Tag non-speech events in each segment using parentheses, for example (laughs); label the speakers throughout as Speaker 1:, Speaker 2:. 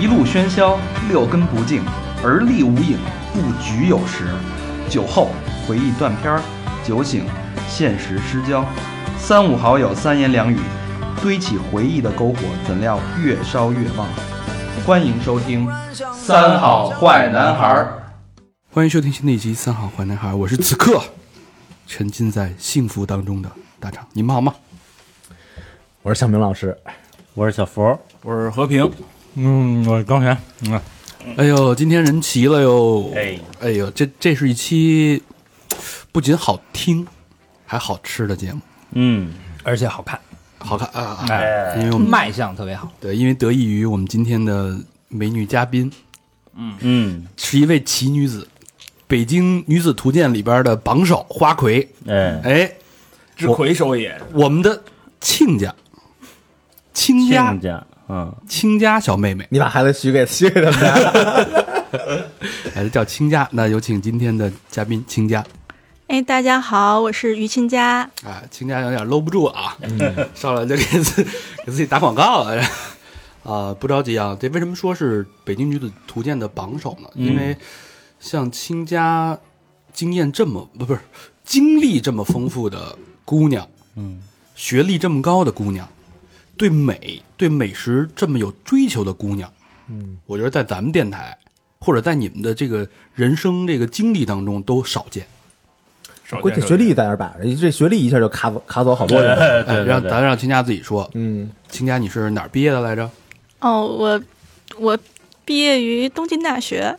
Speaker 1: 一路喧嚣，六根不净，而立无影，不局有时。酒后回忆断片儿，酒醒现实失焦。三五好友三言两语，堆起回忆的篝火，怎料越烧越旺。欢迎收听《三好坏男孩》。
Speaker 2: 欢迎收听新的一集《三好坏男孩》，我是此刻沉浸在幸福当中的大厂，你们好吗？
Speaker 3: 我是向明老师，
Speaker 4: 我是小佛，
Speaker 2: 我是和平。
Speaker 5: 嗯，我刚才嗯，
Speaker 2: 哎呦，今天人齐了哟！
Speaker 4: 哎，
Speaker 2: 哎呦，这这是一期不仅好听，还好吃的节目，
Speaker 4: 嗯，
Speaker 5: 而且好看，
Speaker 2: 好看啊！
Speaker 5: 哎，
Speaker 2: 因为我们
Speaker 5: 卖相特别好。
Speaker 2: 对，因为得益于我们今天的美女嘉宾
Speaker 4: 嗯，
Speaker 2: 是一位奇女子，北京女子图鉴里边的榜首花魁。
Speaker 4: 哎，
Speaker 2: 哎，
Speaker 5: 知魁首也，
Speaker 2: 我们的亲家，亲家
Speaker 4: 亲，家，嗯，
Speaker 2: 亲家小妹妹。
Speaker 3: 你把孩子许给许给他们家，
Speaker 2: 孩哎子叫亲家，那有请今天的嘉宾亲家。
Speaker 6: 哎，大家好，我是于亲家。
Speaker 2: 啊，亲家有点搂不住了啊，上来就给自 (laughs) 给自己打广告了。啊，不着急啊，这为什么说是北京女子图鉴的榜首呢？因为像亲家经验这么不不是经历这么丰富的姑娘，嗯，学历这么高的姑娘，对美对美食这么有追求的姑娘，嗯，我觉得在咱们电台或者在你们的这个人生这个经历当中都少见。
Speaker 5: 首
Speaker 3: 关
Speaker 5: 先
Speaker 3: 键学历在那儿摆着，这学历一下就卡走卡走好多
Speaker 4: 对
Speaker 3: 人。
Speaker 2: 哎，
Speaker 4: 对
Speaker 2: (laughs) 让
Speaker 4: 对
Speaker 2: 咱让亲家自己说，
Speaker 3: 嗯，
Speaker 2: 亲家你是哪儿毕业的来着？
Speaker 6: 哦，我我毕业于东京大学，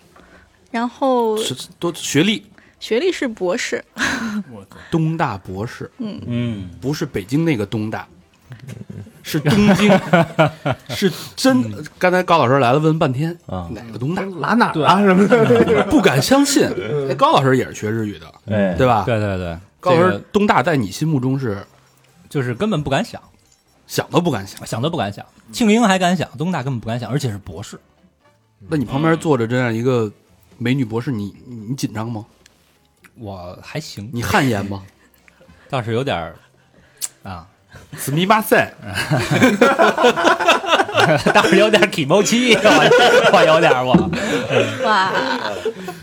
Speaker 6: 然后
Speaker 2: 是都学历
Speaker 6: 学历是博士。
Speaker 2: 东大博士，
Speaker 4: 嗯，
Speaker 2: 不是北京那个东大，是东京，是真。刚才高老师来了，问半天
Speaker 4: 啊
Speaker 2: 哪个东大，
Speaker 3: 拉哪儿啊什么的？
Speaker 2: 不敢相信。哎高老师也是学日语的，
Speaker 4: 哎，
Speaker 3: 嗯
Speaker 2: 对吧？
Speaker 5: 嗯对对对，
Speaker 2: 高老
Speaker 5: 这
Speaker 2: 师
Speaker 5: 个
Speaker 2: 东大在你心目中是
Speaker 5: 就是根本不敢想，
Speaker 2: 想都不敢想。
Speaker 5: 想都不敢想。庆英还敢想，东大根本不敢想，而且是博士。
Speaker 2: 那你旁边坐着这样一个美女博士，你你你紧张吗？
Speaker 5: 我还行，
Speaker 2: 你汗颜吗？
Speaker 5: 倒是有点儿啊，
Speaker 2: 死密巴塞，
Speaker 5: 倒是有点体毛 (laughs) 期，我我有点儿我
Speaker 6: 哇，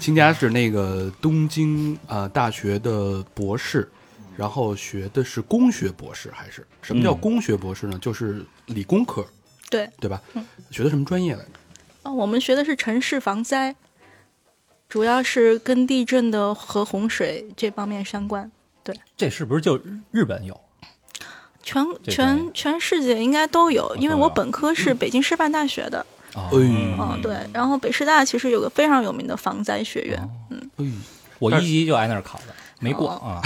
Speaker 2: 亲家是那个东京啊、呃大学的博士，然后学的是工学博士还是什么叫工学博士呢？就是理工科，
Speaker 6: 对，
Speaker 2: 对吧？学的什么专业来着？
Speaker 6: 哦，我们学的是城市防灾，主要是跟地震的和洪水这方面相关。
Speaker 5: 这是不是就日本有？
Speaker 6: 全
Speaker 5: 这专业
Speaker 6: 全全世界应该都有，因为
Speaker 5: 都有
Speaker 6: 我本科是北京师范大学的，
Speaker 2: 哎
Speaker 6: 嗯，对，然后北师大其实有个非常有名的防灾学院，
Speaker 2: 哎，
Speaker 5: 我一级就挨那儿考的，没过啊。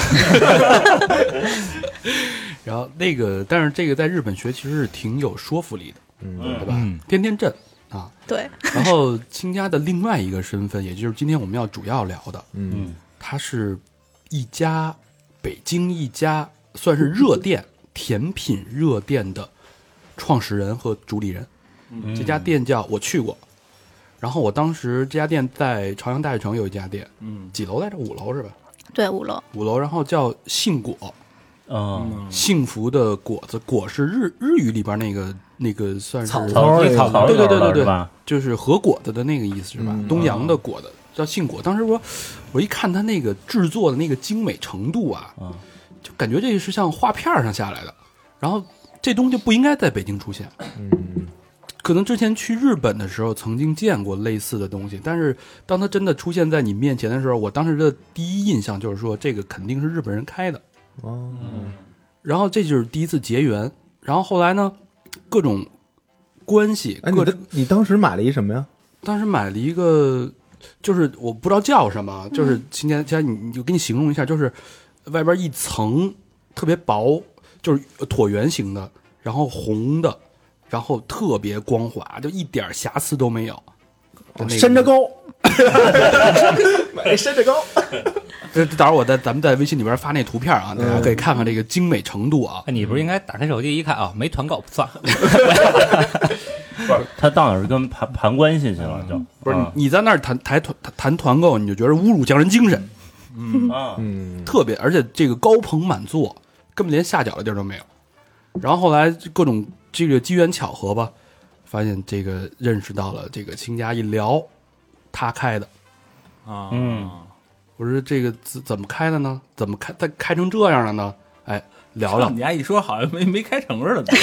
Speaker 2: 然后那个，但是这个在日本学其实是挺有说服力的，对吧？天天震啊。
Speaker 6: 对，
Speaker 2: 然后亲家的另外一个身份，也就是今天我们要主要聊的，
Speaker 3: 嗯，
Speaker 2: 它是一家北京一家算是热店甜品热店的创始人和主理人。
Speaker 5: 嗯
Speaker 2: 这家店叫我去过，然后我当时这家店在朝阳大悦城有一家店，嗯，几楼来着？五楼是吧？
Speaker 6: 对，五楼，
Speaker 2: 五楼，然后叫幸果，
Speaker 4: 嗯，
Speaker 2: 幸福的果子，果是日日语里边那个那个算是
Speaker 3: 草头
Speaker 4: 草一草头，
Speaker 2: 对对对对
Speaker 4: 是
Speaker 2: 对
Speaker 4: 吧？，
Speaker 2: 就是和果子的那个意思是
Speaker 3: 嗯
Speaker 2: 吧？东洋的果子叫杏果。当时我我一看它那个制作的那个精美程度啊，
Speaker 4: 嗯
Speaker 2: 就感觉这是像画片儿上下来的。然后这东西不应该在北京出现，可能之前去日本的时候曾经见过类似的东西，但是当它真的出现在你面前的时候，我当时的第一印象就是说这个肯定是日本人开的。
Speaker 3: 哦，
Speaker 2: 然后这就是第一次结缘，然后后来呢，各种关系，
Speaker 3: 哎，
Speaker 2: 各
Speaker 3: 你的你当时买了一什么呀？
Speaker 2: 当时买了一个，就是我不知道叫什么，就是今天今天你你我给你形容一下，就是外边一层特别薄，就是椭圆形的，然后红的，然后特别光滑，就一点瑕疵都没有。那个
Speaker 3: 山楂
Speaker 2: (laughs)
Speaker 3: 糕，买一山楂糕。
Speaker 2: 这这到时候我在咱们在微信里边发那图片啊，大家可以看看这个精美程度啊。
Speaker 5: 哎，你
Speaker 4: 嗯
Speaker 5: 不是应该打开手机一看啊，没团购不算。
Speaker 4: (laughs) 他到哪儿跟盘盘关系去
Speaker 5: 嗯
Speaker 4: 了，就
Speaker 2: 不是
Speaker 4: 啊
Speaker 2: 你你在那儿谈谈团谈团购，你就觉得侮辱匠人精神，
Speaker 4: 啊，
Speaker 3: 嗯，
Speaker 2: 特别而且这个高朋满座，根本连下脚的地儿都没有。然后后来就各种这个机缘巧合吧，发现这个认识到了这个亲家一聊，他开的。
Speaker 3: 啊，
Speaker 4: 嗯
Speaker 2: 我说这个怎怎么开的呢？怎么开？他开成这样了呢？哎，聊聊
Speaker 5: 你家一说好像没没开成似的，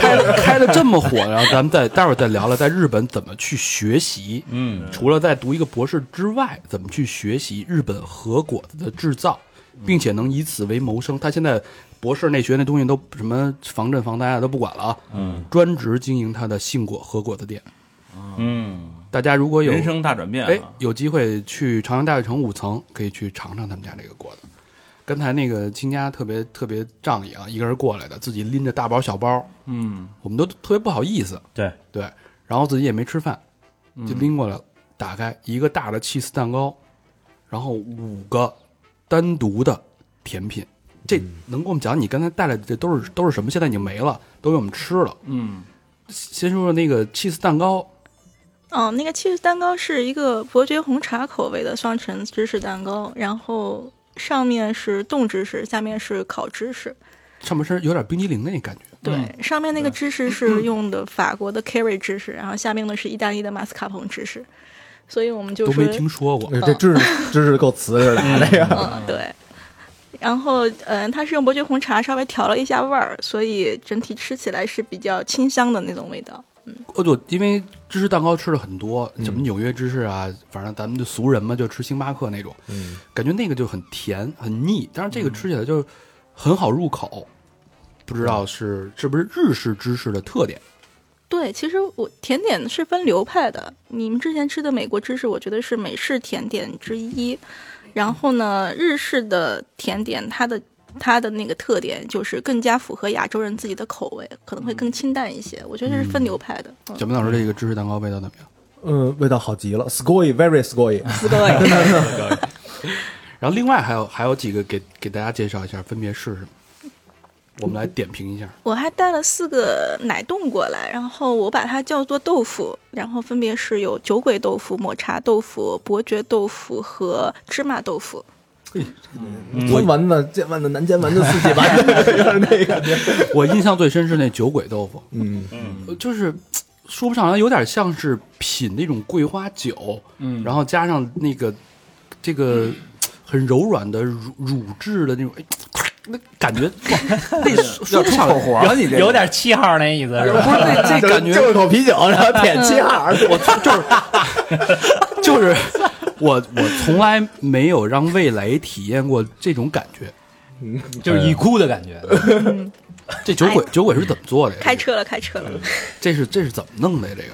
Speaker 2: 开开的这么火，然后咱们再待会儿再聊聊，在日本怎么去学习。
Speaker 4: 嗯
Speaker 2: 除了在读一个博士之外，怎么去学习日本和果子的制造，并且能以此为谋生。他现在博士那学那东西都什么防震防呆啊都不管了啊，
Speaker 4: 嗯
Speaker 2: 专职经营他的杏果和果子店。
Speaker 4: (laughs) 嗯，
Speaker 2: 大家如果有
Speaker 5: 人生大转变
Speaker 2: 哎
Speaker 5: 啊！
Speaker 2: 有机会去朝阳大悦城五层，可以去尝尝他们家这个果子。刚才那个亲家特别特别仗义啊，一个人过来的，自己拎着大包小包，
Speaker 3: 嗯
Speaker 2: 我们都特别不好意思，
Speaker 4: 对，
Speaker 2: 对，然后自己也没吃饭，就拎过来了，打开一个大的 cheese 蛋糕，然后五个单独的甜品，这能给我们讲你刚才带来的这都是都是什么？现在已经没了，都被我们吃了。
Speaker 3: 嗯
Speaker 2: 先说说那个 cheese 蛋糕，
Speaker 6: 哦，那个 cheese 蛋糕是一个伯爵红茶口味的双层芝士蛋糕，然后上面是冻芝士，下面是烤芝士。
Speaker 2: 上半身有点冰激凌那感觉，
Speaker 6: 对，
Speaker 2: 嗯
Speaker 6: 上面那个芝士是用的法国的 Kerry 芝士，然后下面的是意大利的马斯卡彭芝士，所以我们就
Speaker 2: 都
Speaker 6: 说
Speaker 2: 没听啊说过。
Speaker 3: 哎这知识知识够瓷实的， (laughs) 哎这个
Speaker 6: 嗯，对。然后，嗯，它是用伯爵红茶稍微调了一下味儿，所以整体吃起来是比较清香的那种味道。
Speaker 2: 哦，对，因为芝士蛋糕吃了很多，什么纽约芝士啊，反正咱们就俗人嘛，就吃星巴克那种，
Speaker 3: 嗯
Speaker 2: 感觉那个就很甜很腻，但是这个吃起来就很好入口。不知道是是不是日式芝士的特点？
Speaker 6: 对，其实我甜点是分流派的。你们之前吃的美国芝士，我觉得是美式甜点之一。然后呢，日式的甜点它的它的那个特点就是更加符合亚洲人自己的口味，可能会更清淡一些。我觉得这是分流派的。嗯
Speaker 2: 小明老师，这个芝士蛋糕味道怎么样？
Speaker 3: 嗯，味道好极了 s c o y very s c o y
Speaker 2: 然后另外还有还有几个给给大家介绍一下，分别是什么？我们来点评一下。
Speaker 6: 我还带了四个奶冻过来，然后我把它叫做豆腐，然后分别是有酒鬼豆腐、抹茶豆腐、伯爵豆腐和芝麻豆腐。
Speaker 2: 嗯
Speaker 3: (laughs) 端丸子、煎丸子、南煎丸子、四季丸子，
Speaker 2: (laughs)
Speaker 3: 就是那个。
Speaker 2: 我印象最深是那酒鬼豆腐，
Speaker 3: 嗯
Speaker 2: 呃就是嘖说不上来，有点像是品那种桂花酒，
Speaker 3: 嗯
Speaker 2: 然后加上那个这个嘖很柔软的乳乳质的那种，哎，嘖那感觉哇，那说不上来，
Speaker 5: 有你有点七号那意思是吧？
Speaker 2: 不是那这感觉
Speaker 3: 就是口啤酒，然后
Speaker 2: (laughs)
Speaker 3: 舔七号，
Speaker 2: 我就是就是我我从来没有让味蕾体验过这种感觉。
Speaker 5: 就是已哭的感觉，
Speaker 2: 这酒鬼酒鬼是怎么做的呀？
Speaker 6: 哎开车了，开车了。
Speaker 2: 这是这是怎么弄的呀？这个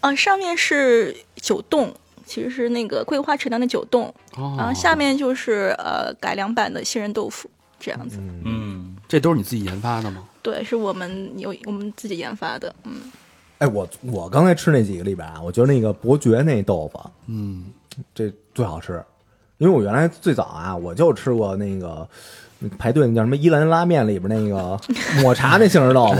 Speaker 6: 啊，上面是酒冻，其实是那个桂花陈酿的酒冻，然后
Speaker 2: 哦，
Speaker 6: 下面就是呃改良版的杏仁豆腐，这样子。
Speaker 4: 嗯
Speaker 2: 这都是你自己研发的吗？
Speaker 6: 对，是我们有我们自己研发的，嗯，
Speaker 3: (laughs) 哎，我我刚才吃那几个里边啊，我觉得那个伯爵那豆腐
Speaker 2: 嗯，
Speaker 3: 这最好吃，因为我原来最早啊，我就吃过那个那排队那叫什么伊兰拉面里边那个抹茶那杏仁豆腐，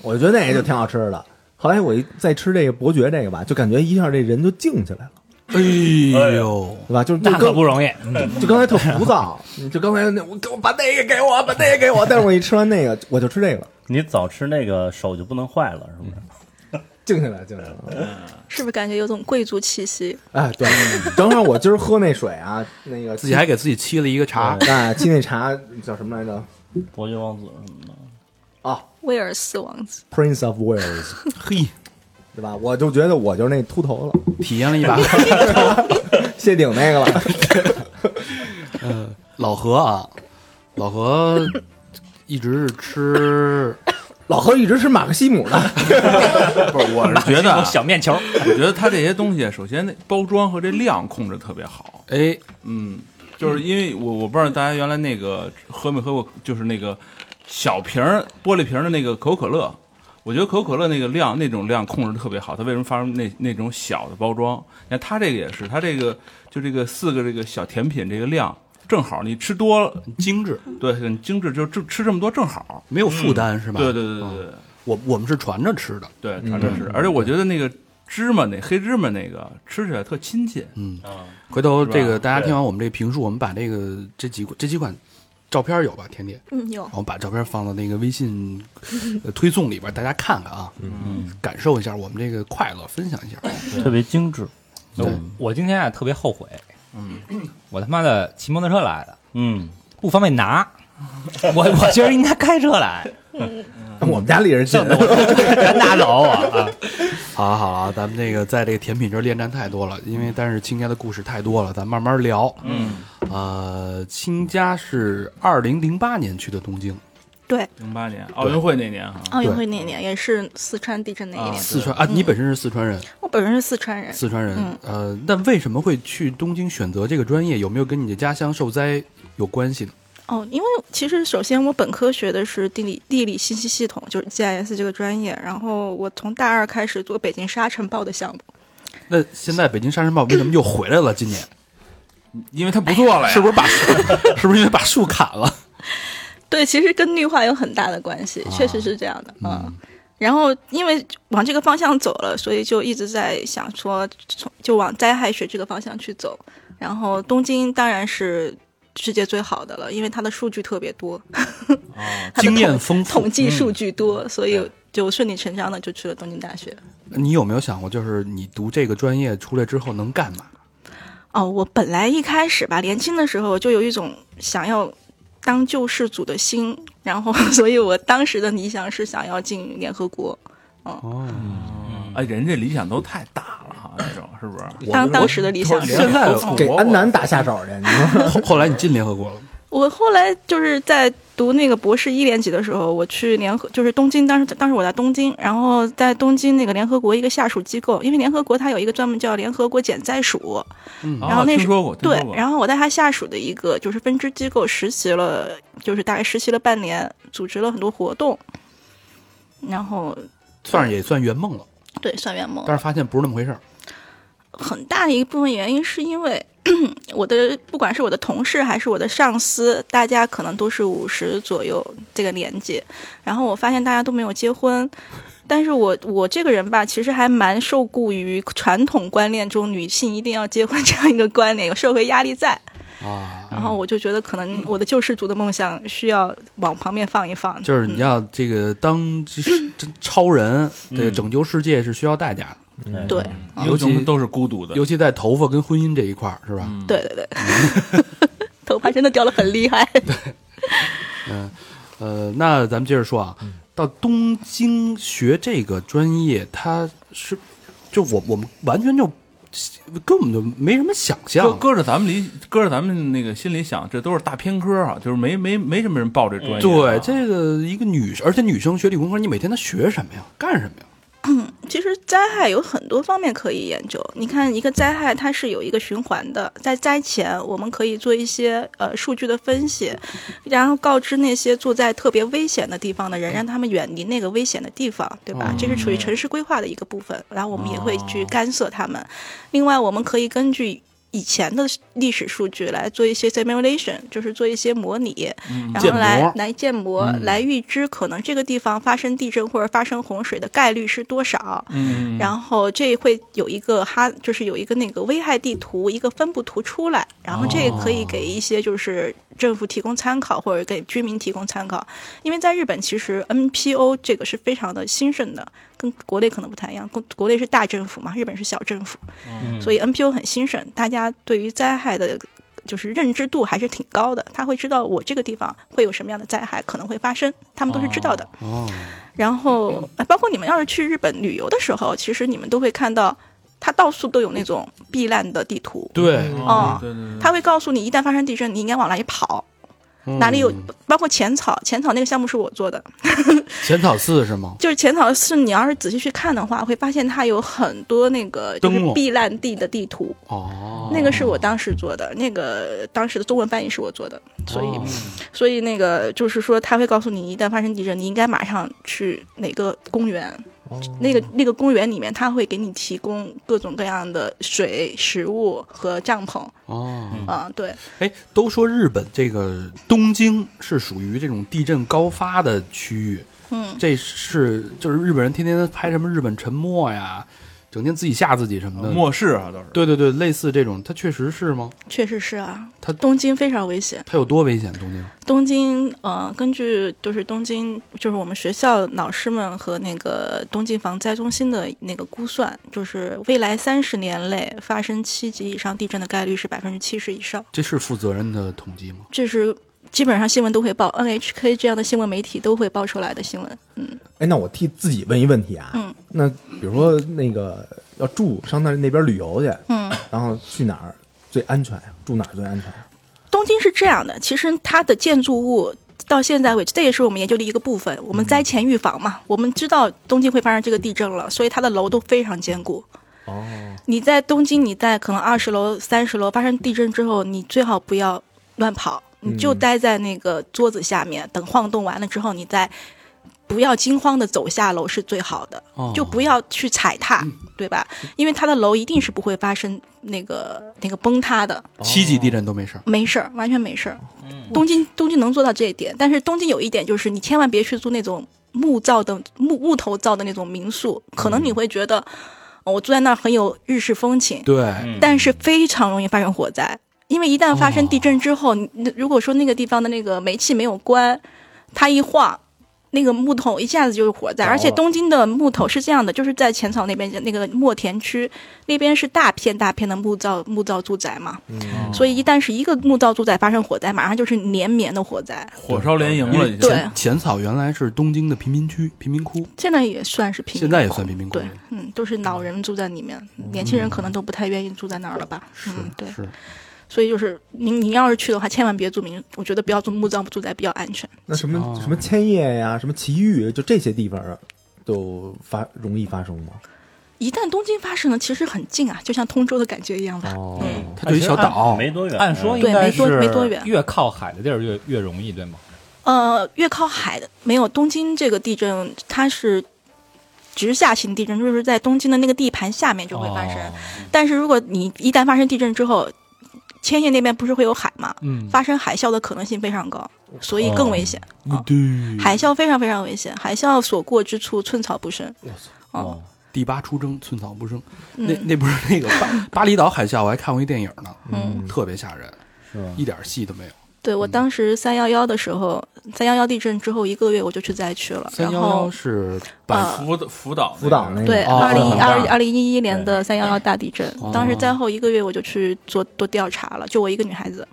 Speaker 3: 我觉得那个就挺好吃的。后来我一再吃这个伯爵这个吧，就感觉一下这人就静下来了，
Speaker 2: 哎呦，
Speaker 3: 对吧？就是就
Speaker 5: 那可
Speaker 3: 刚
Speaker 5: 不容易。嗯
Speaker 3: 就刚才特
Speaker 5: (laughs)
Speaker 3: 浮躁，就刚才那我给我把那个给我，把那个给我，但是我一吃完那个我就吃这个了，
Speaker 4: 你早吃那个手就不能坏了，是不是？
Speaker 5: 嗯
Speaker 3: 静下来，静下来了。
Speaker 6: 是不是感觉有种贵族气息？
Speaker 3: 哎，对，正好我今儿喝那水啊，那个
Speaker 2: 自己还给自己沏了一个茶，
Speaker 3: 哎，沏那茶叫什么来着？
Speaker 4: 伯爵王子什么的，
Speaker 3: 啊
Speaker 6: 威尔斯王子，
Speaker 3: ，Prince of Wales，
Speaker 2: (laughs) 嘿，
Speaker 3: 对吧？我就觉得我就是那秃头了。
Speaker 2: 体验了一把。
Speaker 3: 谢顶那个了。
Speaker 2: 呃，老何啊，老何一直是吃，
Speaker 3: 老何一直吃马克西姆的，
Speaker 7: 不是，我是觉得啊，
Speaker 5: 小面球，
Speaker 7: 我觉得它这些东西，首先那包装和这量控制特别好。
Speaker 2: 哎，
Speaker 7: 嗯，就是因为我我不知道大家原来那个喝没喝过，就是那个小瓶儿玻璃瓶儿的那个可口可乐。我觉得可口可乐那个量那种量控制得特别好，它为什么发出那那种小的包装？你看它这个也是，它这个就这个四个这个小甜品这个量正好，你吃多了，
Speaker 2: 很精致，
Speaker 7: 对，很精致，就就吃这么多正好。嗯
Speaker 2: 没有负担是吧？
Speaker 7: 对对对对
Speaker 2: 嗯
Speaker 7: 对。
Speaker 2: 我我们是传着吃的，
Speaker 7: 对，尝着吃。而且我觉得那个芝麻那黑芝麻那个吃起来特亲切，
Speaker 2: 回头这个
Speaker 7: 是吧
Speaker 2: 大家听完我们这个评述，我们把这个这几款这几款照片有吧？甜点，
Speaker 6: 嗯，有
Speaker 2: 然，后把照片放到那个微信呃推送里边，大家看看啊，感受一下我们这个快乐，分享一下。
Speaker 4: 特别精致。嗯
Speaker 5: 我今天啊特别后悔，嗯， (clears throat) 我他妈的骑摩托车来的，
Speaker 4: 嗯，
Speaker 5: 不方便拿，我我觉得应该开车来，
Speaker 3: 我们家离着近，
Speaker 5: 全拿走我啊！
Speaker 2: 好了好了，咱们这个在这个甜品这儿恋战太多了，因为但是亲家的故事太多了，咱慢慢聊。
Speaker 4: 嗯，
Speaker 2: 呃，亲家是二零零八年去的东京，
Speaker 6: 对，
Speaker 7: 零八年奥运会那年哈，
Speaker 6: 奥运会那年也是四川地震那一年，
Speaker 2: 四川嗯
Speaker 7: 嗯
Speaker 2: 啊，你本身是四川人，
Speaker 6: 我本身是四川人，
Speaker 2: 四川人，呃，那为什么会去东京选择这个专业？有没有跟你的家乡受灾有关系呢？
Speaker 6: 哦，因为其实首先我本科学的是地理地理信息系统，就是 GIS 这个专业。然后我从大二开始做北京沙尘暴的项目，
Speaker 2: 那现在北京沙尘暴为什么又回来了？今年
Speaker 7: 因为他不做了呀，
Speaker 2: 是不是把树， (laughs) 是不是因为把树砍了？
Speaker 6: 对，其实跟绿化有很大的关系，确
Speaker 2: 啊
Speaker 6: 实是这样的，嗯。然后，因为往这个方向走了，所以就一直在想说，从就往灾害学这个方向去走。然后，东京当然是世界最好的了，因为它的数据特别多， (laughs) 它的
Speaker 2: 哦经验
Speaker 6: 统
Speaker 2: 丰富嗯
Speaker 6: 统计数据多，所以就顺理成章的就去了东京大学。
Speaker 2: 你有没有想过，就是你读这个专业出来之后能干嘛？
Speaker 6: 哦，我本来一开始吧，年轻的时候就有一种想要当救世主的心，然后， (laughs) 所以我当时的理想是想要进联合国。
Speaker 7: 哎，人这理想都太大了哈，那种是不是？
Speaker 6: 当当时的理想是，
Speaker 2: (laughs) 现在的
Speaker 3: (laughs) 给安南打下手去，你说
Speaker 2: 后后来你进联合国了，
Speaker 6: 我后来就是在读那个博士一年级的时候，我去联合，就是东京，当时当时我在东京，然后在东京那个联合国一个下属机构，因为联合国它有一个专门叫联合国减灾署，然后
Speaker 7: 啊
Speaker 6: 那
Speaker 7: 听
Speaker 6: 时
Speaker 7: 说过，听
Speaker 6: 对
Speaker 7: 说，过
Speaker 6: 然后我在他下属的一个就是分支机构实习了，就是大概实习了半年，组织了很多活动，然后
Speaker 2: 算是也算圆梦了，
Speaker 6: 对算圆梦。
Speaker 2: 但是发现不是那么回事儿。
Speaker 6: 很大的一部分原因是因为 (clears throat) 我的不管是我的同事还是我的上司，大家可能都是五十左右这个年纪，然后我发现大家都没有结婚。但是我我这个人吧，其实还蛮受雇于传统观念中女性一定要结婚这样一个观念，有社会压力在。
Speaker 2: 啊，
Speaker 6: 然后我就觉得，可能我的救世主的梦想需要往旁边放一放。
Speaker 2: 就是你要这个当就是这超人，这
Speaker 7: 嗯
Speaker 2: 个拯救世界是需要代价的，
Speaker 6: 嗯对
Speaker 7: 英雄都是孤独的，
Speaker 2: 尤其在头发跟婚姻这一块儿，是吧？
Speaker 7: 嗯
Speaker 6: 对对对， (laughs) 头发真的掉的很厉害。
Speaker 2: 呃，那咱们接着说啊，
Speaker 7: 嗯
Speaker 2: 到东京学这个专业，它是就我我们完全就根本就没什么想
Speaker 7: 搁
Speaker 2: 象，啊
Speaker 7: 搁着咱们理，搁着咱们那个心里想，这都是大偏科啊，就是没没没什么人报这专业啊。
Speaker 2: 对这个一个女，生，而且女生学理工科，你每天她学什么呀？干什么呀？
Speaker 6: 其实灾害有很多方面可以研究。你看，一个灾害它是有一个循环的，在灾前我们可以做一些呃数据的分析，然后告知那些住在特别危险的地方的人，让他们远离那个危险的地方，对吧？这是属于城市规划的一个部分。然后我们也会去干涉他们。另外，我们可以根据。以前的历史数据来做一些 simulation，就是做一些模拟，然
Speaker 2: 嗯建
Speaker 6: 后
Speaker 2: 模嗯
Speaker 6: 来来建模，来预知可能这个地方发生地震或者发生洪水的概率是多少。嗯，然后这会有一个哈，就是有一个那个危害地图，一个分布图出来，然后这也可以
Speaker 2: 哦
Speaker 6: 给一些就是政府提供参考或者给居民提供参考，因为在日本其实 NPO 这个是非常的兴盛的。跟国内可能不太一样，国国内是大政府嘛，日本是小政府，所以 NPO 很兴盛，大家对于灾害的就是认知度还是挺高的，他会知道我这个地方会有什么样的灾害可能会发生，他们都是知道的。
Speaker 2: 哦，
Speaker 6: 然后，呃包括你们要是去日本旅游的时候，其实你们都会看到，它到处都有那种避难的地图，
Speaker 2: 对，
Speaker 6: 哦
Speaker 7: 嗯对对对，
Speaker 6: 它会告诉你，一旦发生地震，你应该往哪里跑。
Speaker 2: 嗯
Speaker 6: 嗯哪里有，包括浅草，浅草那个项目是我做的，
Speaker 2: 浅草寺是吗？
Speaker 6: 就是浅草寺，你要是仔细去看的话，会发现它有很多那个就是
Speaker 2: 灯笼
Speaker 6: 避难地的地图，
Speaker 2: 哦，
Speaker 6: 那个是我当时做的，那个当时的中文翻译是我做的，所
Speaker 2: 哦
Speaker 6: 以、嗯所以那个就是说，他会告诉你，一旦发生地震，你应该马上去哪个公园。
Speaker 2: 哦
Speaker 6: 那个那个公园里面，他会给你提供各种各样的水、食物和帐篷。
Speaker 2: 哦，
Speaker 6: 啊，对，
Speaker 2: 哎，都说日本这个东京是属于这种地震高发的区域，
Speaker 6: 嗯，
Speaker 2: 这是就是日本人天天拍什么日本沉没呀，整天自己吓自己什么的。
Speaker 7: 末世啊，都是。
Speaker 2: 对对对，类似这种，它确实是吗？
Speaker 6: 确实是啊，
Speaker 2: 它
Speaker 6: 东京非常危险。
Speaker 2: 它有多危险？东京
Speaker 6: 东京，呃，根据就是东京，就是我们学校老师们和那个东京防灾中心的那个估算，就是未来三十年内发生七级以上地震的概率是百分之七十以上，
Speaker 2: 这是负责任的统计吗？
Speaker 6: 这是基本上新闻都会报，NHK 这样的新闻媒体都会报出来的新闻。嗯，
Speaker 3: 哎，那我替自己问一问题啊，
Speaker 6: 嗯，
Speaker 3: 那比如说那个要住上那那边旅游去，
Speaker 6: 嗯，
Speaker 3: 然后去哪儿最安全呀？住哪儿最安全呀？
Speaker 6: 东京是这样的，其实它的建筑物到现在为止，这也是我们研究的一个部
Speaker 3: 嗯
Speaker 6: 分。我们灾前预防嘛，我们知道东京会发生这个地震了，所以它的楼都非常坚固。
Speaker 3: 哦，
Speaker 6: 你在东京，你在可能二十楼、三十楼发生地震之后，你最好不要乱跑，你就
Speaker 3: 嗯
Speaker 6: 待在那个桌子下面，等晃动完了之后，你再不要惊慌的走下楼是最好的，
Speaker 2: 哦
Speaker 6: 就不要去踩踏，
Speaker 3: 嗯
Speaker 6: 对吧？因为它的楼一定是不会发生那个那个崩塌的，
Speaker 2: 七级地震都没事儿。
Speaker 6: 没事儿，完全没事儿。东京东京能做到这一点，但是东京有一点就是，你千万别去住那种木造的木木头造的那种民宿，可能你会觉得、哦我住在那儿很有日式风情，
Speaker 2: 对，
Speaker 6: 但是非常容易发生火灾，因为一旦发生地震之后，你那如果说那个地方的那个煤气没有关，它一晃。那个木头一下子就是火灾，而且东京的木头是这样的，就是在浅草那边那个墨田区那边是大片大片的木造木造住宅嘛，
Speaker 2: 嗯
Speaker 3: 嗯
Speaker 2: 啊
Speaker 6: 所以一旦是一个木造住宅发生火灾，马上就是连绵的火灾。
Speaker 7: 火烧连营
Speaker 2: 因
Speaker 7: 了，
Speaker 2: 为
Speaker 6: 呃
Speaker 7: 已经。
Speaker 2: 浅浅草原来是东京的贫民区、贫民窟，
Speaker 6: 现在也算是贫民窟，
Speaker 2: 现在也算贫民窟
Speaker 6: 对。，嗯，都是老人住在里面，年轻人可能都不太愿意住在那儿了吧？嗯，对。
Speaker 2: 是
Speaker 6: 所以就是您您要是去的话，千万别住民，我觉得不要住木造住宅比较安全。
Speaker 3: 那什么、
Speaker 2: 哦
Speaker 3: 什么千叶呀，什么埼玉，就这些地方都发容易发生吗？
Speaker 6: 一旦东京发生了，其实很近啊，就像通州的感觉一样吧。
Speaker 3: 哦，
Speaker 4: 嗯
Speaker 2: 它就一
Speaker 5: 哎
Speaker 2: 小岛，
Speaker 4: 没多远。
Speaker 5: 按说
Speaker 4: 嗯
Speaker 5: 应该
Speaker 6: 对没多
Speaker 5: 是
Speaker 6: 没多远
Speaker 5: 越靠海的地儿越越容易，对吗？
Speaker 6: 呃，越靠海的没有东京这个地震，它是直下型地震，就是在东京的那个地盘下面就会发生。
Speaker 5: 哦
Speaker 6: 但是如果你一旦发生地震之后，千叶那边不是会有海吗？
Speaker 2: 嗯，哦
Speaker 6: 发生海啸的可能性非常高，所以更危险。啊
Speaker 2: 嗯对，
Speaker 6: 海啸非常非常危险，海啸所过之处寸草不生。
Speaker 4: 哦
Speaker 2: 第八出征，寸草不生。那
Speaker 6: 嗯，
Speaker 2: 那不是那个巴巴厘岛海啸，我还看过一电影呢，
Speaker 6: 嗯
Speaker 2: 特别吓人，
Speaker 4: 是吧？
Speaker 2: 一点戏都没有。
Speaker 6: 对我当时三幺幺的时候，三幺幺地震之后一个月我就去灾区了，
Speaker 2: 三
Speaker 6: 然
Speaker 2: 幺幺
Speaker 6: 后
Speaker 2: 是
Speaker 6: 呃
Speaker 2: 百
Speaker 7: 辅导辅导
Speaker 3: 福岛那个
Speaker 6: 对，
Speaker 2: 哦
Speaker 6: 二零
Speaker 2: 很
Speaker 6: 二
Speaker 4: 大
Speaker 6: 二零一一年的三幺幺大地震，当时灾后一个月我就去做做调查了，就我一个女孩子。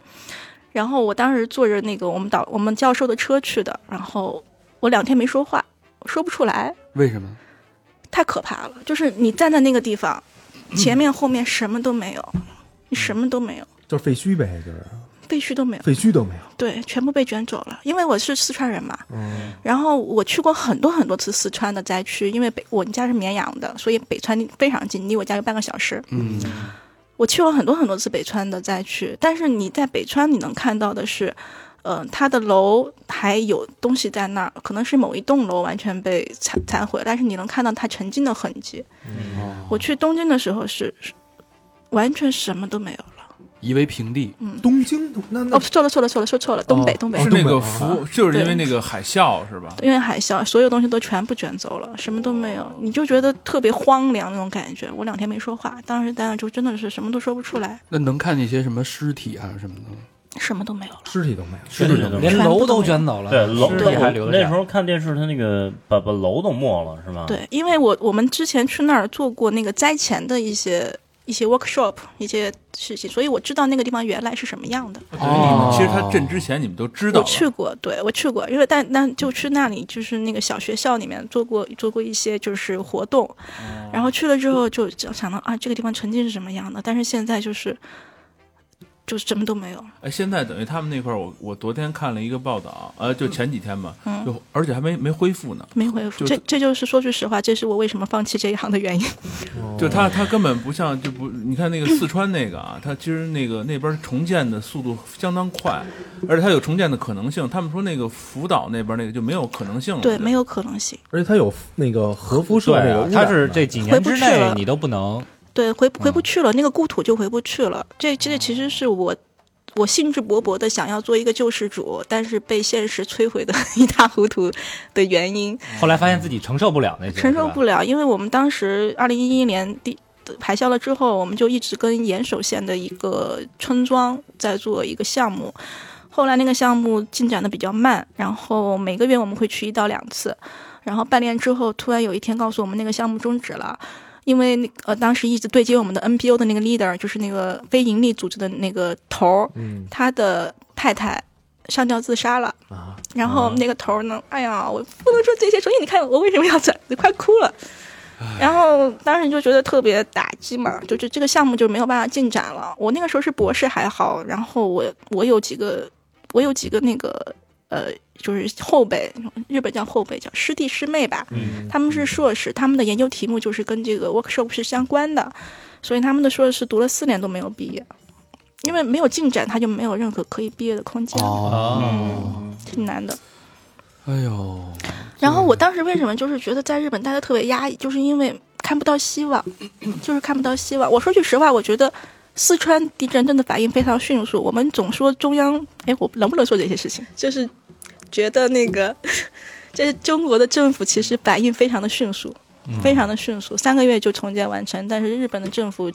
Speaker 6: 然后我当时坐着那个我们导我们教授的车去的，然后我两天没说话，说不出来，
Speaker 2: 为什么？
Speaker 6: 太可怕了。就是你站在那个地方，前面后面什么都没有，你什么都没有，
Speaker 3: 就是废墟呗，就是
Speaker 6: 废墟都没有，
Speaker 3: 废墟都没有。
Speaker 6: 对，全部被卷走了。因为我是四川人嘛，
Speaker 3: 嗯，
Speaker 6: 然后我去过很多很多次四川的灾区，因为北我们家是绵阳的，所以北川非常近，离我家有半个小时。
Speaker 2: 嗯，
Speaker 6: 我去过很多很多次北川的灾区，但是你在北川你能看到的是，呃，它的楼还有东西在那儿，可能是某一栋楼完全被残残毁，但是你能看到它沉浸的痕迹。
Speaker 3: 嗯
Speaker 6: 我去东京的时候是是完全什么都没有了。
Speaker 2: 夷为平地。
Speaker 3: 东京那那
Speaker 6: 哦，错了错了错了，说错了，东北
Speaker 3: 哦
Speaker 6: 东北
Speaker 3: 哦
Speaker 7: 是。那个福，就是因
Speaker 6: 对
Speaker 7: 为那个海啸是吧？
Speaker 6: 因为海啸，所有东西都全部卷走了，什么都没有，你就觉得特别荒凉那种感觉。我两天没说话，当时在那就真的是什么都说不出来，
Speaker 2: 那能看见一些什么尸体啊什么的吗？
Speaker 6: 什么都没有了。
Speaker 3: 尸体都没有。
Speaker 4: 是的，
Speaker 5: 连楼都卷走了，
Speaker 4: 对楼
Speaker 5: 尸体还留
Speaker 4: 那
Speaker 5: 着
Speaker 4: 时候看电视，他那个把把楼都没了，是吧？，
Speaker 6: 对，因为我我们之前去那儿做过那个灾前的一些一些 workshop 一些事情，所以我知道那个地方原来是什么样的。
Speaker 2: 哦
Speaker 7: 其实他震之前你们都知道
Speaker 6: 我
Speaker 7: 了，
Speaker 6: 去过，对我去过，因为但那就去那里，就是那个小学校里面做过做过一些就是活动，
Speaker 7: 哦
Speaker 6: 然后去了之后就就想到啊，这个地方曾经是什么样的，但是现在就是就是什么都没有。
Speaker 7: 哎，现在等于他们那块儿，我我昨天看了一个报道，呃，就前几天吧，
Speaker 6: 嗯
Speaker 7: 就而且还没没恢复呢，
Speaker 6: 没回复，
Speaker 7: 就是嗯
Speaker 6: 这这就是说句实话，这是我为什么放弃这一行的原因。
Speaker 3: 哦
Speaker 7: 就他他根本不像就不，你看那个四川那个啊，他其实那个那边重建的速度相当快，而且它有重建的可能性。他们说那个福岛那边那个就没有可能性了，
Speaker 6: 对，没
Speaker 7: 有。
Speaker 6: 有可能性。
Speaker 3: 而且它有那个核辐射
Speaker 5: 对
Speaker 3: 那个
Speaker 5: 啊
Speaker 3: 污，染
Speaker 5: 它是
Speaker 3: 的
Speaker 5: 这几
Speaker 6: 回
Speaker 5: 年
Speaker 6: 不
Speaker 5: 之
Speaker 6: 去了
Speaker 5: 内你都不能
Speaker 7: 嗯
Speaker 6: 对，回回不去了，那个故土就回不去了。这这其实是我我兴致勃勃的想要做一个救世主，但是被现实摧毁的 (laughs) 一塌糊涂的原因，
Speaker 5: 后来发现自己承受不了那些，
Speaker 6: 承受
Speaker 5: 是吧
Speaker 6: 不了，因为我们当时二零一一年第排销了之后，我们就一直跟岩手县的一个村庄在做一个项目。后来那个项目进展的比较慢，然后每个月我们会去一到两次，然后半年之后，突然有一天告诉我们那个项目终止了，因为那个呃当时一直对接我们的 NPO 的那个 leader，就是那个非盈利组织的那个头儿，
Speaker 3: 嗯
Speaker 6: 他的太太上吊自杀了。
Speaker 3: 啊，
Speaker 6: 然后那个头儿呢，哎呀，我不能说这些，所以你看我为什么要转，快哭了。然后当时就觉得特别打击嘛，就这这个项目就没有办法进展了。我那个时候是博士还好，然后我我有几个我有几个那个呃，就是后辈，日本叫后辈，叫师弟师妹吧，
Speaker 3: 嗯
Speaker 6: 他们是硕士，他们的研究题目就是跟这个 workshop 是相关的，所以他们的硕士读了四年都没有毕业，因为没有进展，他就没有任何可以毕业的空间，
Speaker 2: 哦，
Speaker 6: 挺难的。
Speaker 2: 哎呦，
Speaker 6: 然后
Speaker 5: 嗯
Speaker 6: 我当时为什么就是觉得在日本待的特别压抑，就是因为看不到希望，就是看不到希望。我说句实话，我觉得四川地震真的反应非常迅速。我们总说中央，哎，我能不能说这些事情？就是觉得那个，这是中国的政府其实反应非常的迅速，
Speaker 5: 嗯
Speaker 6: 非常的迅速，三个月就重建完成。但是日本的政府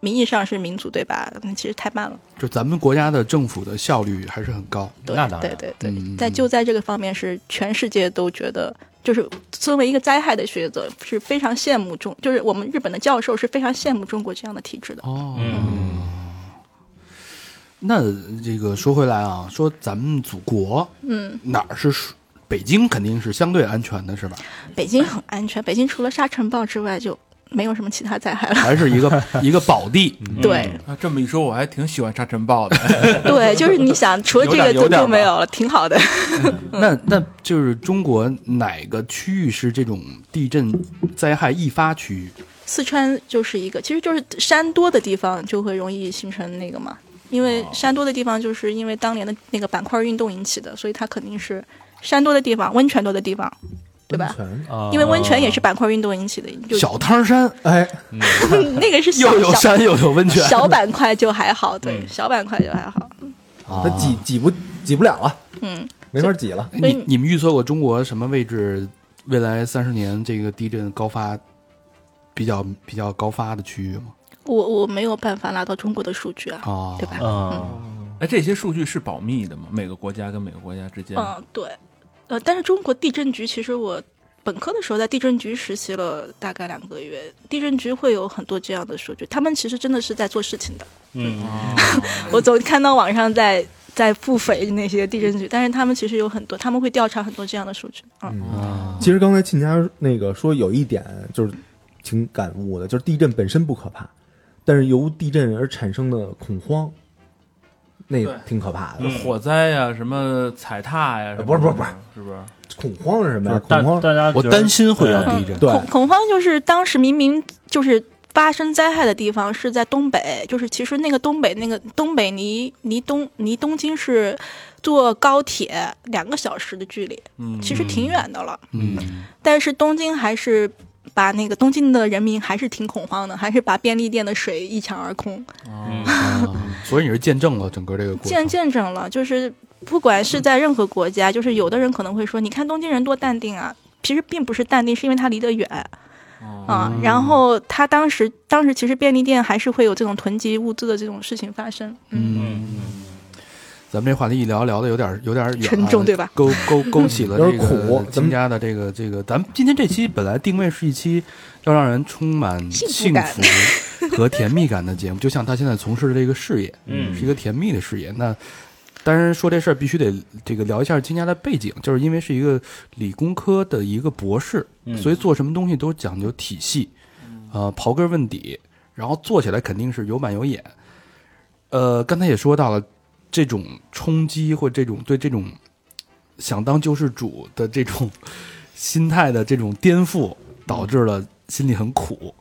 Speaker 6: 名义上是民主，对吧？那其实太慢了。
Speaker 2: 就咱们国家的政府的效率还是很高。
Speaker 6: 对
Speaker 5: 那当然
Speaker 6: 对对对，
Speaker 2: 嗯
Speaker 6: 在就在这个方面是全世界都觉得，就是作为一个灾害的学者是非常羡慕中，就是我们日本的教授是非常羡慕中国这样的体制的。
Speaker 2: 哦，
Speaker 5: 嗯，
Speaker 2: 那这个说回来啊，说咱们祖国
Speaker 6: 嗯，
Speaker 2: 哪儿是属北京肯定是相对安全的，是吧？
Speaker 6: 北京很安全，北京除了沙尘暴之外就没有什么其他灾害了。
Speaker 2: 还是一个 (laughs) 一个宝地。
Speaker 4: 嗯
Speaker 6: (laughs)
Speaker 7: (laughs)
Speaker 6: 对
Speaker 7: 啊这么一说，我还挺喜欢沙尘暴的。 (laughs)
Speaker 6: 对，就是你想，除了这
Speaker 7: 有
Speaker 6: 个
Speaker 7: 点
Speaker 6: 就
Speaker 7: 有点
Speaker 6: 就没
Speaker 7: 吧
Speaker 6: 有了，挺好的。
Speaker 2: 那那就是中国哪个区域是这种地震灾害易发区域？
Speaker 6: 四川就是一个，其实就是山多的地方就会容易形成那个嘛，因
Speaker 7: 哦
Speaker 6: 为山多的地方就是因为当年的那个板块运动引起的，所以它肯定是山多的地方、温泉多的地方，对吧？
Speaker 3: 全
Speaker 5: 啊
Speaker 6: 因为温泉也是板块运动引起的，就嗯
Speaker 2: 小汤山
Speaker 3: 哎，
Speaker 6: 那个是小
Speaker 2: 又有
Speaker 6: 小
Speaker 2: 山又有温泉，
Speaker 6: 小板块就还好，对，
Speaker 5: 嗯
Speaker 6: 小板块就还好，
Speaker 5: 啊
Speaker 3: 他挤挤不挤不了了，
Speaker 6: 嗯，
Speaker 3: 没法挤了。
Speaker 6: 所以
Speaker 2: 哎你你们预测过中国什么位置未来三十年这个地震高发比较比较高发的区域吗？
Speaker 6: 我我没有办法拿到中国的数据啊，
Speaker 2: 啊
Speaker 6: 对，吧？
Speaker 5: 嗯，
Speaker 7: 哎，这些数据是保密的吗？每个国家跟每个国家之间，
Speaker 6: 嗯，对，呃，但是中国地震局其实我本科的时候在地震局实习了大概两个月，地震局会有很多这样的数据，他们其实真的是在做事情的。
Speaker 5: 嗯，
Speaker 6: (laughs) 我总看到网上在在腹诽那些地震局，但是他们其实有很多，他们会调查很多这样的数据。嗯，
Speaker 5: 啊
Speaker 3: 其实刚才沁家那个说有一点就是挺感悟的，就是地震本身不可怕，但是由地震而产生的恐慌，那个
Speaker 7: 对
Speaker 3: 挺可怕的。
Speaker 7: 嗯火灾呀、什么踩踏呀、什么
Speaker 3: 不是不是不是，
Speaker 7: 是不是？
Speaker 3: 恐慌是什么呀？
Speaker 5: 大
Speaker 3: 恐慌
Speaker 5: 大家
Speaker 2: 我
Speaker 5: 觉得
Speaker 2: 担心会有地震。
Speaker 3: 对
Speaker 6: 恐恐慌就是当时明明就是发生灾害的地方是在东北，就是其实那个东北那个东北离离东离东京是坐高铁两个小时的距离，
Speaker 7: 嗯，
Speaker 6: 其实挺远的了。
Speaker 2: 嗯，
Speaker 6: 但是东京还是把那个东京的人民还是挺恐慌的，还是把便利店的水一抢而空，
Speaker 2: 嗯所以你是见证了整个这个过
Speaker 6: 见
Speaker 2: 程。
Speaker 6: 见证了，就是不管是在任何国家，就是有的人可能会说，你看东京人多淡定啊。其实并不是淡定，是因为他离得远啊。然后他当时，当时其实便利店还是会有这种囤积物资的这种事情发生。嗯，
Speaker 2: 咱们这话题一聊聊的有点有点远啊，
Speaker 6: 沉重对吧
Speaker 2: 勾勾勾起了
Speaker 3: 有
Speaker 2: 这
Speaker 3: 点苦
Speaker 2: 个
Speaker 3: 咱们
Speaker 2: 金家的这个这个，咱们今天这期本来定位是一期要让人充满
Speaker 6: 幸
Speaker 2: 幸
Speaker 6: 福感
Speaker 2: 福和甜蜜感的节目，就 (laughs) 像他现在从事的这个事业，
Speaker 4: 嗯
Speaker 2: 是一个甜蜜的事业。那当然说这事儿必须得这个聊一下金家的背景，就是因为是一个理工科的一个博士，所以做什么东西都讲究体系，呃，刨根问底，然后做起来肯定是有板有眼。呃，刚才也说到了，这种冲击或这种对这种想当救世主的这种心态的这种颠覆，导致了心里很苦。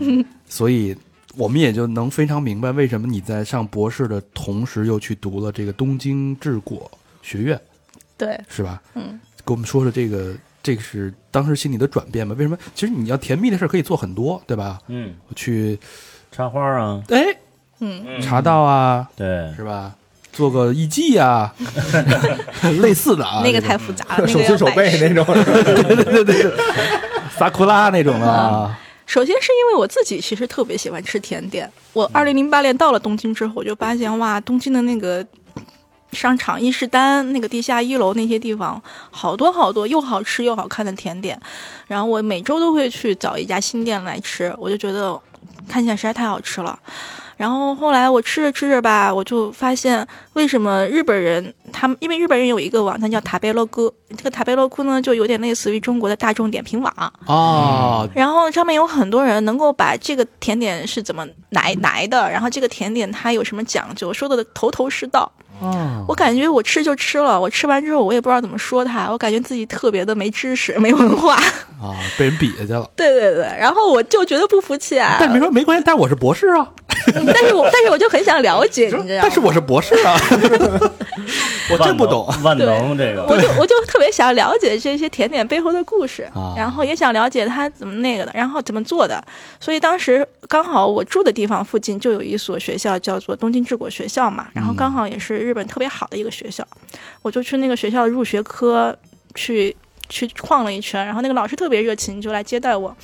Speaker 6: 嗯
Speaker 2: 所以我们也就能非常明白为什么你在上博士的同时又去读了这个东京治国学院，
Speaker 6: 对，
Speaker 2: 是吧？
Speaker 6: 嗯，
Speaker 2: 给我们说说这个，这个是当时心里的转变吧？为什么？其实你要甜蜜的事儿可以做很多，对吧？
Speaker 4: 嗯，
Speaker 2: 去
Speaker 4: 插花啊，
Speaker 2: 哎，
Speaker 6: 嗯，
Speaker 2: 茶道啊，
Speaker 4: 对，
Speaker 2: 是吧？做个艺伎啊， (laughs) 类似的啊，
Speaker 6: (laughs) 那个太复杂了，
Speaker 3: (laughs)
Speaker 6: 那
Speaker 3: 手
Speaker 6: 个
Speaker 3: 心手
Speaker 6: 要摆
Speaker 3: 背那种，
Speaker 2: (laughs) 萨库拉那种的啊，
Speaker 6: 首先是因为我自己其实特别喜欢吃甜点。我二零零八年到了东京之后，我就发现哇，东京的那个商场、伊势丹那个地下一楼那些地方，好多好多又好吃又好看的甜点。然后我每周都会去找一家新店来吃，我就觉得看起来实在太好吃了。然后后来我吃着吃着吧，我就发现为什么日本人他们，因为日本人有一个网站叫塔贝洛库，这个塔贝洛库呢就有点类似于中国的大众点评网，
Speaker 2: 哦，
Speaker 6: 然后上面有很多人能够把这个甜点是怎么来来的，然后这个甜点它有什么讲究，说的头头是道。
Speaker 2: 哦
Speaker 6: 我感觉我吃就吃了，我吃完之后我也不知道怎么说它，我感觉自己特别的没知识、没文化。 (laughs)
Speaker 2: 啊，被人比下去了。
Speaker 6: 对对对，然后我就觉得不服气啊，
Speaker 2: 但你说没关系，但我是博士啊，
Speaker 6: (laughs) 但是我但是我就很想了解，哎你知道吗
Speaker 2: 但？是我是博士
Speaker 6: (laughs)
Speaker 2: 啊，我真不懂。
Speaker 4: 万能万能这个，
Speaker 6: 我就我就特别想了解这些甜点背后的故事
Speaker 2: 啊，
Speaker 6: 然后也想了解它怎么那个的，然后怎么做的。所以当时刚好我住的地方附近就有一所学校叫做东京治国学校嘛，然后刚好也是日本特别好的一个学校，我就去那个学校入学科去去逛了一圈，然后那个老师特别热情，就来接待我。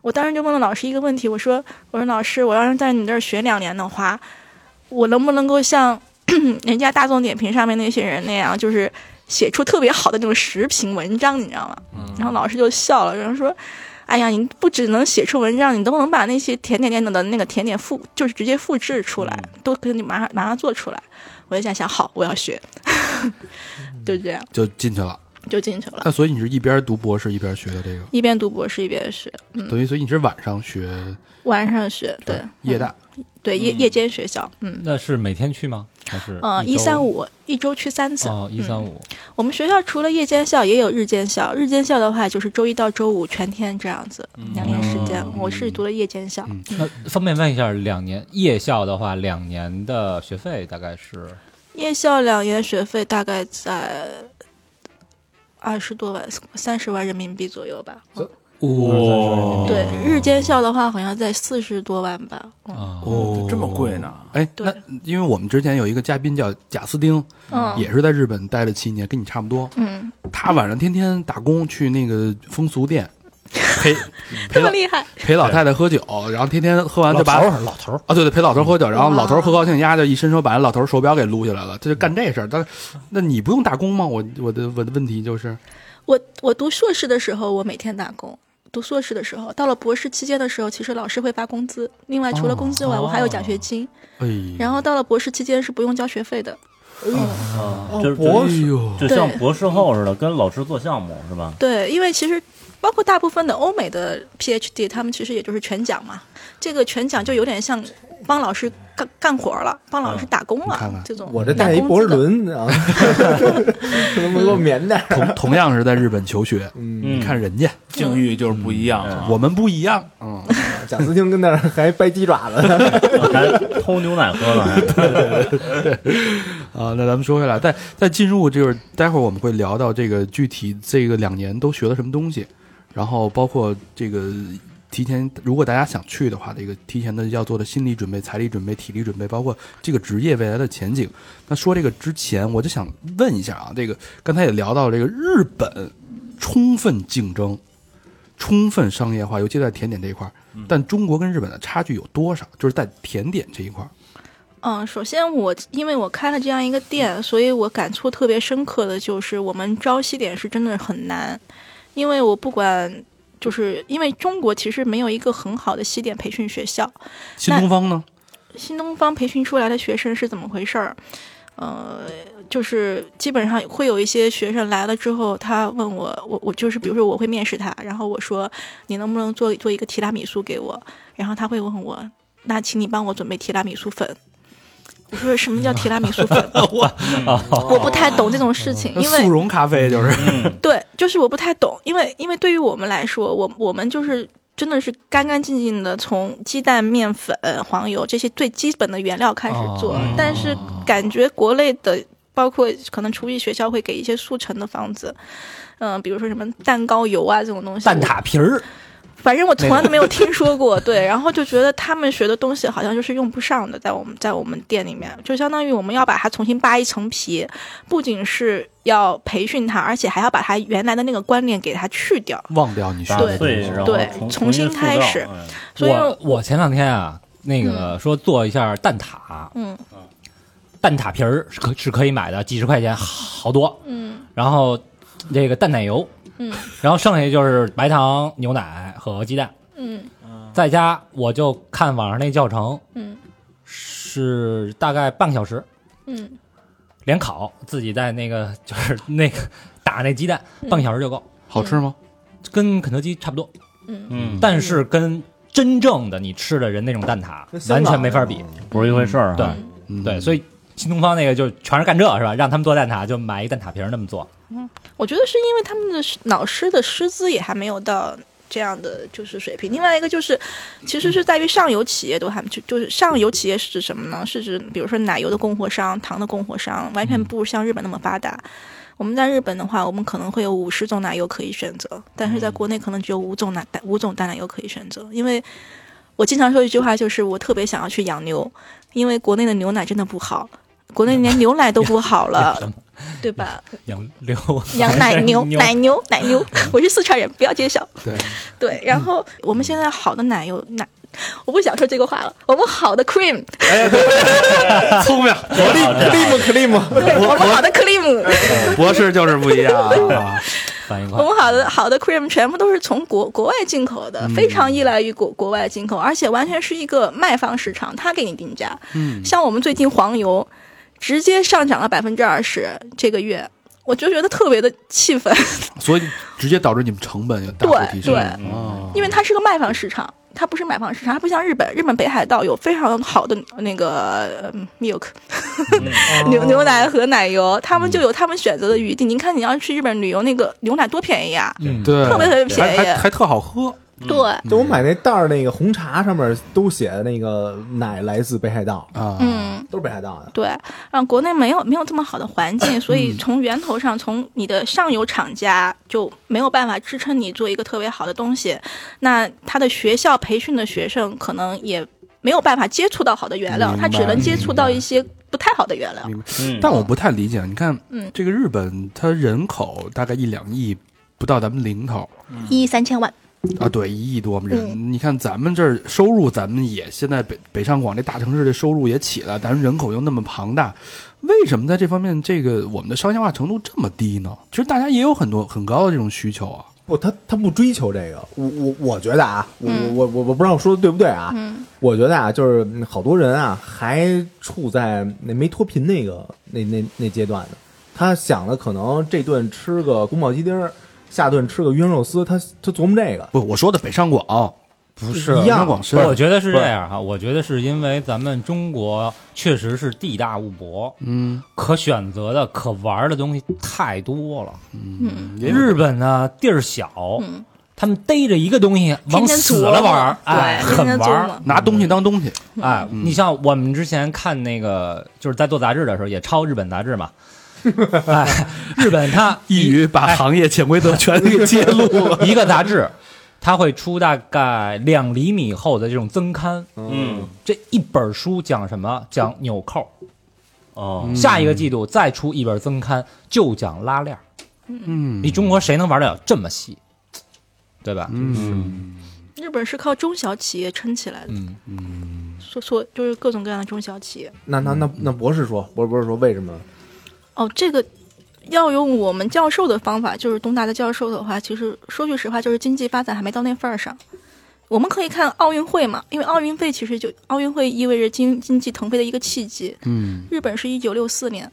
Speaker 6: 我当时就问了老师一个问题，我说：“我说老师，我要是在你这儿学两年的话，我能不能够像 (clears throat) 人家大众点评上面那些人那样，就是写出特别好的那种时评文章，你知道吗？然后老师就笑了，然后说：“哎呀，你不只能写出文章，你都能把那些甜点店的那个甜点复，就是直接复制出来，都给你马上马上做出来。”我就想想，好，我要学， (laughs) 就这样
Speaker 2: 就进去了。
Speaker 6: 就进去了，
Speaker 2: 那所以你是一边读博士一边学的这个，
Speaker 6: 一边读博士一边学，嗯，
Speaker 2: 等于所以你是晚上学
Speaker 6: 晚上学，对，
Speaker 2: 夜大，
Speaker 6: 对夜夜间学校，嗯。
Speaker 5: 那是每天去吗？还是
Speaker 6: 嗯，一
Speaker 5: 一
Speaker 6: 三
Speaker 5: 五
Speaker 6: 五嗯一周去三次。
Speaker 5: 哦，一三五
Speaker 6: 我们学校除了夜间校，也有日间校。日间校的话，就是周一到周五全天这样子，两年时间。我是读了夜间校，
Speaker 5: 那方便问一下，两年夜校的话，两年的学费大概是
Speaker 6: 夜校两年学费大概在二十多万、三十万人民币左右吧。
Speaker 7: 哇
Speaker 6: 对，日间校的话好像在四十多万吧。
Speaker 5: 啊？
Speaker 2: 哦
Speaker 7: 这么贵？呢？
Speaker 2: 哎，
Speaker 6: 对
Speaker 2: 那因为我们之前有一个嘉宾叫贾斯汀，
Speaker 6: 嗯
Speaker 2: 也是在日本待了七年，跟你差不多。
Speaker 6: 嗯，
Speaker 2: 他晚上天天打工去那个风俗店，陪
Speaker 6: 这
Speaker 2: 陪
Speaker 6: 么
Speaker 2: 老
Speaker 6: 厉害，
Speaker 2: 陪老太太喝酒，然后天天喝完就把
Speaker 3: 老老头儿，
Speaker 2: 啊，对对，陪老头喝酒，然后
Speaker 6: 嗯哇嗯
Speaker 2: 老头喝高兴，丫就一伸手把老头手表给撸下来了，他就干这事儿。但是，那你不用打工吗？我我的我的问题就是，
Speaker 6: 我我读硕士的时候，我每天打工。读硕士的时候，到了博士期间的时候，其实老师会发工资。另外，除了工资外，我还有奖学金。
Speaker 2: 哎，
Speaker 6: 然后到了博士期间是不用交学费的。
Speaker 4: 啊就是
Speaker 3: 博
Speaker 4: 就
Speaker 2: 哎呦，
Speaker 4: 就像博士后似的，跟老师做项目是吧？
Speaker 6: 对，因为其实包括大部分的欧美的 PhD，他们其实也就是全奖嘛。这个全奖就有点像帮老师干干活了，帮
Speaker 3: 啊
Speaker 6: 老师打工了、
Speaker 2: 你看看
Speaker 6: 这种。
Speaker 3: 我这带一博士，轮啊， (laughs) 能不能给我棉点儿？
Speaker 2: 同同样是在日本求学，
Speaker 3: 嗯，
Speaker 4: 嗯，
Speaker 2: 你看人家，
Speaker 7: 境遇就是不一样
Speaker 6: 嗯
Speaker 7: 啊。
Speaker 2: 我们不一样，嗯，
Speaker 3: 贾斯汀跟那儿还掰鸡爪子呢，
Speaker 4: 还啊偷牛奶喝了，还
Speaker 2: 啊，那咱们说回来，在在进入就是待会儿我们会聊到这个具体这个两年都学了什么东西，然后包括这个提前，如果大家想去的话，这个提前的要做的心理准备、财力准备、体力准备，包括这个职业未来的前景。那说这个之前，我就想问一下啊，这个刚才也聊到这个日本充分竞争、充分商业化，尤其在甜点这一块儿，但中国跟日本的差距有多少？就是在甜点这一块儿，
Speaker 6: 嗯，首先我因为我开了这样一个店，所以我感触特别深刻的就是我们招西点是真的很难，因为我不管。就是因为中国其实没有一个很好的西点培训学校，
Speaker 2: 新东方呢？
Speaker 6: 新东方培训出来的学生是怎么回事儿？呃，就是基本上会有一些学生来了之后，他问我，我我就是比如说我会面试他，然后我说你能不能做做一个提拉米苏给我？然后他会问我，那请你帮我准备提拉米苏粉。我说什么叫提拉米苏粉？我不太懂这种事情，因为
Speaker 2: 速溶咖啡就是。
Speaker 6: 对，就是我不太懂，因为因为对于我们来说，我我们就是真的是干干净净的从鸡蛋、面粉、黄油这些最基本的原料开始做，但是感觉国内的包括可能厨艺学校会给一些速成的方子，嗯、比如说什么蛋糕油啊这种东西，
Speaker 2: 皮儿，
Speaker 6: 反正我从来都没有听说过，对，然后就觉得他们学的东西好像就是用不上的，在我们在我们店里面，就相当于我们要把它重新扒一层皮，不仅是要培训他，而且还要把他原来的那个观念给他去掉，
Speaker 2: 忘掉你学
Speaker 4: 打
Speaker 2: 的东
Speaker 4: 碎，
Speaker 2: 西。
Speaker 4: 然后
Speaker 6: 对
Speaker 4: 重
Speaker 6: 重新
Speaker 4: 塑
Speaker 6: 开
Speaker 4: 造
Speaker 6: 始
Speaker 4: 哎
Speaker 6: 所以
Speaker 5: 我我前两天啊，那个说做一下蛋挞，
Speaker 6: 嗯
Speaker 5: 蛋挞皮儿是可是可以买的，几十块钱好多。
Speaker 6: 嗯
Speaker 5: 然后这个蛋奶油，
Speaker 6: 嗯
Speaker 5: (laughs) 然后剩下就是白糖、牛奶和鸡蛋。
Speaker 6: 嗯
Speaker 5: 在家我就看网上那教程，
Speaker 6: 嗯
Speaker 5: 是大概半个小时，
Speaker 6: 嗯，
Speaker 5: 连烤自己在那个就是那个打那鸡蛋，
Speaker 6: 嗯
Speaker 5: 半个小时就够，
Speaker 7: 好吃吗？
Speaker 5: 跟肯德基差不多，
Speaker 6: 嗯
Speaker 4: 嗯，
Speaker 5: 但是跟真正的你吃的人那种蛋挞
Speaker 3: 那啊香
Speaker 5: 完
Speaker 3: 港
Speaker 5: 全没法
Speaker 3: 的
Speaker 5: 比。
Speaker 4: 不是一回事儿哈。
Speaker 5: 对
Speaker 2: 嗯
Speaker 5: 对，所以新东方那个就全是干这是吧？让他们做蛋挞，就买一蛋挞皮儿那么做。，
Speaker 6: 我觉得是因为他们的师老师的师资也还没有到这样的就是水平。另外一个就是，其实是在于上游企业都还就就是上游企业是指什么呢？是指比如说奶油的供货商、糖的供货商，完全不如像日本那么发达。我们在日本的话，我们可能会有五十种奶油可以选择，但是在国内可能只有五种奶五种淡奶油可以选择。因为我经常说一句话，就是我特别想要去养牛，因为国内的牛奶真的不好，国内连牛奶都不好了
Speaker 5: 什么
Speaker 6: 对吧？
Speaker 5: 养牛，
Speaker 6: 羊 (laughs) 奶牛
Speaker 5: 牛
Speaker 6: 奶牛奶牛，我是四川人，不要揭晓。
Speaker 2: 对
Speaker 6: 对，然后我们现在好的奶油奶，我不想说这个话了。我们好的 cream，
Speaker 2: 聪明，
Speaker 6: 对， (laughs) 我们好的 (laughs) cream，
Speaker 2: 博士就是不一样啊。
Speaker 5: 反应
Speaker 6: 我
Speaker 5: 快。
Speaker 6: 们好的好的 cream 全部都是从国国外进口的，非常依赖于国国外进口，而且完全是一个卖方市场，他给你定价。
Speaker 2: 嗯，
Speaker 6: 像我们最近黄油直接上涨了百分之二十，这个月。我就觉得特别的气愤，
Speaker 2: 所以直接导致你们成本有大幅提
Speaker 6: 对
Speaker 2: 升。
Speaker 6: 对，
Speaker 2: 哦，
Speaker 6: 因为它是个卖方市场，它不是买方市场，它不像日本，日本北海道有非常好的那个嗯 milk
Speaker 2: 哦
Speaker 6: (laughs) 牛牛奶和奶油，他们就
Speaker 2: 嗯
Speaker 6: 有他们选择的余地。您看，你要去日本旅游，那个牛奶多便宜啊，
Speaker 5: 嗯，
Speaker 2: 对，
Speaker 6: 特别特别
Speaker 2: 还还嗯
Speaker 6: 便宜。嗯
Speaker 2: 还特好喝。
Speaker 6: 对，
Speaker 3: 就我买那袋儿那个红茶上面都写的那个奶来自北海道，
Speaker 2: 啊，
Speaker 6: 嗯。
Speaker 3: 都是北海道的。
Speaker 6: 对，啊，国内没有没有这么好的环境，所
Speaker 2: 嗯
Speaker 6: 以从源头上，从你的上游厂家就没有办法支撑你做一个特别好的东西。那他的学校培训的学生可能也没有办法接触到好的原料，
Speaker 2: 明
Speaker 6: 他只
Speaker 2: 白
Speaker 6: 能接触到一些不太好的原料。
Speaker 2: 明白。
Speaker 4: 嗯，
Speaker 2: 但我不太理解，你看
Speaker 6: 嗯
Speaker 2: 这个日本，它人口大概一两亿，不到咱们零头
Speaker 6: 一亿三千万，
Speaker 2: 啊，对，一亿多嘛人。你看咱们这儿收入，咱们也现在北北上广这大城市的收入也起来，咱们人口又那么庞大，为什么在这方面这个我们的商业化程度这么低呢？其实大家也有很多很高的这种需求啊。
Speaker 3: 不，他他不追求这个，我我我觉得啊，我
Speaker 6: 嗯
Speaker 3: 我我我不知道我说的对不对啊，
Speaker 6: 嗯
Speaker 3: 我觉得啊，就是嗯好多人啊还处在那没脱贫那个那那那阶段呢，他想的可能这顿吃个宫保鸡丁儿，下顿吃个鱼香肉丝，他他琢磨这个，
Speaker 2: 不，我说的北上广
Speaker 3: 不
Speaker 2: 是北
Speaker 3: 一
Speaker 2: 上
Speaker 3: 样
Speaker 2: 广
Speaker 5: 不
Speaker 2: 深
Speaker 5: 是，我觉得是这样哈，我觉得是因为咱们中国确实是地大物博，
Speaker 2: 嗯，
Speaker 5: 可选择的、可玩的东西太多了。
Speaker 6: 嗯，
Speaker 5: 日本呢地儿小，
Speaker 6: 嗯
Speaker 5: 他们逮着一个东西往死了玩儿，哎，
Speaker 6: 对，天
Speaker 5: 狠
Speaker 6: 天
Speaker 5: 玩
Speaker 6: 琢
Speaker 5: 儿，
Speaker 6: 磨。
Speaker 2: 拿东西当东西，
Speaker 5: 哎，你像我们之前看那个，就是在做杂志的时候，也抄日本杂志嘛。哎，日本它
Speaker 2: 一哎语把行业潜规则全给揭露了。
Speaker 5: 一个杂志，它会出大概两厘米厚的这种增刊。
Speaker 4: 嗯
Speaker 5: 这一本书讲什么？讲纽扣。
Speaker 4: 哦，
Speaker 5: 下一个季度再出一本增刊，就讲拉链儿。
Speaker 2: 嗯
Speaker 5: 你中国谁能玩得了这么细？对吧？
Speaker 2: 嗯，
Speaker 6: 日本是靠中小企业撑起来的，
Speaker 5: 嗯，
Speaker 6: 所所就是各种各样的中小企业。
Speaker 3: 那那那那博士说，博士博士说为什么？
Speaker 6: 哦，这个要用我们教授的方法，就是东大的教授的话，其实说句实话，就是经济发展还没到那份儿上。我们可以看奥运会嘛，因为奥运会其实就奥运会意味着经经济腾飞的一个契机。
Speaker 2: 嗯，
Speaker 6: 日本是一九六四年，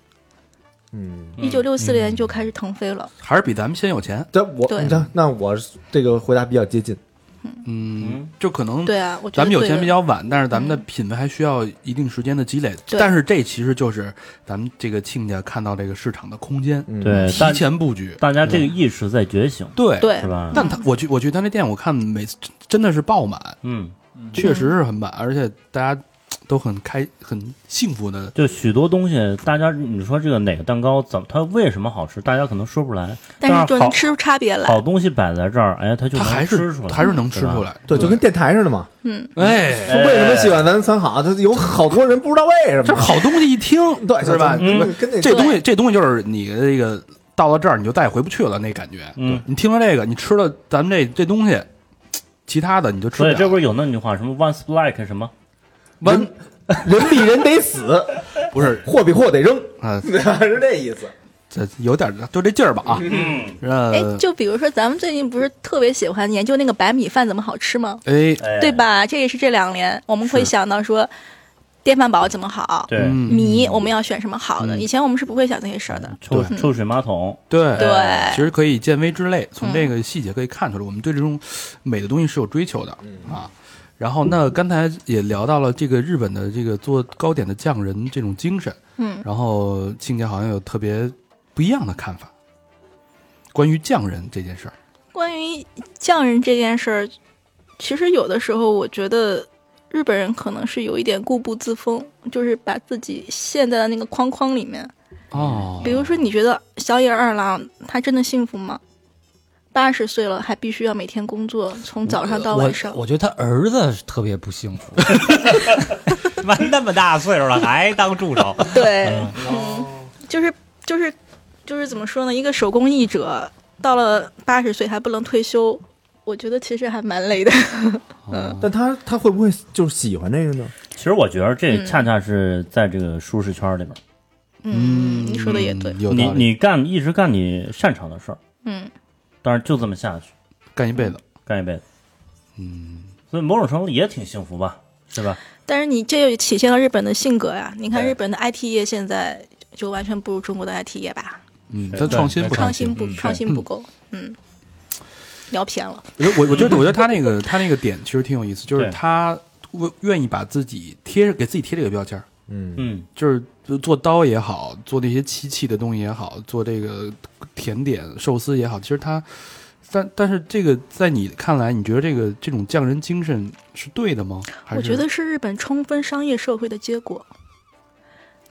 Speaker 3: 嗯，
Speaker 6: 一九六四年就开始腾飞了。
Speaker 2: 还是比咱们先有钱。
Speaker 3: 这我
Speaker 6: 对
Speaker 3: 你看，那我这个回答比较接近，
Speaker 2: 嗯， (laughs) 就可能
Speaker 6: 对啊，我觉得
Speaker 2: 咱们有
Speaker 6: 对
Speaker 2: 钱
Speaker 6: 的嗯
Speaker 2: 比较晚，但是咱们的品味还需要一定时间的积累。
Speaker 6: 对
Speaker 2: 但是这其实就是咱们这个亲家看到这个市场的空间，
Speaker 3: 嗯，
Speaker 4: 对，
Speaker 2: 提
Speaker 4: 大
Speaker 2: 前布局。
Speaker 4: 大家这个意识在觉醒，
Speaker 2: 对，
Speaker 6: 对
Speaker 4: 是吧？
Speaker 2: 但他我去我去他那店，我看每次真的是爆满，
Speaker 4: 嗯，
Speaker 2: 确实是很满，而且大家。都很开很幸福的。
Speaker 4: 就许多东西，大家你说这个哪个蛋糕怎么它为什么好吃，大家可能说不出来，
Speaker 6: 但是就能
Speaker 4: 好
Speaker 6: 吃出差别来
Speaker 4: 好。东西摆在这儿，哎，它就
Speaker 2: 它
Speaker 4: 能
Speaker 2: 还是
Speaker 4: 吃出来，
Speaker 2: 还是能吃
Speaker 4: 对吧
Speaker 2: 出。来，
Speaker 3: 对，就跟电台似的嘛。
Speaker 6: 嗯，
Speaker 2: 哎，
Speaker 3: 为什么喜欢咱三好？他有好多人不知道为什
Speaker 2: 这
Speaker 3: 么，
Speaker 2: 好东西一听，
Speaker 3: 对
Speaker 2: 是吧？嗯
Speaker 3: 就就跟那
Speaker 2: 这东西这东西就是你的这个到了这儿你就再也回不去了那感觉。
Speaker 4: 嗯，
Speaker 2: 你听了这个，你吃了咱们这这东西，其他的你就吃
Speaker 4: 所以这
Speaker 2: 不
Speaker 4: 不
Speaker 2: 了。
Speaker 4: 是有那句话什么 “once black” 什么？
Speaker 2: 完
Speaker 3: 人比人得死，
Speaker 2: 不是
Speaker 3: 货比货得扔，
Speaker 2: 啊，
Speaker 3: 是这意思。
Speaker 2: 这有点就这劲儿吧啊。
Speaker 4: 嗯
Speaker 6: 哎，
Speaker 2: 呃，
Speaker 6: 就比如说咱们最近不是特别喜欢研究那个白米饭怎么好吃吗？
Speaker 2: 哎，
Speaker 4: 哎
Speaker 6: 对？吧？这也是这两年我们会想到说，电饭煲怎么好，
Speaker 4: 对，
Speaker 2: 嗯
Speaker 6: 米我们要选什么好的。
Speaker 2: 嗯
Speaker 6: 以前我们是不会想这些事儿的。
Speaker 4: 抽
Speaker 6: 对
Speaker 4: 抽水马桶，
Speaker 2: 对
Speaker 6: 对
Speaker 2: 其实可以见微知类，从这个细节可以看出来，我们对这种美的东西是有追求的
Speaker 4: 嗯
Speaker 2: 啊。然后，那刚才也聊到了这个日本的这个做糕点的匠人这种精神，
Speaker 6: 嗯，
Speaker 2: 然后庆姐好像有特别不一样的看法，关于匠人这件事儿。
Speaker 6: 关于匠人这件事儿，其实有的时候我觉得日本人可能是有一点固步自封，就是把自己陷在了那个框框里面。
Speaker 2: 哦
Speaker 6: 比如说，你觉得小野二郎他真的幸福吗？八十岁了还必须要每天工作，从早上到晚上
Speaker 5: 我。。我觉得他儿子是特别不幸 (laughs) 福，妈那么大岁数了还当助 (laughs) 手，
Speaker 6: 对，嗯，就是就是就是怎么说呢？一个手工艺者到了八十岁还不能退休，我觉得其实还蛮累的。
Speaker 3: 但他他会不会就是喜欢这个呢？
Speaker 4: 其实我觉得这
Speaker 6: 嗯
Speaker 4: 恰恰是在这个舒适圈里边，
Speaker 6: 嗯，你说的也对。
Speaker 2: 有
Speaker 4: 你
Speaker 2: 道理，
Speaker 4: 你干一直干你擅长的事儿，
Speaker 6: 嗯，
Speaker 4: 但是就这么下去
Speaker 2: 干一辈子，
Speaker 4: 干一辈子，嗯，所以某种程度也挺幸福吧，是吧？
Speaker 6: 但是你这又体现了日本的性格呀。你看
Speaker 4: 对
Speaker 6: 日本的 IT 业现在就完全不如中国的 IT 业吧，
Speaker 2: 嗯，
Speaker 4: 是
Speaker 2: 他
Speaker 4: 对
Speaker 2: 创新不
Speaker 6: 创
Speaker 2: 创
Speaker 6: 新不
Speaker 4: 嗯
Speaker 6: 创新不够。嗯，聊偏了。
Speaker 2: 我觉得我我觉得我觉得他那个他那个点其实挺有意思，就是
Speaker 4: 对
Speaker 2: 他愿愿意把自己贴给自己贴这个标签儿。
Speaker 3: 嗯，
Speaker 4: 嗯，
Speaker 2: 就是做刀也好，做那些漆器的东西也好，做这个甜点、寿司也好，其实它，但但是这个在你看来，你觉得这个这种匠人精神是对的吗？还
Speaker 6: 我
Speaker 2: 是
Speaker 6: 觉得是日本充分商业社会的结果。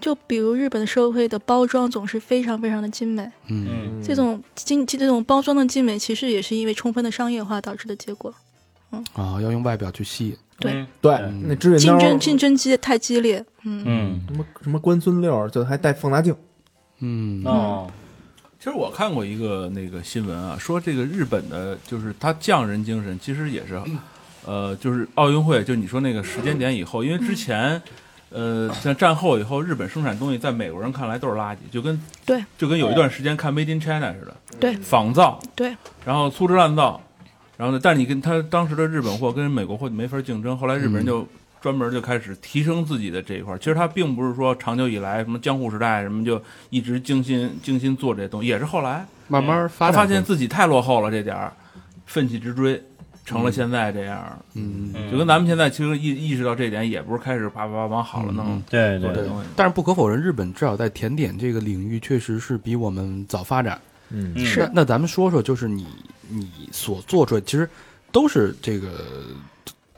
Speaker 6: 就比如日本社会的包装总是非常非常的精美，
Speaker 2: 嗯，
Speaker 4: 嗯
Speaker 6: 这种精这种包装的精美，其实也是因为充分的商业化导致的结果。
Speaker 7: 嗯
Speaker 2: 啊，要用外表去吸引，
Speaker 6: 对
Speaker 4: 嗯
Speaker 3: 对
Speaker 4: 嗯，
Speaker 3: 那志愿
Speaker 6: 竞
Speaker 3: 妞
Speaker 6: 争竞争激太激烈，嗯，
Speaker 4: 嗯
Speaker 3: 什么什么关孙六，就还带放大镜，
Speaker 2: 嗯，
Speaker 4: 哦，
Speaker 7: 其实我看过一个那个新闻啊，说这个日本的，就是他匠人精神，其实也是，
Speaker 2: 嗯
Speaker 7: 呃，就是奥运会，就是你说那个时间点以后，因为之前，呃，像战后以后，日本生产东西在美国人看来都是垃圾，就跟
Speaker 6: 对，
Speaker 7: 就跟
Speaker 2: 哦
Speaker 7: 有一段时间看《Made in China》似的，
Speaker 6: 对
Speaker 7: 仿造，
Speaker 6: 对，
Speaker 7: 然后粗制滥造，然后呢，但是你跟他当时的日本货跟美国货就没法竞争，后来日
Speaker 2: 嗯
Speaker 7: 本人就专门就开始提升自己的这一块儿。其实他并不是说长久以来什么江户时代什么就一直精心精心做这些东西，也是后来
Speaker 2: 慢慢
Speaker 7: 他
Speaker 2: 发
Speaker 7: 发
Speaker 2: 展
Speaker 7: 现自己太落后了这点儿，奋起直追。成了现在这样儿，
Speaker 2: 嗯，
Speaker 4: 嗯
Speaker 7: 就跟咱们现在其实意意识到这一点，也不是开始叭叭叭往好了弄
Speaker 2: 嗯
Speaker 4: 对
Speaker 7: 做
Speaker 4: 对
Speaker 7: 这
Speaker 4: 对，
Speaker 7: 东西。
Speaker 2: 但是不可否认，日本至少在甜点这个领域确实是比我们早发展。
Speaker 3: 嗯，
Speaker 4: 嗯
Speaker 6: 是
Speaker 2: 那那咱们说说，就是你你所做出来，其实都是这个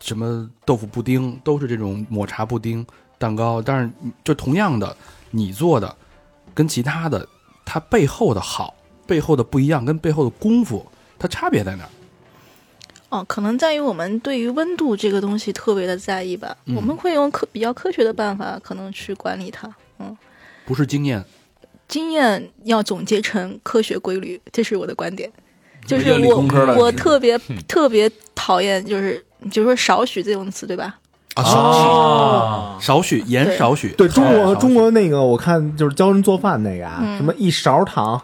Speaker 2: 什么豆腐布丁，都是这种抹茶布丁蛋糕，但是你就同样的，你做的跟其他的，它背后的好，背后的不一样，跟背后的功夫，它差别在哪儿？
Speaker 6: 哦，可能在于我们对于温度这个东西特别的在意吧，
Speaker 2: 嗯
Speaker 6: 我们会用科比较科学的办法，可能去管理它。嗯，
Speaker 2: 不是经验，
Speaker 6: 经验要总结成科学规律，这是我的观点。就是
Speaker 7: 这个理
Speaker 6: 我
Speaker 7: 工科的
Speaker 6: 我
Speaker 7: 是
Speaker 6: 特别特别讨厌，就是比如说少许这种词，对吧？
Speaker 2: 啊，少
Speaker 4: 啊，
Speaker 2: 许少许盐
Speaker 6: 对
Speaker 2: 少许，
Speaker 3: 对中
Speaker 2: 少
Speaker 3: 国
Speaker 2: 许
Speaker 3: 中国那个我看就是教人做饭那个啊，
Speaker 6: 嗯
Speaker 3: 什么一勺糖，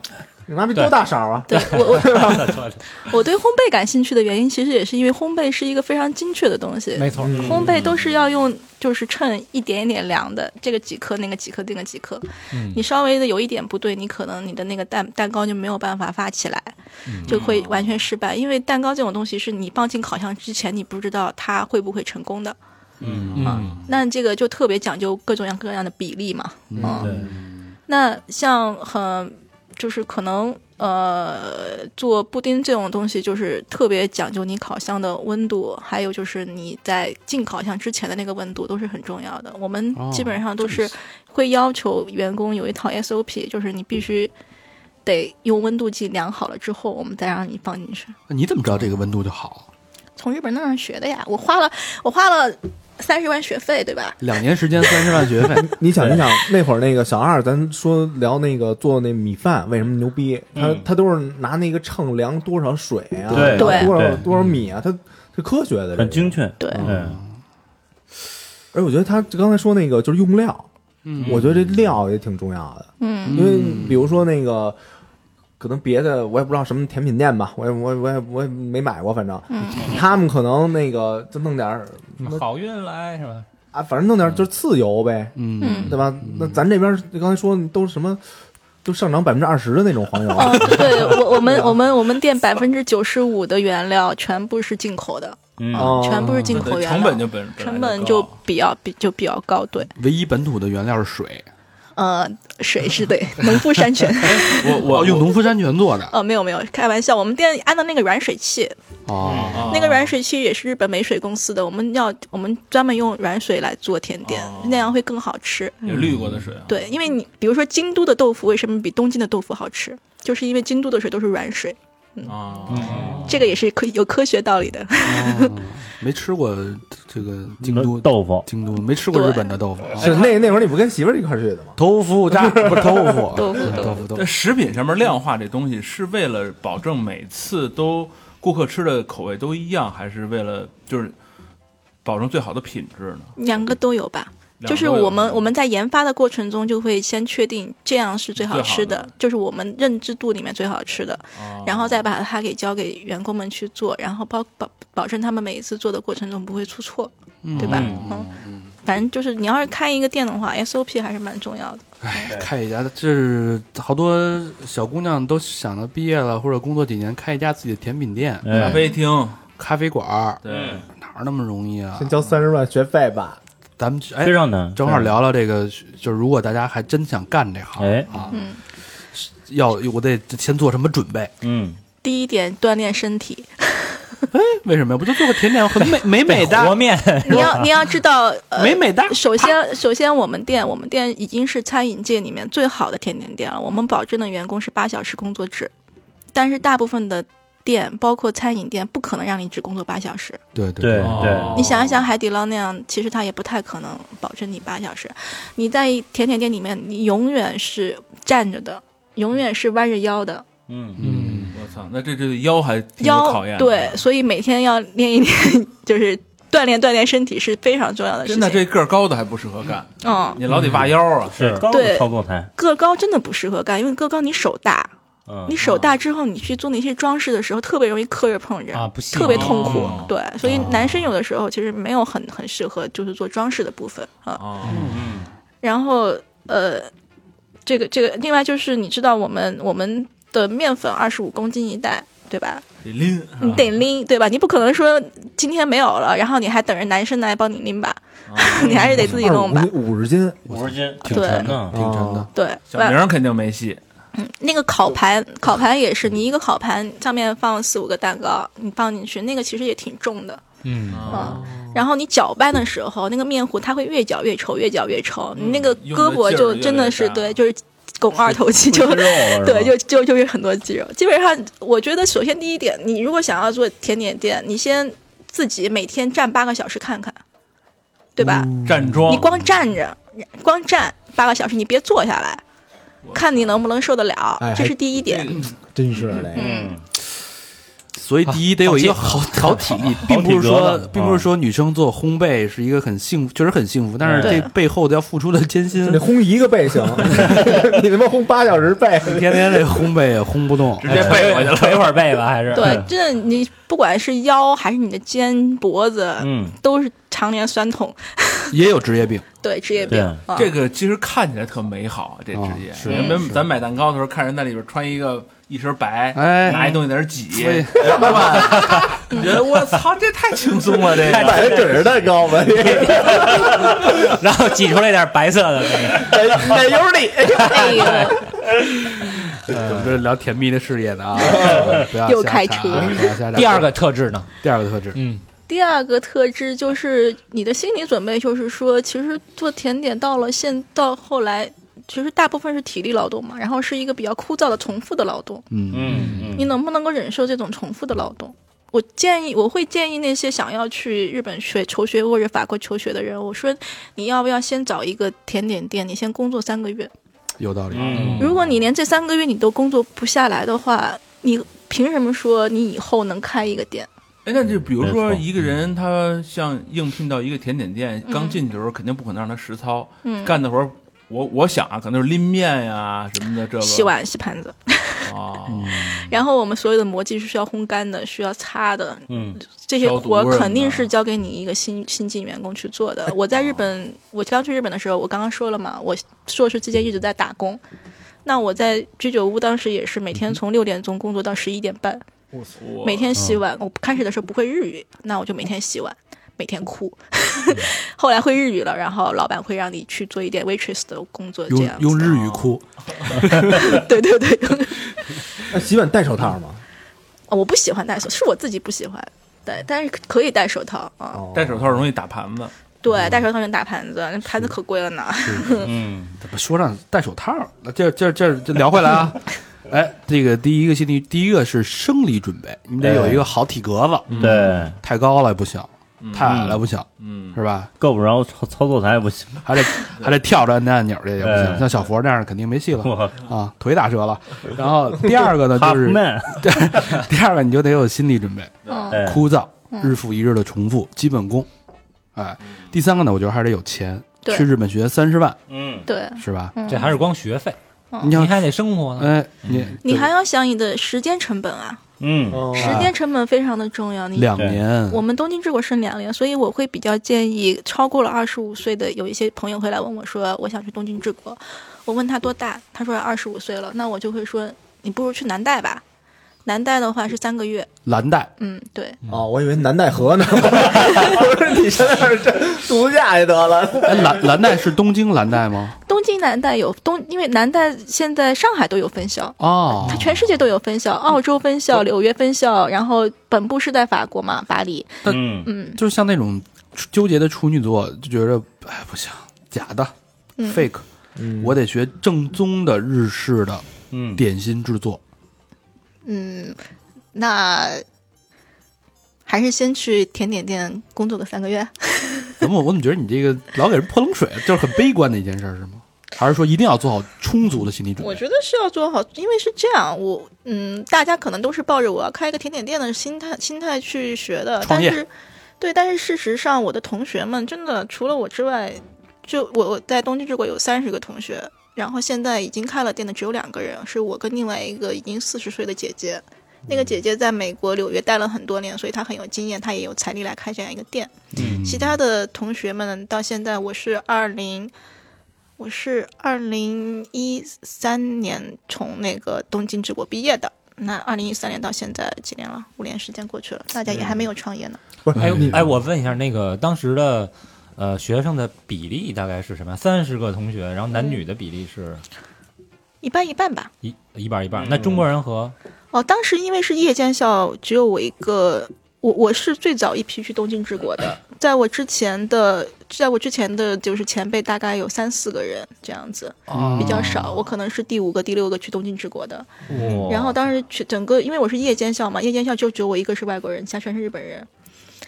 Speaker 3: 你妈逼多大勺啊？
Speaker 6: 对
Speaker 7: (laughs)
Speaker 6: 我我我对烘焙感兴趣的原因，其实也是因为烘焙是一个非常精确的东西。
Speaker 5: 没错，
Speaker 3: 嗯
Speaker 2: 嗯
Speaker 6: 烘焙都是要用，就是秤一点一点量的，这个几克，那个几克，那个几克。你稍微的有一点不对，你可能你的那个蛋蛋糕就没有办法发起来，就会完全失败。因为蛋糕这种东西是你放进烤箱之前，你不知道它会不会成功的。
Speaker 4: 嗯
Speaker 2: 嗯
Speaker 6: 那这个就特别讲究各种样啊各样的比例嘛。
Speaker 4: 对，
Speaker 6: 那像很就是可能呃，做布丁这种东西就是特别讲究你烤箱的温度，还有就是你在进烤箱之前的那个温度都是很重要的。我们基本上都是会要求员工有一套 SOP，就是你必须得用温度计量好了之后，我们再让你放进去。
Speaker 2: 那你怎么知道这个温度就好？
Speaker 6: 从日本那儿学的呀，我花了我花了三十万学费，对吧？
Speaker 2: 两年时间三十万学费，
Speaker 3: (laughs) 你想，你想那会儿那个小二，咱说聊那个做那米饭为什么牛逼？他
Speaker 4: 嗯
Speaker 3: 他都是拿那个秤量多少水啊，
Speaker 4: 对
Speaker 3: 多少多少
Speaker 4: 对嗯
Speaker 3: 多少米啊，他是科学的，
Speaker 4: 很精
Speaker 3: 确。
Speaker 2: 哦
Speaker 4: 确。
Speaker 6: 对，
Speaker 4: 嗯，
Speaker 3: 而我觉得他刚才说那个就是用料，我觉得这料也挺重要的，
Speaker 6: 嗯，
Speaker 3: 因为比如说那个。可能别的我也不知道什么甜品店吧，我也我也我也我也没买过，反正、他们可能那个就弄点儿
Speaker 5: 好运来是吧？
Speaker 3: 啊，反正弄
Speaker 4: 嗯
Speaker 3: 点儿就是自由呗，
Speaker 2: 嗯，
Speaker 3: 对吧？那咱这边儿刚才说都是什么，都上涨百分之二十的那种黄油，啊
Speaker 6: 哦，对我我们我们我们店百分之九十五的原料全部是进口的，
Speaker 4: 嗯
Speaker 3: 哦
Speaker 6: 全部是进口
Speaker 7: 对
Speaker 6: 原料，
Speaker 7: 成本就本
Speaker 6: 嗯成
Speaker 7: 本来
Speaker 6: 本就 (laughs)
Speaker 7: 高
Speaker 6: 比较比就比较高，对，
Speaker 2: 唯一本土的原料是水，
Speaker 6: 呃，水是对农夫山泉， (laughs)
Speaker 7: 我我
Speaker 2: 哦用农夫山泉做的
Speaker 6: 呃，没有没有，开玩笑，我们店安的那个软水器，
Speaker 2: 哦，
Speaker 7: 啊
Speaker 6: 那个软水器也是日本美水公司的，我们要我们专门用软水来做甜点，
Speaker 7: 哦
Speaker 6: 那样会更好吃。
Speaker 7: 也滤过的水啊，
Speaker 6: 对，因为你比如说京都的豆腐为什么比东京的豆腐好吃，就是因为京都的水都是软水，
Speaker 7: 啊，
Speaker 2: 嗯
Speaker 6: 这个也是科有科学道理的。
Speaker 2: 没吃过这个京都
Speaker 4: 豆腐、
Speaker 2: 京都没吃过日本的豆腐，
Speaker 3: 是那那会儿你不跟媳妇儿一块儿去的吗？
Speaker 2: 豆腐渣 (laughs) 不是豆腐，
Speaker 6: 豆腐
Speaker 2: 豆腐豆
Speaker 7: 在
Speaker 2: 腐，
Speaker 7: 食品上面量化这东西，是为了保证每次都顾客吃的口味都一样，还是为了就是保证最好的品质呢？
Speaker 6: 两个都有吧。就是我们我们在研发的过程中，就会先确定这样是最好哦吃
Speaker 7: 最好的
Speaker 6: 就是我们认知度里面最好吃的，然后再把它给交给员工们去做，然后保保保证他们每一次做的过程中不会出错，对吧？嗯，反正就是你要是开一个店的话，SOP 还是蛮重要的。
Speaker 2: 哎，开一家，这是好多小姑娘都想着毕业了或者工作几年开一家自己的甜品店、
Speaker 7: 咖
Speaker 4: 哎，
Speaker 7: 啡厅，
Speaker 2: 咖啡馆儿，
Speaker 7: 对，
Speaker 2: 哪儿那么容易啊
Speaker 3: 先？交三十万学费吧。
Speaker 2: 咱们去哎
Speaker 4: 非，常难。
Speaker 2: 正好聊聊这个，就是如果大家还真想干这行
Speaker 4: 哎
Speaker 2: 啊，
Speaker 6: 嗯
Speaker 2: 要我得先做什么准备？
Speaker 4: 嗯，
Speaker 6: 第一点，锻炼身 (laughs) 体。
Speaker 2: 为什么呀？不就做个甜点，很美美美
Speaker 5: 和
Speaker 2: 的，
Speaker 5: 面
Speaker 6: 你要你要知道， (laughs) 呃，
Speaker 2: 美美的。
Speaker 6: 首先，首先我们店，我们店已经是餐饮界里面最好的甜点店了。我们保证的员工是八小时工作制，但是大部分的店，包括餐饮店，不可能让你只工作八小时。
Speaker 2: 对
Speaker 4: 对
Speaker 7: 哦
Speaker 4: 对，
Speaker 6: 你想一想，海底捞那样，其实它也不太可能保证你八小时。你在甜点店里面，你永远是站着的，永远是弯着腰的，
Speaker 4: 嗯，
Speaker 2: 嗯，
Speaker 7: 我操，那这这腰还挺有
Speaker 6: 腰
Speaker 7: 考验的
Speaker 6: 对，，所以每天要练一练，就是锻炼锻炼身体是非常重要的事
Speaker 7: 真的
Speaker 6: 情。
Speaker 7: 这个儿高的还不适合干，
Speaker 6: 嗯，
Speaker 7: 你老得挖腰啊，
Speaker 4: 是高
Speaker 6: 对
Speaker 4: 的操控台，
Speaker 6: 个高真的不适合干，因为个高你手大，
Speaker 4: 嗯
Speaker 6: 你，手大之后你去做那些装饰的时候，特别容易磕着碰人
Speaker 5: 啊，不行，
Speaker 6: 特别痛苦。
Speaker 7: 哦
Speaker 6: 对，所以男生有的时候其实没有很很适合就是做装饰的部分啊。
Speaker 7: 啊，
Speaker 6: 然后呃，这个这个，另外就是你知道我们我们的面粉二十五公斤一袋。对吧？
Speaker 7: 得拎，是吧
Speaker 6: 你得拎，对吧？你不可能说今天没有了，然后你还等着男生来帮你拎吧？ (laughs) 你还是得自己弄吧
Speaker 3: 二。五五十斤，
Speaker 4: 五十斤，
Speaker 2: 挺
Speaker 6: 对
Speaker 2: 沉
Speaker 4: 嗯
Speaker 2: 的，挺沉的。
Speaker 6: 对，
Speaker 7: 小明儿肯定没戏，
Speaker 6: 那个烤盘，烤盘也是，你一个烤盘上面放四五个蛋糕，你放进去，那个其实也挺重的，
Speaker 2: 嗯
Speaker 6: 嗯。然后你搅拌的时候，那个面糊它会越搅越稠，越搅越稠，你那个胳膊就真的是
Speaker 7: 用的劲儿越
Speaker 6: 对，
Speaker 7: 来越大
Speaker 6: 就是拱二头肌就
Speaker 4: 不吃肉了是吧 (laughs)
Speaker 6: 对，就就就是很多肌肉。基本上，我觉得首先第一点，你如果想要做甜点店，你先自己每天站八个小时看看，对吧？
Speaker 7: 站桩，
Speaker 6: 你光站着，光站八个小时，你别坐下来，看你能不能受得了
Speaker 3: 哎，
Speaker 6: 这
Speaker 3: 还
Speaker 6: 是第一点。
Speaker 3: 真是的。
Speaker 6: 嗯，
Speaker 2: 所以哎第一得有一个好好体力，并不是说，并不是说女生做烘焙是一个很幸福，确实很幸福，但是
Speaker 6: 对
Speaker 2: 这背后的要付出的艰辛
Speaker 3: 嗯你，得烘一个背行， (laughs) 你他妈烘八小时背，
Speaker 2: 天天这烘焙也烘不动
Speaker 7: 直。接背过去
Speaker 4: 嗯
Speaker 7: 了，
Speaker 5: 捶会儿背吧，还是
Speaker 6: 对，真的，你不管是腰还是你的肩脖子，
Speaker 4: 嗯，
Speaker 6: 都是常年酸痛，
Speaker 2: 也有职业病，
Speaker 6: 对职业病
Speaker 4: 对。
Speaker 6: 啊
Speaker 7: (laughs) 这个其实看起来特美好，啊这职业。
Speaker 2: 是
Speaker 7: 你们咱买蛋糕的时候，看人在里边穿一个一身白，
Speaker 2: 哎
Speaker 7: 拿一东西在那儿挤，
Speaker 2: 所以
Speaker 7: 对吧？你觉得我操，这太轻松了，这个。
Speaker 3: 买的准是蛋糕吧？
Speaker 5: 然 (laughs) 后挤出来点白色的那个，
Speaker 3: 奶油里，
Speaker 6: 哎呦，
Speaker 2: 我们这聊甜蜜的事业的啊，不要
Speaker 6: 又
Speaker 2: 瞎
Speaker 6: 开
Speaker 2: 查啊
Speaker 6: 车
Speaker 2: 不
Speaker 6: (laughs)
Speaker 2: 要瞎查
Speaker 5: 第二个特质呢？
Speaker 2: 第二个特质，
Speaker 5: 嗯，
Speaker 6: 第二个特质就是你的心理准备，就是说，其实做甜点到了现到后来，其实大部分是体力劳动嘛，然后是一个比较枯燥的重复的劳动。
Speaker 2: 嗯，
Speaker 4: 嗯
Speaker 6: 你能不能够忍受这种重复的劳动？我建议，我会建议那些想要去日本学求学或者法国求学的人，我说你要不要先找一个甜点店，你先工作三个月。
Speaker 2: 有道理，
Speaker 4: 嗯
Speaker 6: 如果你连这三个月你都工作不下来的话，你凭什么说你以后能开一个店？
Speaker 7: 哎，那就比如说
Speaker 4: 没错
Speaker 7: 一个
Speaker 2: 嗯
Speaker 7: 人，他像应聘到一个甜点店，刚进去的时候肯定不可能让他实操，
Speaker 6: 嗯，
Speaker 7: 干的活儿，我我想啊，可能是拎面呀、什么的，这个
Speaker 6: 洗碗、洗盘子，
Speaker 7: 啊，
Speaker 2: 嗯
Speaker 6: 然后我们所有的模具是需要烘干的，需要擦的，
Speaker 4: 嗯
Speaker 6: 这些
Speaker 7: 消毒
Speaker 6: 活
Speaker 7: 味儿
Speaker 6: 肯定
Speaker 7: 呢
Speaker 6: 是交给你一个新新进员工去做的。我在日本，我刚去日本的时候，我刚刚说了嘛，我硕士期间一直在打工。那我在居酒屋当时也是每天从六点钟工作到十一点半，
Speaker 7: 我
Speaker 6: 每天洗碗。我开始的时候不会日语，那我就每天洗碗，每天哭。 (laughs) 后来会日语了，然后老板会让你去做一点 waitress 的工作，这
Speaker 2: 用
Speaker 6: 样
Speaker 2: 用
Speaker 6: 子。哦
Speaker 2: 日语哭，
Speaker 6: 对对对，
Speaker 3: 那洗碗戴手套吗？
Speaker 6: 我不喜欢戴手，是我自己不喜欢。对，但是可以戴手套啊。
Speaker 3: 哦
Speaker 7: 戴手套容易打盘子，
Speaker 6: 对，戴手套能打盘子，那盘子可贵了呢。
Speaker 4: 嗯
Speaker 2: 怎么说上戴手套？那这这这这聊回来啊，哎，这个第一个心理，第一个是生理准备，你得有一个好体格子，
Speaker 4: 嗯，对，
Speaker 2: 太高了也不行，太矮了不行，
Speaker 7: 嗯，
Speaker 2: 是吧？
Speaker 4: 够不着操操作台不行，
Speaker 2: 还
Speaker 4: (laughs)
Speaker 2: 得还得跳着按那按钮，这也不行。
Speaker 4: 哎
Speaker 2: 像小佛那样肯定没戏了
Speaker 4: 我
Speaker 2: 啊，腿打折了。然后第二个呢，
Speaker 4: (laughs) 哈
Speaker 2: 就
Speaker 4: 夫
Speaker 2: 是
Speaker 4: 曼，
Speaker 2: 第二个你就得有心理准备，
Speaker 6: 嗯，
Speaker 4: (laughs) 哎
Speaker 2: 枯燥，日复一日的重复基本功。哎，第三个呢，我觉得还得有钱，
Speaker 6: 对
Speaker 2: 去日本学三十万
Speaker 4: 嗯
Speaker 6: 对，
Speaker 2: 是吧？
Speaker 5: 这还是光学费，
Speaker 2: 你
Speaker 5: 你
Speaker 2: 想，
Speaker 5: 还得生活呢。
Speaker 2: 哎，你
Speaker 6: 你还要想你的时间成本啊，
Speaker 4: 嗯
Speaker 3: 哦
Speaker 6: 时间成本非常的重要。你
Speaker 2: 两年
Speaker 6: 我，们东京治国是两年，所以我会比较建议超过了二十五岁的有一些朋友会来问我说，我想去东京治国。我问他多大，他说二十五岁了，那我就会说，你不如去南带吧。南带的话是三个月，
Speaker 2: 蓝带
Speaker 6: 嗯，对，
Speaker 3: 哦，我以为南戴河呢。 (laughs) 我说你上那儿这度假去得了。
Speaker 2: 哎，蓝蓝带是东京蓝带吗？
Speaker 6: 东京南带有东，因为南带现在上海都有分校，
Speaker 2: 哦
Speaker 6: 它，全世界都有分校，澳洲分校、纽约分校，然后本部是在法国嘛，巴黎。
Speaker 4: 嗯
Speaker 6: 嗯，
Speaker 2: 就是像那种纠结的处女座，就觉得哎不行，假的
Speaker 6: 嗯
Speaker 2: ，fake，我得学正宗的日式的
Speaker 4: 嗯，
Speaker 2: 点心制作。
Speaker 6: 嗯，那还是先去甜点店工作个三个月。
Speaker 2: 怎么我怎么觉得你这个老给人泼冷水，就是很悲观的一件事儿是吗？还是说一定要做好充足的心理准
Speaker 6: 我
Speaker 2: 备？
Speaker 6: 觉得是要做好，因为是这样，我嗯，大家可能都是抱着我要开一个甜点店的心态心态去学的，
Speaker 2: 创
Speaker 6: 但
Speaker 2: 业
Speaker 6: 是对，但是事实上，我的同学们真的除了我之外，就我我在东京之国有三十个同学，然后现在已经开了店的只有两个人，是我跟另外一个已经四十岁的姐姐。那个姐姐在美国纽约待了很多年，所以她很有经验，她也有财力来开这样一个店。
Speaker 2: 嗯
Speaker 6: 其他的同学们到现在，我是二零，我是二零一三年从那个东京之国毕业的。那二零一三年到现在几年了？五年时间过去了，大家也还没有创业呢。
Speaker 3: 不是
Speaker 5: 哎
Speaker 3: 你
Speaker 5: 哎，我问一下，那个当时的呃学生的比例大概是什么呀？三十个同学，然后男女的比例是
Speaker 6: 一半一半吧。
Speaker 5: 一一半儿一半儿。那中国人和
Speaker 6: 哦，当时因为是夜间校，只有我一个，我我是最早一批去东京治国的，在我之前的，在我之前的就是前辈大概有三四个人这样子，
Speaker 2: 嗯
Speaker 6: 比较少，我可能是第五个、第六个去东京治国的。嗯
Speaker 2: 哦
Speaker 6: 然后当时去整个，因为我是夜间校嘛，夜间校就只有我一个是外国人，其他全是日本人。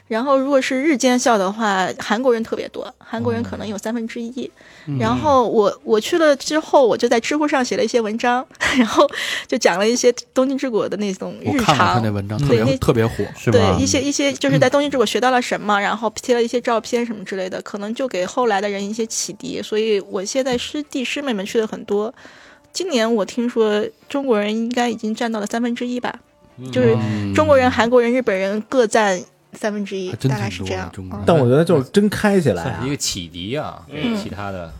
Speaker 6: 然后如果是日间校的话，韩国人特别多，韩国人可能
Speaker 2: 嗯
Speaker 6: 有三分之一。然后我我去了之后，我就在知乎上写了一些文章， (laughs) 然后就讲了一些东京之国的那种
Speaker 2: 我
Speaker 6: 日
Speaker 2: 看了他
Speaker 6: 常
Speaker 2: 那。文章，
Speaker 6: 嗯
Speaker 2: 特别
Speaker 6: 对
Speaker 2: 特别火。
Speaker 4: 是吧
Speaker 6: 对？一些一些
Speaker 2: 嗯
Speaker 6: 就是在东京之国学到了什么，然后贴了一些照片什么之类的，可能就给后来的人一些启迪。所以我现在师弟师妹们去的很多。今年我听说中国人应该已经占到了三分之一吧，就是
Speaker 2: 嗯
Speaker 6: 中国人、韩国人、日本人各占三分之一
Speaker 2: 还，真
Speaker 6: 大
Speaker 2: 挺
Speaker 6: 概是
Speaker 2: 多
Speaker 6: 这
Speaker 2: 的
Speaker 6: 样。嗯
Speaker 2: 中国人。
Speaker 3: 但我觉得就是真开起来
Speaker 5: 算
Speaker 3: 啊
Speaker 5: 是一，个启迪啊，给其他的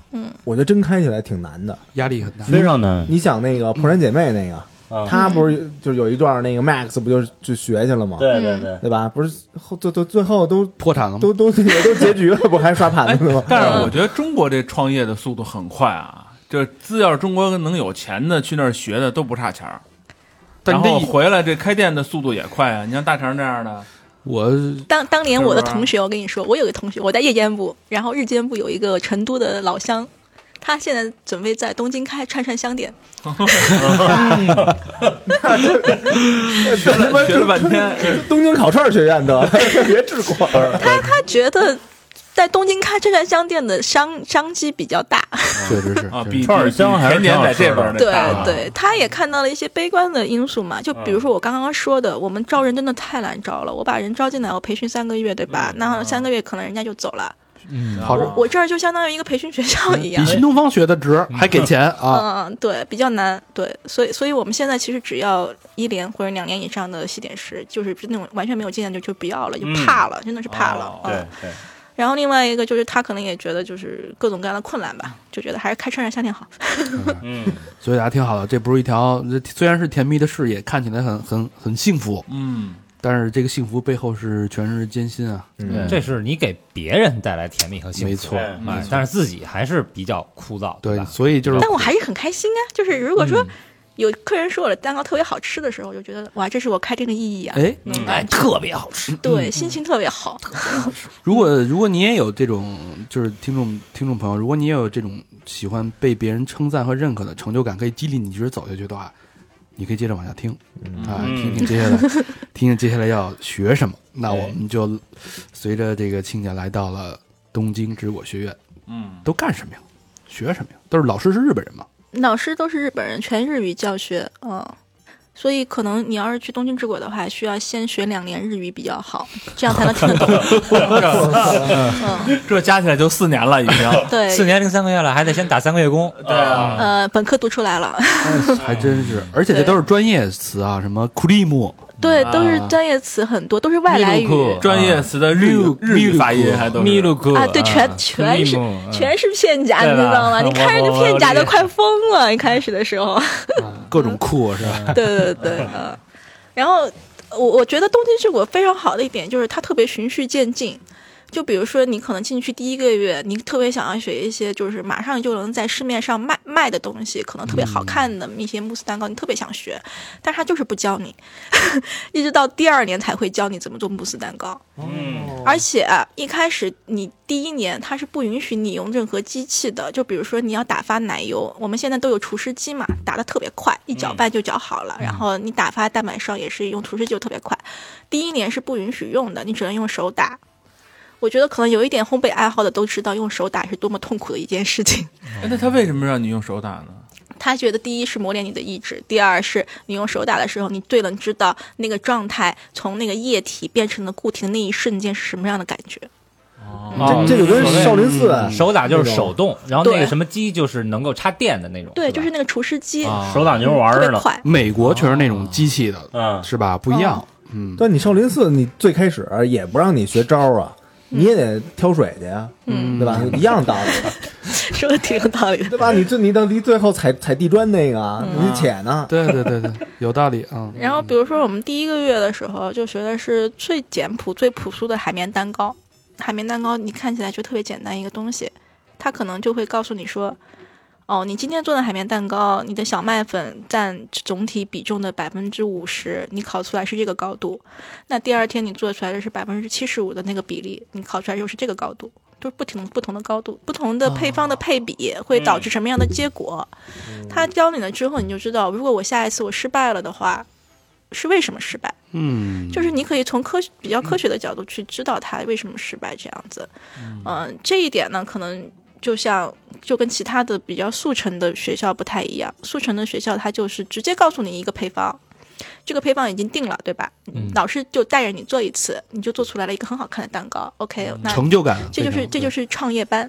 Speaker 3: 我觉得真开起来挺难的。
Speaker 2: 压力很大。
Speaker 4: 非常
Speaker 6: 嗯
Speaker 4: 难，
Speaker 3: 你想那个破产姐妹那
Speaker 4: 嗯
Speaker 7: 啊
Speaker 3: 个，她不是就有一段
Speaker 7: 嗯
Speaker 3: 那个 Max 不就就学去了吗？
Speaker 4: 对对
Speaker 6: 哦
Speaker 4: 对，
Speaker 3: 对吧？不是后最最最后都
Speaker 2: 破产
Speaker 7: 嗯
Speaker 2: 了吗？
Speaker 3: 都
Speaker 2: 嗯
Speaker 7: (laughs) 哎
Speaker 3: 都都结局了，不还刷盘子吗？
Speaker 7: 但是我觉得中国这创业的速度很快啊，这只要是中国能有钱的去那儿学的都不差钱儿，
Speaker 2: 但
Speaker 7: 然
Speaker 2: 这
Speaker 7: 后
Speaker 2: 一
Speaker 7: 回来这开店的速度也快啊！你像大成这样的，
Speaker 2: 我
Speaker 6: 当当年
Speaker 7: 是
Speaker 6: 我的
Speaker 7: 吧
Speaker 6: 同学，我跟你说，我有个同学，我在夜间部，然后日间部有一个成都的老乡，他现在准备在东京开串串香店，
Speaker 7: 学了学了半天，
Speaker 3: (laughs) 东京烤串学院
Speaker 7: (laughs)
Speaker 3: 的，别治国。哎
Speaker 6: 他觉得在东京开串串香店的商商机比较大，
Speaker 2: 确实是
Speaker 7: 啊，
Speaker 2: 确实
Speaker 7: 比
Speaker 4: 串儿香还是
Speaker 7: 前年
Speaker 4: 挺好
Speaker 7: 在这
Speaker 4: 吃的
Speaker 7: 边儿那
Speaker 6: 对
Speaker 7: 大了嗯
Speaker 6: 对，他也看到了一些悲观的因素嘛，就比如说我刚刚说的，我们招人真的太难招了，我把人招进来，我培训三个月，对
Speaker 7: 嗯
Speaker 6: 吧？那三个月可能人家就走了，
Speaker 2: 好
Speaker 7: 啊
Speaker 2: 着
Speaker 6: 我这儿就相当于一个培训学校一样
Speaker 2: 比。
Speaker 7: 嗯
Speaker 2: 新东方学的值，还给钱啊！
Speaker 6: 嗯，对，比较难，对，所以，所以我们现在其实只要一年或者两年以上的西点师，就是那种完全没有经验就就不要了，就怕了，真的是怕了
Speaker 7: 哦。
Speaker 6: 嗯
Speaker 4: 对对，
Speaker 6: 然后另外一个就是他可能也觉得就是各种各样的困难吧，就觉得还是开车上夏天好。
Speaker 4: 嗯，
Speaker 2: 所以大家听好了，这不是一条这虽然是甜蜜的事业，看起来很很很幸福，
Speaker 7: 嗯，
Speaker 2: 但是这个幸福背后是全是艰辛啊！
Speaker 4: 对
Speaker 5: 这是你给别人带来甜蜜和幸福，
Speaker 2: 没错
Speaker 4: 嗯
Speaker 5: 哎但是自己还是比较枯燥，
Speaker 2: 对，
Speaker 5: 吧？
Speaker 2: 所以就是
Speaker 6: 但我还是很开心啊，就是如果说有客人说我的蛋糕特别好吃的时候，我就觉得哇，这是我开店的意义 (laughs) 啊。
Speaker 2: 哎，
Speaker 6: 嗯，
Speaker 5: 哎，特别好吃，
Speaker 6: 对，心情特别好。
Speaker 2: 如果如果你也有这种，就是听众听众朋友，如果你也有这种喜欢被别人称赞和认可的成就感，可以激励你一直走下去的话，你可以接着往下听啊，
Speaker 4: 嗯
Speaker 2: 听听接下来，听听接下来要学什么。那我们就随着这个亲家来到了东京之果学院，
Speaker 7: 嗯，
Speaker 2: 都干什么呀？学什么呀？都是老师是日本人嘛？
Speaker 6: 老师都是日本人，全日语教学，嗯。所以可能你要是去东京之国的话，需要先学两年日语比较好，这样才能听得懂。嗯，
Speaker 7: 这加起来就四年了，已经。
Speaker 6: 对，
Speaker 5: (laughs) 四年零三个月了，还得先打三个月工，
Speaker 7: 对啊，
Speaker 6: 呃，本科读出来了，
Speaker 2: 还真是，而且这都是专业词啊，什么 cream
Speaker 6: 对，都是专业词很多，都是外来语
Speaker 7: 专业词的日
Speaker 2: 啊
Speaker 7: 语日语发音还都是
Speaker 5: 密鲁克
Speaker 6: 啊，对，全全是全是片假，
Speaker 5: 啊对
Speaker 6: 你知
Speaker 5: 吧
Speaker 6: 道吗？你看着
Speaker 5: 我
Speaker 6: 这
Speaker 5: 我啊
Speaker 6: 片假
Speaker 5: 这
Speaker 6: 都快疯了，一开始的时候。
Speaker 2: 各
Speaker 6: 嗯
Speaker 2: 种酷是吧？
Speaker 6: (laughs) 对对对，嗯。然后我我觉得东京之国非常好的一点就是它特别循序渐进。就比如说，你可能进去第一个月，你特别想要学一些就是马上就能在市面上卖卖的东西，可能特别
Speaker 5: 嗯
Speaker 6: 好看的一些慕斯蛋糕，你特别想学，但是他就是不教你， (laughs) 一直到第二年才会教你怎么做慕斯蛋糕。
Speaker 4: 嗯
Speaker 6: 而且、一开始你第一年它是不允许你用任何机器的，就比如说你要打发奶油，我们现在都有除湿机嘛，打的特别快，一搅拌就搅好了。然后你打发蛋白霜也是用除湿机就特别快，第一年是不允许用的，你只能用手打。我觉得可能有一点烘焙爱好的都知道，用手打是多么痛苦的一件事情。 (laughs)
Speaker 7: 哎那他为什么让你用手打呢？
Speaker 6: 他觉得第一是磨练你的意志，第二是你用手打的时候，你最能知道那个状态从那个液体变成了固体的那一瞬间是什么样的感觉。
Speaker 5: 哦
Speaker 3: 这这就跟少林寺
Speaker 7: 嗯
Speaker 5: 手打就是手动，然后那
Speaker 6: 对
Speaker 5: 个什么机就是能够插电的那种，
Speaker 6: 对，
Speaker 5: 吧
Speaker 6: 就是那个除湿机，
Speaker 4: 手打牛丸
Speaker 6: 嗯特
Speaker 4: 啊儿
Speaker 6: 别
Speaker 4: 呢，
Speaker 6: 快。
Speaker 2: 美国全是那种机器的，
Speaker 6: 哦
Speaker 4: 嗯，
Speaker 2: 是吧？不一样，嗯，
Speaker 3: 对，你少林寺你最开始也不让你学招啊，
Speaker 7: 嗯
Speaker 3: 你也得挑水去呀，
Speaker 6: 嗯
Speaker 3: 对吧？一样道
Speaker 7: (laughs)
Speaker 3: 理，
Speaker 6: 说的挺有道理的。
Speaker 3: 对吧？你这你到你最后踩踩地砖那个，
Speaker 7: 嗯
Speaker 3: 你啊且呢？
Speaker 2: 对对对对，有道理啊。
Speaker 6: 然后比如说我们第一个月的时候，就学的是最简朴、最朴素的海绵蛋糕。海绵蛋糕你看起来就特别简单一个东西，它可能就会告诉你说，哦，你今天做的海绵蛋糕，你的小麦粉占总体比重的百分之五十，你烤出来是这个高度。那第二天你做出来的是百分之七十五的那个比例，你烤出来又是这个高度。都是不同不同的高度，不同的配方的配比会导致什么样的结果？他教你了之后，你就知道，如果我下一次我失败了的话，是为什么失败，
Speaker 2: 嗯，
Speaker 6: 就是你可以从科学比较科学的角度去知道它为什么失败这样子。嗯、这一点呢，可能就像就跟其他的比较速成的学校不太一样，速成的学校它就是直接告诉你一个配方。这个配方已经定了，对吧？
Speaker 2: 嗯
Speaker 6: 老师就带着你做一次，你就做出来了一个很好看的蛋糕。OK，那
Speaker 2: 嗯成就感，
Speaker 6: 这就是这就是是创业班，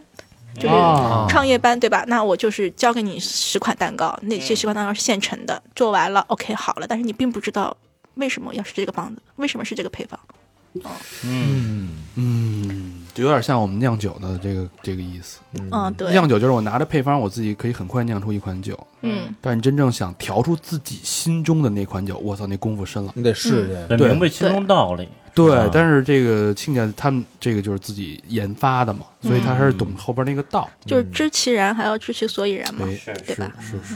Speaker 6: 就是
Speaker 2: 啊
Speaker 6: 创业班对吧？那我就是教给你十款蛋糕，那这十款蛋糕是现成的，做完了 OK 好了，但是你并不知道为什么要是这个方子，为什么是这个配方。
Speaker 2: 嗯，就有点像我们酿酒的这个这个意思。
Speaker 6: 嗯，对，
Speaker 2: 酿酒就是我拿着配方，我自己可以很快酿出一款酒，
Speaker 6: 嗯，
Speaker 2: 但你真正想调出自己心中的那款酒，我操，那功夫深了。
Speaker 3: 你得试去。
Speaker 4: 得
Speaker 2: 对
Speaker 4: 明白其中道理，
Speaker 2: 对
Speaker 4: 啊，
Speaker 2: 但是这个亲家他们这个就是自己研发的嘛，所
Speaker 6: 嗯
Speaker 2: 以他还是懂后边那个道。
Speaker 6: 就是知其然还要知其所以然嘛
Speaker 2: 哎，
Speaker 4: 是
Speaker 6: 对吧？
Speaker 2: 是是，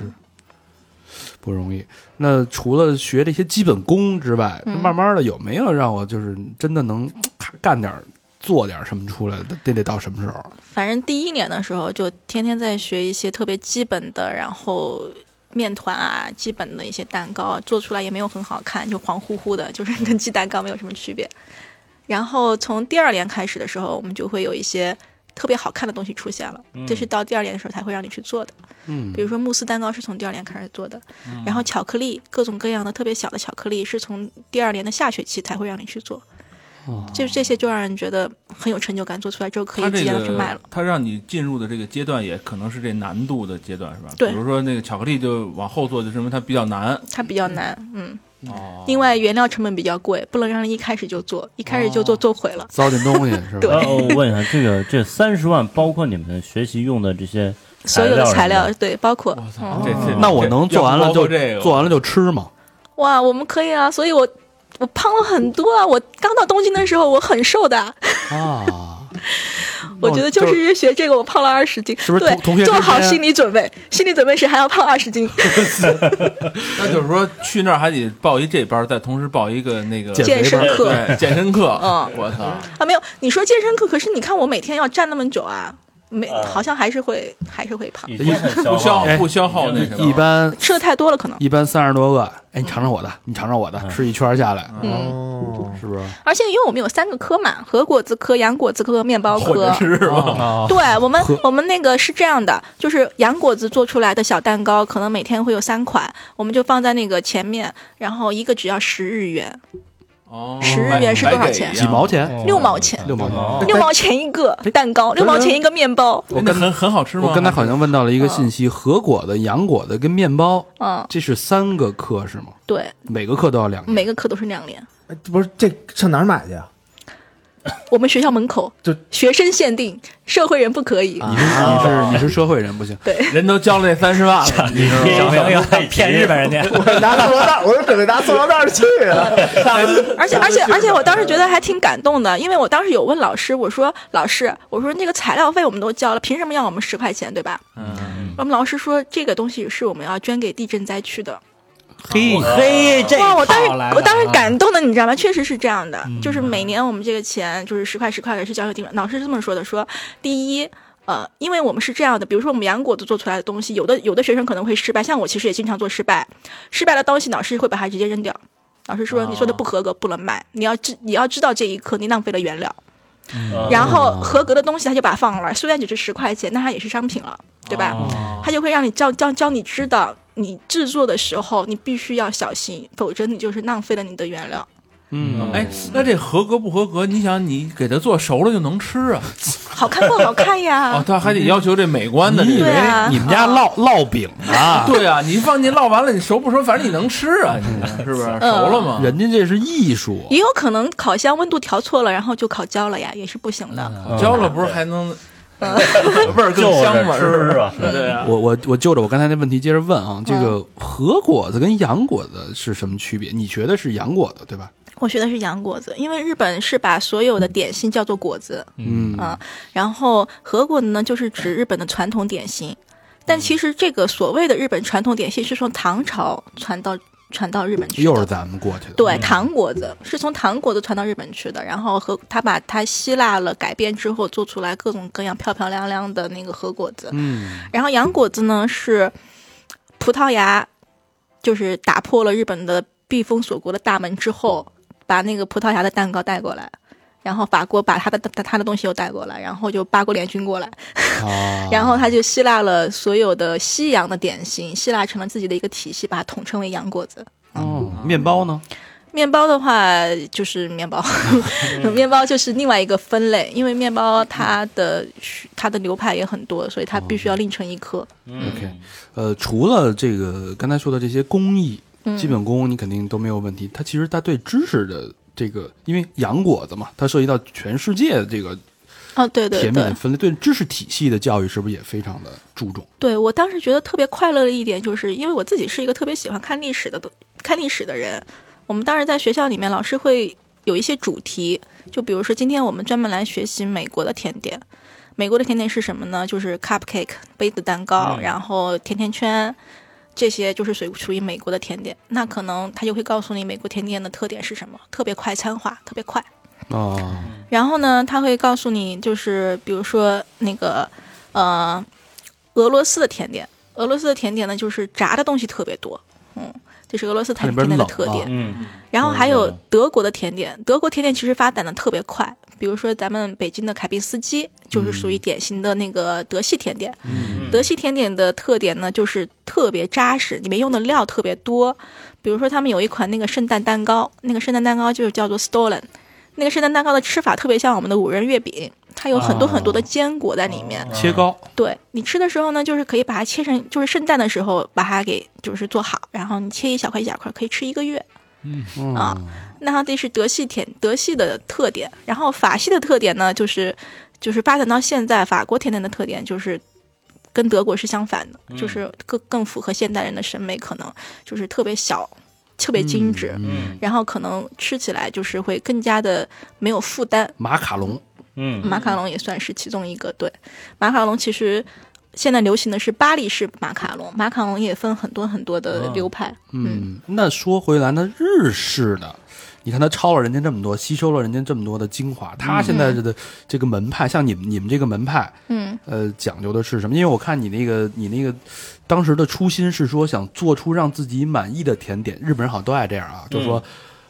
Speaker 2: 不容易。那除了学这些基本功之外，
Speaker 6: 嗯
Speaker 2: 慢慢的有没有让我就是真的能咔干点儿做点儿什么出来的？这得到什么时候？
Speaker 6: 反正第一年的时候就天天在学一些特别基本的，然后面团啊，基本的一些蛋糕做出来也没有很好看，就黄乎乎的，就是跟鸡蛋糕没有什么区别。 (laughs) 然后从第二年开始的时候，我们就会有一些特别好看的东西出现了，
Speaker 7: 嗯
Speaker 6: 这是到第二年的时候才会让你去做的。
Speaker 2: 嗯
Speaker 6: 比如说慕斯蛋糕是从第二年开始做的，然后巧克力各种各样的特别小的巧克力是从第二年的下学期才会让你去做。
Speaker 2: 哦
Speaker 6: 就是这些就让人觉得很有成就感，做出来之后可
Speaker 7: 他
Speaker 6: 以
Speaker 7: 这
Speaker 6: 直接拿去卖了
Speaker 7: 个。他让你进入的这个阶段，也可能是这难度的阶段，是吧？
Speaker 6: 对
Speaker 7: 比如说那个巧克力就往后做，就说明它比较难。
Speaker 6: 它比较难，嗯。
Speaker 7: 哦，
Speaker 6: 另外，原料成本比较贵，不能让人一开始就做，一开始就
Speaker 2: 哦
Speaker 6: 做做毁了。
Speaker 2: (laughs) 糟践东西是吧？
Speaker 6: 对
Speaker 4: 呃，我问一下，这个这三十万包括你们学习用的这些
Speaker 6: 所有的
Speaker 4: 材
Speaker 6: 材
Speaker 4: 料
Speaker 6: 料
Speaker 4: 是，
Speaker 6: 对，包括
Speaker 7: 我
Speaker 6: 嗯
Speaker 7: 操，这这
Speaker 2: 哦那我能
Speaker 7: 这要
Speaker 2: 做完了
Speaker 7: 包括
Speaker 2: 就
Speaker 7: 这个
Speaker 2: 做完了就吃嘛？
Speaker 6: 哇，我们可以啊，所以我我胖了很多啊。我刚到东京的时候，我很瘦的，
Speaker 2: 啊，
Speaker 6: 我觉得
Speaker 2: 就
Speaker 6: 就是因为学这个，我胖了二十斤。
Speaker 2: 是不是
Speaker 6: 对
Speaker 2: 同同学，之
Speaker 6: 做好
Speaker 2: 间
Speaker 6: 心理准
Speaker 2: (laughs)
Speaker 6: 备，心理准备是还要胖二十斤
Speaker 7: 那就是说去那儿还得报一这班儿，再同时报一个那个
Speaker 2: 健
Speaker 6: 健身
Speaker 2: 肥
Speaker 6: 课
Speaker 2: (laughs)
Speaker 7: 对健身课。
Speaker 6: 嗯
Speaker 7: 我操，
Speaker 6: 啊。没有，你说健身课，可是你看我每天要站那么久啊，没好像还是会还是会胖，
Speaker 4: 已经很
Speaker 7: 不消
Speaker 4: 耗了
Speaker 7: 不消耗那什么，
Speaker 2: 哎一般
Speaker 6: 吃的太多了可能。
Speaker 2: 一般三十多个，哎，你尝尝我的，你尝尝我的，吃一圈下来，
Speaker 6: 嗯，
Speaker 3: 哦，
Speaker 2: 是不是？
Speaker 6: 而且因为我们有三个科嘛，核果子科、洋果子科和面包
Speaker 7: 混
Speaker 6: 科
Speaker 7: 着。哦吃是吧？
Speaker 2: 哦
Speaker 5: 啊，
Speaker 6: 对我们
Speaker 2: 和，
Speaker 6: 我们那个是这样的，就是洋果子做出来的小蛋糕，可能每天会有三款，我们就放在那个前面，然后一个只要十日元，
Speaker 7: 哦
Speaker 6: 十日元是多少钱啊
Speaker 2: 几毛？钱，
Speaker 5: 哦
Speaker 6: 六毛钱，
Speaker 2: 六毛钱。哎嗯
Speaker 4: 哦
Speaker 6: 六毛钱一个蛋糕，六毛钱一个面包，
Speaker 7: 我跟很很好吃吗？
Speaker 2: 我刚才好像问到了一个信息：核果的、洋果的跟面包，
Speaker 6: 嗯，
Speaker 2: 这是三个克是吗？
Speaker 6: 对，
Speaker 2: 每个克都要两克
Speaker 6: 每个科都是两连，
Speaker 3: 哎不是这上哪儿买去啊？
Speaker 6: 我们学校门口
Speaker 3: 就
Speaker 6: 学生限定，社会人不可以，
Speaker 2: 你是你是你是社会人不行，
Speaker 7: 人都交了那三十万了，你知道
Speaker 4: 小
Speaker 7: 吗
Speaker 4: 明要骗日本人 (laughs) 家，
Speaker 3: 我拿塑料袋儿，我是准备拿塑料袋儿去啊的。
Speaker 6: (laughs) 而且而且而且我当时觉得还挺感动的，因为我当时有问老师，我说老师，我说那个材料费我们都交了，凭什么要我们十块钱，对吧？
Speaker 7: 嗯，
Speaker 6: 我们老师说这个东西是我们要捐给地震灾区的。
Speaker 2: 嘿，
Speaker 5: 嘿，这
Speaker 6: 哇，我当时
Speaker 5: 套来了
Speaker 6: 我当时
Speaker 5: 啊嗯
Speaker 6: 感动的，你知道吗？确实是这样的，就是每年我们这个钱就是十块十块的是交给地震。老师是这么说的，说第一。呃，因为我们是这样的，比如说我们杨果子做出来的东西，有的有的学生可能会失败，像我其实也经常做失败，失败的东西老师会把它直接扔掉。老师说你说的不合格不能卖，你要知你要知道这一刻你浪费了原料，然后合格的东西他就把它放了，虽然只是十块钱，那它也是商品了，对吧？他就会让你教教教你知道，你制作的时候你必须要小心，否则你就是浪费了你的原料。
Speaker 2: 嗯，
Speaker 7: 哎，那这合格不合格？你想，你给它做熟了就能吃啊？
Speaker 6: 好看不好看
Speaker 7: (laughs) 哦
Speaker 6: 呀，？
Speaker 7: 他还得要求这美观的，
Speaker 2: 你以
Speaker 7: 这
Speaker 2: 为
Speaker 6: 啊对啊
Speaker 2: 哎你们家烙烙饼啊？
Speaker 7: 对啊，你放进烙完了，你熟不熟？反正你能吃啊，你是不是
Speaker 6: 嗯
Speaker 7: 熟了吗？
Speaker 2: 人家这是艺术，
Speaker 6: 也有可能烤箱温度调错了，然后就烤焦了呀，也是不行的。
Speaker 7: 焦了不是还能
Speaker 6: 嗯
Speaker 7: (laughs) 味儿更香吗？
Speaker 4: 就是着吃是吧
Speaker 7: 对啊，
Speaker 2: 我我我就着我刚才那问题接着问啊，这
Speaker 6: 嗯
Speaker 2: 个核果子跟洋果子是什么区别？你学的是洋果子对吧？
Speaker 6: 我学的是洋果子，因为日本是把所有的点心叫做果子，
Speaker 2: 嗯
Speaker 6: 啊然后和果子呢就是指日本的传统点心。但其实这个所谓的日本传统点心是从唐朝传到传到日本去的，
Speaker 2: 又是咱们过去的，嗯
Speaker 6: 对，糖果子是从糖果子传到日本去的，然后和他把它希腊了改编之后做出来各种各样漂漂亮亮的那个和果子，
Speaker 2: 嗯，
Speaker 6: 然后洋果子呢是葡萄牙，就是打破了日本的避风锁国的大门之后，把那个葡萄牙的蛋糕带过来。然后法国把他的他的东西又带过来，然后就八国联军过来，
Speaker 2: 啊，
Speaker 6: 然后他就希腊了所有的西洋的点心，希腊成了自己的一个体系，把它统称为洋果子。
Speaker 2: 哦，面包呢？
Speaker 6: 面包的话就是面包，面包就是另外一个分类，因为面包它的它的流派也很多，所以它必须要另成一科。
Speaker 2: OK，呃，除了这个刚才说的这些工艺、
Speaker 6: 嗯
Speaker 2: 基本功，你肯定都没有问题。它其实它对知识的这个，因为洋果子嘛，它涉及到全世界的这个
Speaker 6: 哦，对对
Speaker 2: 甜
Speaker 6: 对
Speaker 2: 品，分类，对知识体系的教育是不是也非常的注重？
Speaker 6: 对我当时觉得特别快乐的一点，就是因为我自己是一个特别喜欢看历史的看历史的人。我们当时在学校里面，老师会有一些主题，就比如说今天我们专门来学习美国的甜点。美国的甜点是什么呢？就是 cupcake 杯子蛋糕，然后甜甜圈，这些就是属于属于美国的甜点。那可能他就会告诉你美国甜点的特点是什么，特别快餐化，特别快。
Speaker 2: 啊，
Speaker 6: 然后呢，他会告诉你，就是比如说那个呃，俄罗斯的甜点，俄罗斯的甜点呢，就是炸的东西特别多，嗯，这是俄罗斯
Speaker 2: 它里
Speaker 6: 甜
Speaker 2: 边
Speaker 6: 甜点的
Speaker 2: 冷
Speaker 6: 特
Speaker 2: 啊
Speaker 6: 点。
Speaker 4: 嗯，
Speaker 6: 然后还有
Speaker 4: 嗯
Speaker 6: 德国的甜点，德国甜点其实发展的特别快，比如说咱们北京的凯宾斯基，就是属
Speaker 2: 嗯
Speaker 6: 于典型的那个德系甜点。德系甜点的特点呢，就是特别扎实，里面用的料特别多。比如说他们有一款那个圣诞蛋糕，那个圣诞蛋糕就是叫做 Stollen，那个圣诞蛋糕的吃法特别像我们的五仁月饼，它有很多很多的坚果在里面。
Speaker 2: 哦切糕，
Speaker 6: 对你吃的时候呢，就是可以把它切成，就是圣诞的时候把它给就是做好，然后你切一小块一小块，可以吃一个月。
Speaker 2: 嗯
Speaker 6: 啊那这是德系甜德系的特点，然后法系的特点呢，就是就是发展到现在，法国甜点的特点就是跟德国是相反的，
Speaker 4: 嗯
Speaker 6: 就是更更符合现代人的审美，可能就是特别小，特别精致，
Speaker 4: 嗯
Speaker 6: 然后可能吃起来就是会更加的没有负担，
Speaker 2: 马卡龙，
Speaker 4: 嗯
Speaker 6: 马卡龙也算是其中一个。对，马卡龙其实现在流行的是巴黎式马卡龙，马卡龙也分很多很多
Speaker 4: 哦
Speaker 6: 的流派。嗯，
Speaker 2: 嗯，那说回来，那日式的，你看他抄了人家这么多，吸收了人家这么多的精华，他现在的这个门派，像你们你们这个门派，
Speaker 6: 嗯，
Speaker 2: 呃，讲究的是什么？因为我看你那个你那个当时的初心是说想做出让自己满意的甜点，日本人好像都爱这样
Speaker 6: 嗯
Speaker 2: 啊，就是说。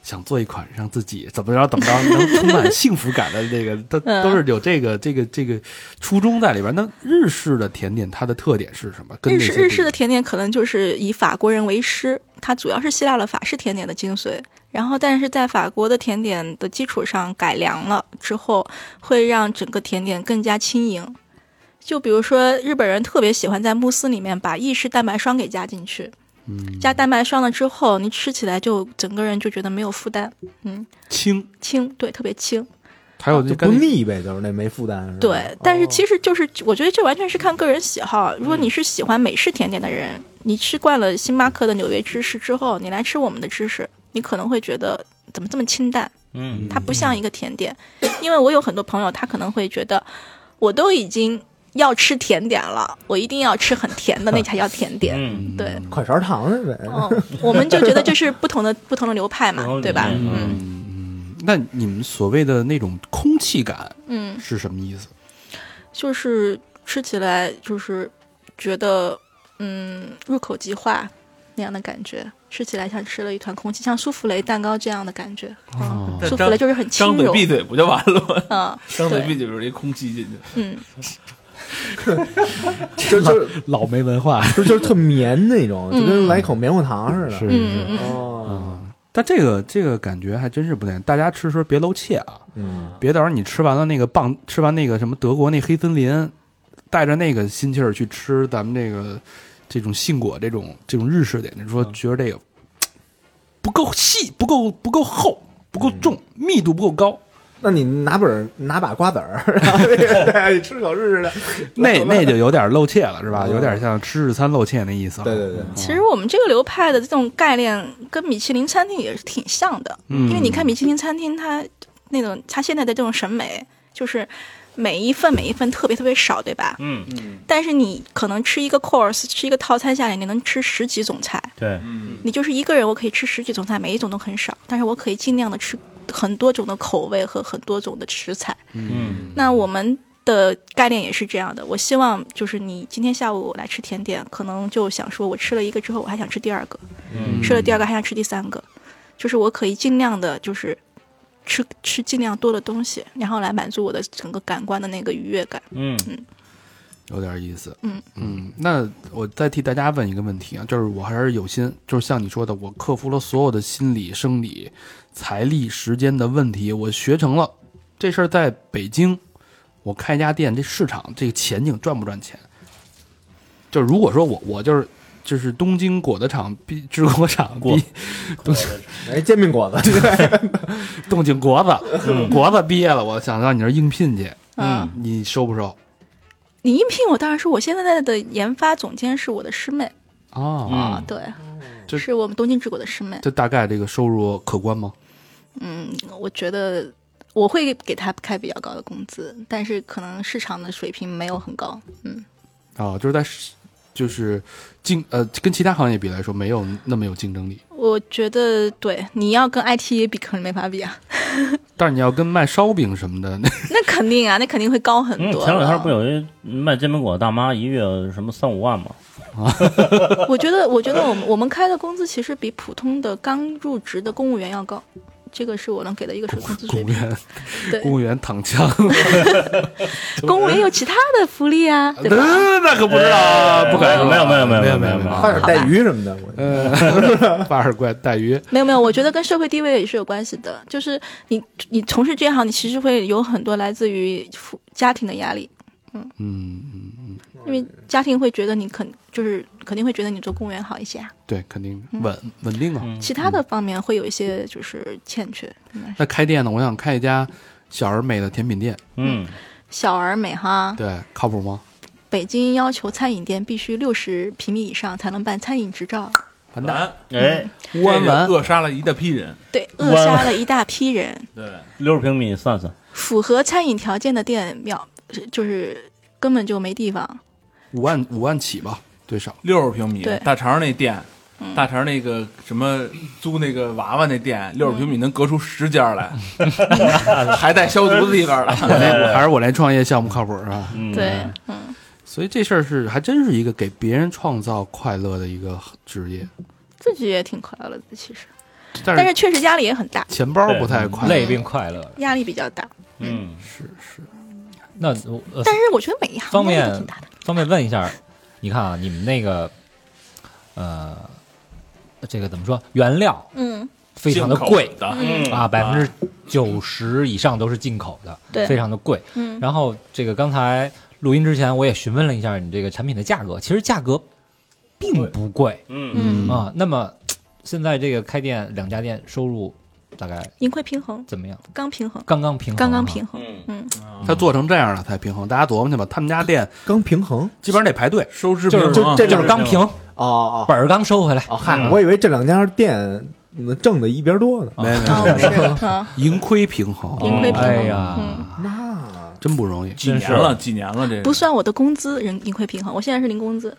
Speaker 2: 想做一款让自己怎么着怎么着能充满幸福感的这个， (laughs) 都
Speaker 6: 嗯
Speaker 2: 都是有这个这个这个初衷在里边。那日式的甜点它的特点是什么？跟
Speaker 6: 日
Speaker 2: 那
Speaker 6: 式
Speaker 2: 些
Speaker 6: 日式的甜点可能就是以法国人为师，它主要是吸纳了法式甜点的精髓。然后，但是在法国的甜点的基础上改良了之后，会让整个甜点更加轻盈。就比如说，日本人特别喜欢在慕斯里面把意式蛋白霜给加进去，嗯、加蛋白霜了之后，你吃起来就整个人就觉得没有负担，
Speaker 2: 轻，
Speaker 6: 轻，对，特别轻。
Speaker 2: 还有
Speaker 3: 就
Speaker 2: 啊就
Speaker 3: 不
Speaker 2: 跟
Speaker 3: 腻呗，就是那没负担。
Speaker 4: 嗯
Speaker 3: 是吧
Speaker 4: 哦
Speaker 6: 对，但是其实就是，我觉得这完全是看个人喜好。如果
Speaker 4: 嗯
Speaker 6: 你是喜欢美式甜点的人，你吃惯了星巴克的纽约芝士之后，你来吃我们的芝士，你可能会觉得怎么这么清淡，
Speaker 4: 嗯
Speaker 6: 它不像一个甜点。因为我有很多朋友，他可能会觉得，我都已经要吃甜点了，我一定要吃很甜的，那才叫甜点。
Speaker 4: 嗯，
Speaker 6: 对，
Speaker 3: 快勺糖呗。
Speaker 6: 嗯，我们就觉得这是不同的不同的流派
Speaker 4: 不同
Speaker 6: 嘛，
Speaker 4: 的
Speaker 6: 对吧？
Speaker 4: 流派
Speaker 6: 嗯
Speaker 2: 那你们所谓的那种空气感
Speaker 6: 嗯。
Speaker 2: 是什么意思？
Speaker 6: 就是吃起来就是觉得嗯入口即化那样的感觉，吃起来像吃了一团空气，像舒芙蕾蛋糕这样的感觉。嗯，舒芙蕾就是很轻
Speaker 7: 哦张嘴
Speaker 6: 柔，
Speaker 7: 闭嘴不就完了吗？
Speaker 6: 嗯，
Speaker 7: 张嘴
Speaker 6: 对
Speaker 7: 闭嘴就是一空气进去。
Speaker 6: 嗯，
Speaker 3: 就就
Speaker 2: (laughs) 老没文化，
Speaker 3: 就就是特绵那种，就跟来一口棉花糖似的。
Speaker 2: 是
Speaker 6: 嗯嗯嗯
Speaker 3: 哦，
Speaker 2: (laughs) 但这个这个感觉还真是不太。大家吃的时候别露怯啊，
Speaker 3: 嗯，
Speaker 2: 别到时候你吃完了那个棒，吃完那个什么德国那黑森林，带着那个心气儿去吃咱们这个这种杏果这种这种日式点，你说觉得这个嘖不够细，不够不够厚，不够重，密度不够高，
Speaker 3: 那你拿本儿拿把瓜子儿，然后那个大家一吃口试试的。
Speaker 2: (laughs) (laughs) 那那就有点露怯了，是吧？ (laughs)
Speaker 3: 嗯
Speaker 2: 有点像吃日餐露怯那意思啊。
Speaker 3: 对对对，
Speaker 6: 其实我们这个流派的这种概念跟米其林餐厅也是挺像的，
Speaker 2: 嗯
Speaker 6: 因为你看米其林餐厅它那种它现在的这种审美就是。每一份每一份特别特别少，对吧？
Speaker 4: 嗯
Speaker 6: 但是你可能吃一个 course，吃一个套餐下来，你能吃十几种菜。
Speaker 4: 对，
Speaker 6: 你就是一个人，我可以吃十几种菜，每一种都很少，但是我可以尽量的吃很多种的口味和很多种的食材。
Speaker 4: 嗯
Speaker 6: 那我们的概念也是这样的，我希望就是你今天下午来吃甜点，可能就想说我吃了一个之后，我还想吃第二个，
Speaker 4: 嗯
Speaker 6: 吃了第二个还想吃第三个，就是我可以尽量的，就是吃吃尽量多的东西，然后来满足我的整个感官的那个愉悦感。
Speaker 4: 嗯
Speaker 2: 有点意思。
Speaker 6: 嗯
Speaker 2: 那我再替大家问一个问题啊，就是我还是有心，就是像你说的，我克服了所有的心理、生理、财力、时间的问题，我学成了。这事儿在北京，我开一家店，这市场这个前景赚不赚钱？就是如果说我我就是就是东京果子厂毕 (laughs) 制果厂
Speaker 4: 果
Speaker 2: 毕
Speaker 3: 哎，煎饼果子，
Speaker 2: (laughs) 东京果子、果子毕业了，我想让你这儿应聘去，
Speaker 6: 嗯，
Speaker 2: 你收不收？
Speaker 6: 你应聘我当然是我现在的研发总监是我的师妹
Speaker 2: 哦，
Speaker 6: 啊，对，
Speaker 2: 这
Speaker 6: 是我们东京之果的师妹。
Speaker 2: 这大概这个收入可观吗？
Speaker 6: 嗯，我觉得我会给他开比较高的工资，但是可能市场的水平没有很高。嗯，
Speaker 2: 啊，就是在就是竞呃跟其他行业比来说，没有那么有竞争力。
Speaker 6: 我觉得对，你要跟 IT 比，可能没法比
Speaker 2: (laughs)
Speaker 6: 啊。
Speaker 2: 但是你要跟卖烧饼什么的，那
Speaker 6: 那肯定啊，那肯定会高很
Speaker 4: 嗯，
Speaker 6: 多了。
Speaker 4: 前两天不有一卖煎饼果子大妈一月什么三五万吗？
Speaker 6: 我觉得，我觉得我们我们开的工资其实比普通的刚入职的公务员要高，这个是我能给的一个水工资
Speaker 2: 公
Speaker 6: 水
Speaker 2: 务
Speaker 6: 平。
Speaker 2: 员
Speaker 6: 对，
Speaker 2: 公务员躺枪，
Speaker 6: 公务员有其他的福利
Speaker 2: (laughs)
Speaker 6: 啊，对吧？
Speaker 2: 那那可不知道啊，不敢说，
Speaker 4: 哎没有没有没有
Speaker 2: 没有
Speaker 4: 没有
Speaker 2: 没
Speaker 4: 没有
Speaker 3: 花点带鱼什么的，我
Speaker 2: 呃， (laughs) 八二怪带鱼，
Speaker 6: 没有没有，我觉得跟社会地位也是有关系的。就是你你从事这行，你其实会有很多来自于父家庭的压力，
Speaker 2: 嗯嗯，
Speaker 6: 因为家庭会觉得你肯就是肯定会觉得你做公务员好一些啊，
Speaker 2: 对，肯定稳稳定
Speaker 4: 嗯
Speaker 2: 啊。
Speaker 6: 其他的方面会有一些就是欠缺。嗯应该是
Speaker 2: 那开店呢？我想开一家小而美的甜品店，
Speaker 4: 嗯，
Speaker 6: 小而美哈，
Speaker 2: 对，靠谱吗？
Speaker 6: 北京要求餐饮店必须六十平米以上才能办餐饮执照，
Speaker 2: 完蛋，
Speaker 7: 完，
Speaker 4: 哎，
Speaker 7: 这
Speaker 2: 弯
Speaker 7: 个
Speaker 2: 完
Speaker 7: 扼杀了一大批人。
Speaker 6: 对，扼杀了一大批人。
Speaker 7: 对，
Speaker 4: 六十平米算算，
Speaker 6: 符合餐饮条件的店秒就是根本就没地方。
Speaker 2: 五万五万起吧，最少。
Speaker 7: 六十平米
Speaker 6: 对，嗯
Speaker 7: 大肠那店，大肠那个什么租那个娃娃那
Speaker 6: 嗯
Speaker 7: 店，六十平米能隔出十
Speaker 6: (laughs)
Speaker 7: 家来，还带消毒的地方
Speaker 4: 哎
Speaker 2: (laughs) 我那
Speaker 7: 了。
Speaker 2: 我还是我那创业项目靠谱是吧？
Speaker 4: 嗯，
Speaker 6: 对，嗯，
Speaker 2: 所以这事儿是还真是一个给别人创造快乐的一个职业，
Speaker 6: 自己也挺快乐的其实，
Speaker 2: 但
Speaker 6: 但
Speaker 2: 是
Speaker 6: 是确实压力也很大，
Speaker 2: 钱包不太快乐。
Speaker 5: 累并快乐。
Speaker 6: 压力比较大。
Speaker 5: 呃
Speaker 4: 嗯，
Speaker 5: 那我呃，
Speaker 6: 但是我觉得每一行
Speaker 5: 方
Speaker 6: 压力
Speaker 5: 便
Speaker 6: 都挺大的。
Speaker 5: 方便问一下，你看啊，你们那个呃，这个怎么说？原料
Speaker 6: 嗯，
Speaker 5: 非常的
Speaker 7: 进口
Speaker 5: 贵
Speaker 7: 的，
Speaker 4: 嗯
Speaker 5: 啊，百分之九十以上都是进口的，
Speaker 6: 对
Speaker 5: 非常的贵。
Speaker 6: 嗯
Speaker 5: 然后这个刚才录音之前我也询问了一下你这个产品的价格，其实价格并不贵
Speaker 4: 嗯，
Speaker 6: 嗯，
Speaker 5: 啊。那么现在这个开店两家店收入大概
Speaker 6: 盈亏平衡，
Speaker 5: 怎么样？
Speaker 6: 刚平衡，
Speaker 5: 刚刚平衡，啊
Speaker 6: 刚刚平。衡。
Speaker 4: 嗯
Speaker 6: 嗯，
Speaker 2: 他做成这样了才平衡，大家琢磨去吧。他们家店
Speaker 3: 刚平衡
Speaker 2: 基本上得排队，
Speaker 7: 收支
Speaker 5: 就
Speaker 7: 平
Speaker 5: 是
Speaker 7: 衡啊，
Speaker 5: 这就是刚平，
Speaker 3: 哦哦
Speaker 5: 本儿刚收回来。
Speaker 3: 哦，嗨，我以为这两家店嗯挣的一边多呢，
Speaker 2: 没有没有
Speaker 6: 啊，不
Speaker 5: (laughs)
Speaker 6: 是，啊，
Speaker 2: (laughs) 盈亏平衡，
Speaker 6: 盈亏平
Speaker 5: 嗯哎
Speaker 6: 衡，
Speaker 5: 呀，
Speaker 6: 嗯
Speaker 3: 那
Speaker 2: 真不容易。
Speaker 7: 几年了，几年了，这
Speaker 6: 不
Speaker 7: 个
Speaker 6: 算我的工资，人盈亏平衡。我现在是零工资，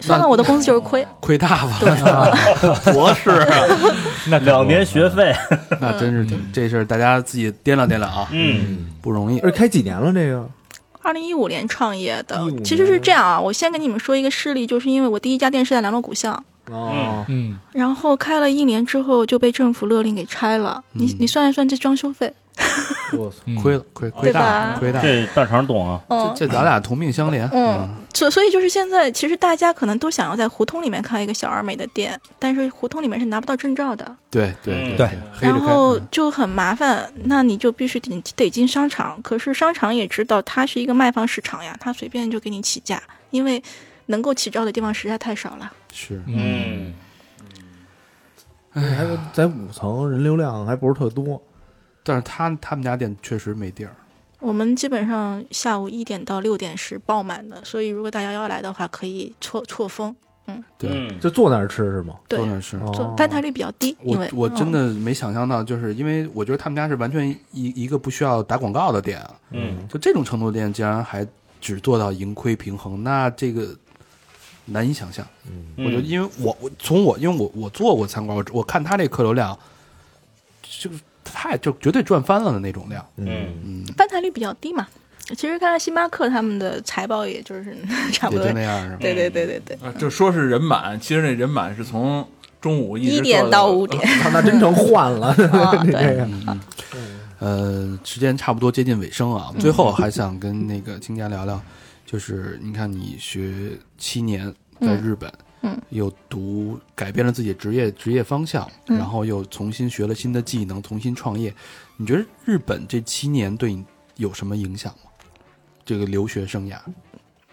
Speaker 6: 算到我的工资就是亏。
Speaker 2: 亏大发
Speaker 6: 对
Speaker 2: 了，博士啊，
Speaker 4: 那两年学费，
Speaker 2: (laughs) 那真是挺这事儿，大家自己掂量掂量啊，
Speaker 4: 嗯，
Speaker 2: 不容易。
Speaker 3: 而开几年了这个？
Speaker 6: 二零一五年创业
Speaker 5: 哎
Speaker 6: 的
Speaker 3: 15，
Speaker 6: 其实是这样啊。我先跟你们说一个事例，就是因为我第一家店是在南锣鼓巷，
Speaker 3: 哦，
Speaker 5: 嗯，
Speaker 6: 然后开了一年之后就被政府勒令给拆了。你
Speaker 2: 嗯
Speaker 6: 你算一算这装修费，
Speaker 3: 我操，
Speaker 5: 嗯
Speaker 2: 亏了，亏亏大了，
Speaker 6: 对吧
Speaker 2: 亏大了。
Speaker 4: 这大肠懂啊，
Speaker 2: 这
Speaker 6: 嗯，
Speaker 2: 这咱俩同命相连，
Speaker 6: 嗯，所所以就是现在，其实大家可能都想要在胡同里面开一个小而美的店，但是胡同里面是拿不到证照的，
Speaker 2: 对对
Speaker 4: 嗯
Speaker 5: 对，
Speaker 2: 黑嗯着
Speaker 6: 然
Speaker 2: 开嗯
Speaker 6: 后就很麻烦。那你就必须得得进商场，可是商场也知道它是一个卖方市场呀，它随便就给你起价，因为能够起照的地方实在太少了。
Speaker 2: 是
Speaker 4: 嗯，
Speaker 3: 还在五层，人流量还不是特多。
Speaker 2: 但是他他们家店确实没地儿，
Speaker 6: 我们基本上下午一点到六点是爆满的，所以如果大家要来的话，可以错错峰，
Speaker 2: 对，
Speaker 4: 嗯
Speaker 3: 就坐那儿吃是吗？
Speaker 6: 对
Speaker 2: 坐，那是。
Speaker 6: 做
Speaker 3: 哦，
Speaker 6: 翻台率比较低，因
Speaker 2: 我
Speaker 6: 为嗯
Speaker 2: 我真的没想象到，就是因为我觉得他们家是完全一一个不需要打广告的店啊，
Speaker 4: 嗯，
Speaker 2: 就这种程度的店竟然还只做到盈亏平衡，那这个难以想象。
Speaker 4: 嗯
Speaker 2: 我觉得，因为我我从我因为我我做过餐馆，我我看他这客流量，就是太就绝对赚翻了的那种量。
Speaker 4: 嗯
Speaker 2: 嗯，
Speaker 6: 翻台率比较低嘛。其实看星巴克他们的财报，也就是 (laughs) 差不
Speaker 2: 也
Speaker 6: 多
Speaker 2: 就，那样是吧？
Speaker 6: 对对对对对，
Speaker 7: 啊就说是人满，其实那人满是从中午一直
Speaker 6: 一点
Speaker 7: 做
Speaker 6: 到五
Speaker 7: (laughs) 呃
Speaker 6: 点，
Speaker 3: 操那真成换了，
Speaker 6: 啊，对，
Speaker 3: 这
Speaker 2: 嗯
Speaker 6: 嗯
Speaker 2: 呃，时间差不多接近尾声啊，最后还想跟那个青佳聊聊，就是你看你学七年在日本，
Speaker 6: 嗯，
Speaker 2: 又读改变了自己职业职业方向，
Speaker 6: 嗯
Speaker 2: 然后又重新学了新的技能，重新创业，你觉得日本这七年对你有什么影响吗？这个留学生涯，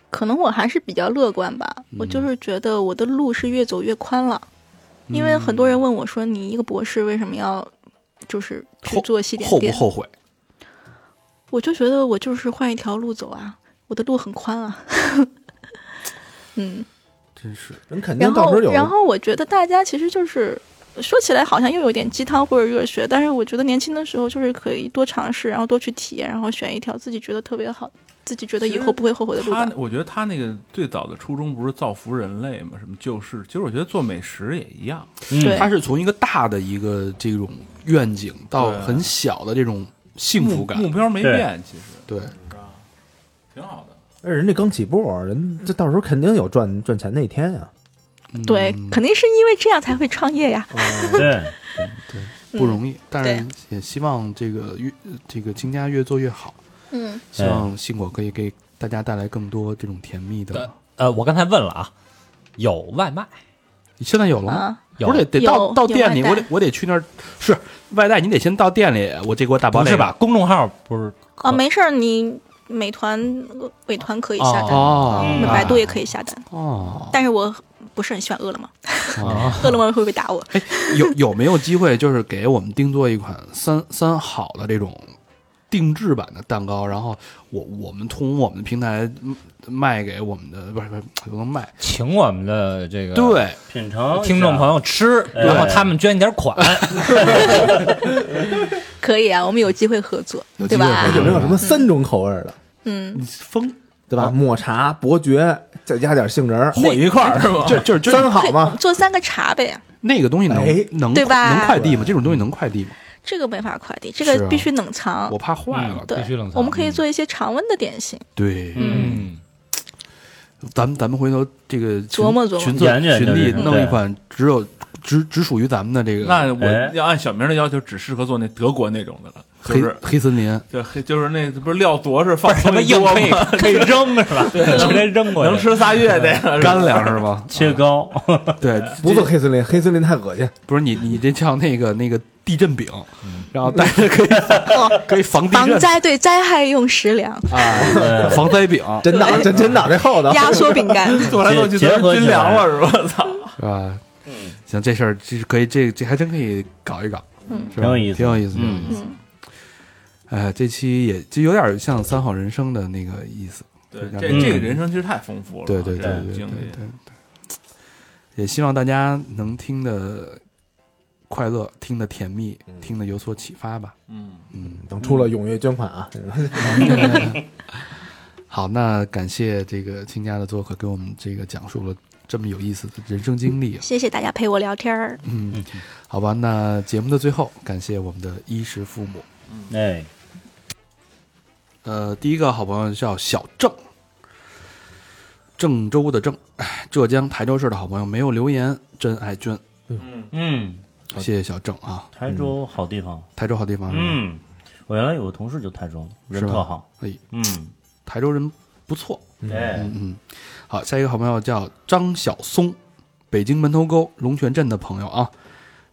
Speaker 6: 可能我还是比较乐观吧。
Speaker 2: 嗯
Speaker 6: 我就是觉得我的路是越走越宽了，因为很多人问我说，你一个博士为什么要就是去
Speaker 2: 后
Speaker 6: 做西点
Speaker 2: 后不
Speaker 6: 店？
Speaker 2: 后悔？
Speaker 6: 我就觉得我就是换一条路走啊，我的路很宽啊。 (laughs) 嗯，
Speaker 2: 真是，
Speaker 3: 人肯定
Speaker 6: 然
Speaker 3: 到时
Speaker 6: 后
Speaker 3: 候有
Speaker 6: 然后我觉得大家其实就是说起来好像又有点鸡汤或者热血，但是我觉得年轻的时候就是可以多尝试，然后多去体验，然后选一条自己觉得特别好、自己觉得以后不会后悔的路吧
Speaker 7: 他。我觉得他那个最早的初衷不是造福人类嘛，什么救世，其实我觉得做美食也一样。
Speaker 6: 对
Speaker 2: 它是从一个大的一个这种愿景到
Speaker 7: 对
Speaker 2: 很小的这种幸福
Speaker 7: 目
Speaker 2: 感
Speaker 7: 目，标没
Speaker 4: 对
Speaker 7: 变，其实
Speaker 2: 对，
Speaker 7: 挺好的。
Speaker 3: 而哎人家刚起步，人这到时候肯定有赚赚钱那一天呀、
Speaker 2: 嗯
Speaker 6: 对，肯定是因为这样才会创业
Speaker 2: 哦
Speaker 6: 呀。
Speaker 4: 对，
Speaker 2: 不容易，但是
Speaker 6: 嗯对
Speaker 2: 也希望这个越这个清家越做越好，
Speaker 6: 嗯，
Speaker 2: 希望信果可以给大家带来更多这种甜蜜的。
Speaker 5: 呃，我刚才问了啊，有外卖，
Speaker 2: 你现在有了吗？
Speaker 6: 啊
Speaker 5: 有
Speaker 2: 不是得得到
Speaker 6: 有
Speaker 2: 到
Speaker 6: 有
Speaker 2: 店里，
Speaker 6: 外带
Speaker 2: 我得我得去那儿是外带，你得先到店里，我这给我打包
Speaker 4: 不
Speaker 2: 那
Speaker 4: 是
Speaker 2: 个
Speaker 4: 吧？？公众号不是
Speaker 6: 啊，没事儿，你美团、呃美团可以下单，
Speaker 2: 哦
Speaker 6: 嗯那百度也可以下单，
Speaker 2: 哦，
Speaker 6: 但是我不是很喜欢饿了么，
Speaker 2: 哦
Speaker 6: (laughs) 饿了么会不会打我？
Speaker 2: 哎，有有没有机会就是给我们定做一款三三好的这种定制版的蛋糕，然后我我们通过我们的平台嗯卖给我们的不是不是不能卖，
Speaker 5: 请我们的这个
Speaker 2: 对，
Speaker 4: 品尝
Speaker 5: 听众朋
Speaker 4: 友，
Speaker 5: 友吃，
Speaker 4: 哎
Speaker 5: 然后他们捐一点款，
Speaker 6: 可以啊，我们有机会合作，
Speaker 2: 有机
Speaker 6: 对
Speaker 2: 会合
Speaker 6: 吧
Speaker 2: 作？
Speaker 3: 有没有什么三种口味的，
Speaker 6: 嗯，
Speaker 2: 风
Speaker 3: 对吧？抹茶、伯爵，再加点杏仁儿，
Speaker 7: 混一块儿是吧？
Speaker 2: 就就是就是
Speaker 3: 三好
Speaker 6: 可
Speaker 3: 嘛
Speaker 6: 以。做三个茶呗，
Speaker 2: 那个东西能、
Speaker 3: 哎
Speaker 2: 能
Speaker 6: 对吧
Speaker 2: 能快递吗？这种东西能快递吗？
Speaker 6: 这个没法快递，这
Speaker 2: 是啊
Speaker 6: 个必须冷藏。
Speaker 2: 我怕坏了。
Speaker 6: 嗯对
Speaker 5: 必须冷，藏
Speaker 6: 我们可以做一些常温的点心，
Speaker 2: 对，
Speaker 5: (laughs) 嗯，
Speaker 2: 咱们咱们回头这个群
Speaker 6: 琢磨琢磨
Speaker 2: 群
Speaker 4: 研
Speaker 2: 子
Speaker 4: 究研究
Speaker 2: 群里
Speaker 4: 这个
Speaker 2: 弄一
Speaker 4: 对
Speaker 2: 款只有只只属于咱们的这个
Speaker 7: 那我
Speaker 4: 哎
Speaker 7: 要按小明的要求，只适合做那德国那种的了，就
Speaker 2: 黑
Speaker 7: 是
Speaker 2: 黑森林。
Speaker 7: 对，黑就是那不是料多是放
Speaker 5: 什么
Speaker 7: 松一
Speaker 5: 硬
Speaker 7: 多
Speaker 5: 可
Speaker 2: (laughs)
Speaker 5: 以
Speaker 7: 吗？
Speaker 5: (laughs) 可以扔是吧？直接扔过去，
Speaker 7: 能吃仨月的呀，
Speaker 2: 嗯干粮是吧？
Speaker 4: 切糕，
Speaker 2: (laughs) 对，
Speaker 3: 不做黑森林，黑森林太恶心。
Speaker 2: 不是你，你这叫那个那个地震饼，然后带着可以可以防地
Speaker 6: 防
Speaker 2: 震
Speaker 6: 灾对灾害用食
Speaker 2: (laughs)
Speaker 6: 粮，
Speaker 2: 啊，防灾饼
Speaker 3: 真的，
Speaker 6: 对
Speaker 3: 真真的，这后头
Speaker 6: 压缩饼干。
Speaker 2: (laughs)
Speaker 7: 做来做去
Speaker 4: 结结
Speaker 7: 都
Speaker 4: 合
Speaker 7: 是
Speaker 4: 起
Speaker 7: 军
Speaker 4: 来
Speaker 7: 粮了是吧？操！
Speaker 2: 是吧？
Speaker 7: 嗯
Speaker 2: 行，这事儿这是可以，这这还真可以搞一搞，
Speaker 6: 嗯
Speaker 2: 是吧
Speaker 4: 挺有意思
Speaker 2: 挺有意思，挺有意思。
Speaker 6: 嗯，
Speaker 2: 哎，这期也就有点像三好人生的那个意思，
Speaker 7: 对，
Speaker 2: 嗯
Speaker 7: 这这个人生其实太丰富了，
Speaker 2: 对对对
Speaker 7: 这种
Speaker 2: 对对对
Speaker 7: 经历。
Speaker 2: 对。也希望大家能听的快乐，听的甜蜜，听的有所启发吧。
Speaker 7: 嗯，
Speaker 2: 嗯，
Speaker 3: 等出了踊跃捐款啊！
Speaker 2: 好，那感谢这个亲家的做客，给我们这个讲述了这么有意思的人生经历啊。
Speaker 6: 谢谢大家陪我聊天儿，
Speaker 2: 嗯，好吧，那节目的最后，感谢我们的衣食父母。
Speaker 4: 哎，
Speaker 2: 呃，第一个好朋友叫小郑，郑州的郑，哎浙江台州市的好朋友没有留言，真爱娟，
Speaker 4: 嗯，
Speaker 2: 谢谢小郑啊，
Speaker 4: 台州好地方，
Speaker 2: 台州好地方。，
Speaker 4: 嗯，我原来有个同事就台州，人
Speaker 2: 是吧
Speaker 4: 特好，
Speaker 2: 哎，
Speaker 4: 嗯，
Speaker 2: 台州人不错。
Speaker 4: 哎，
Speaker 2: 嗯，好，下一个好朋友叫张小松，北京门头沟龙泉镇的朋友啊，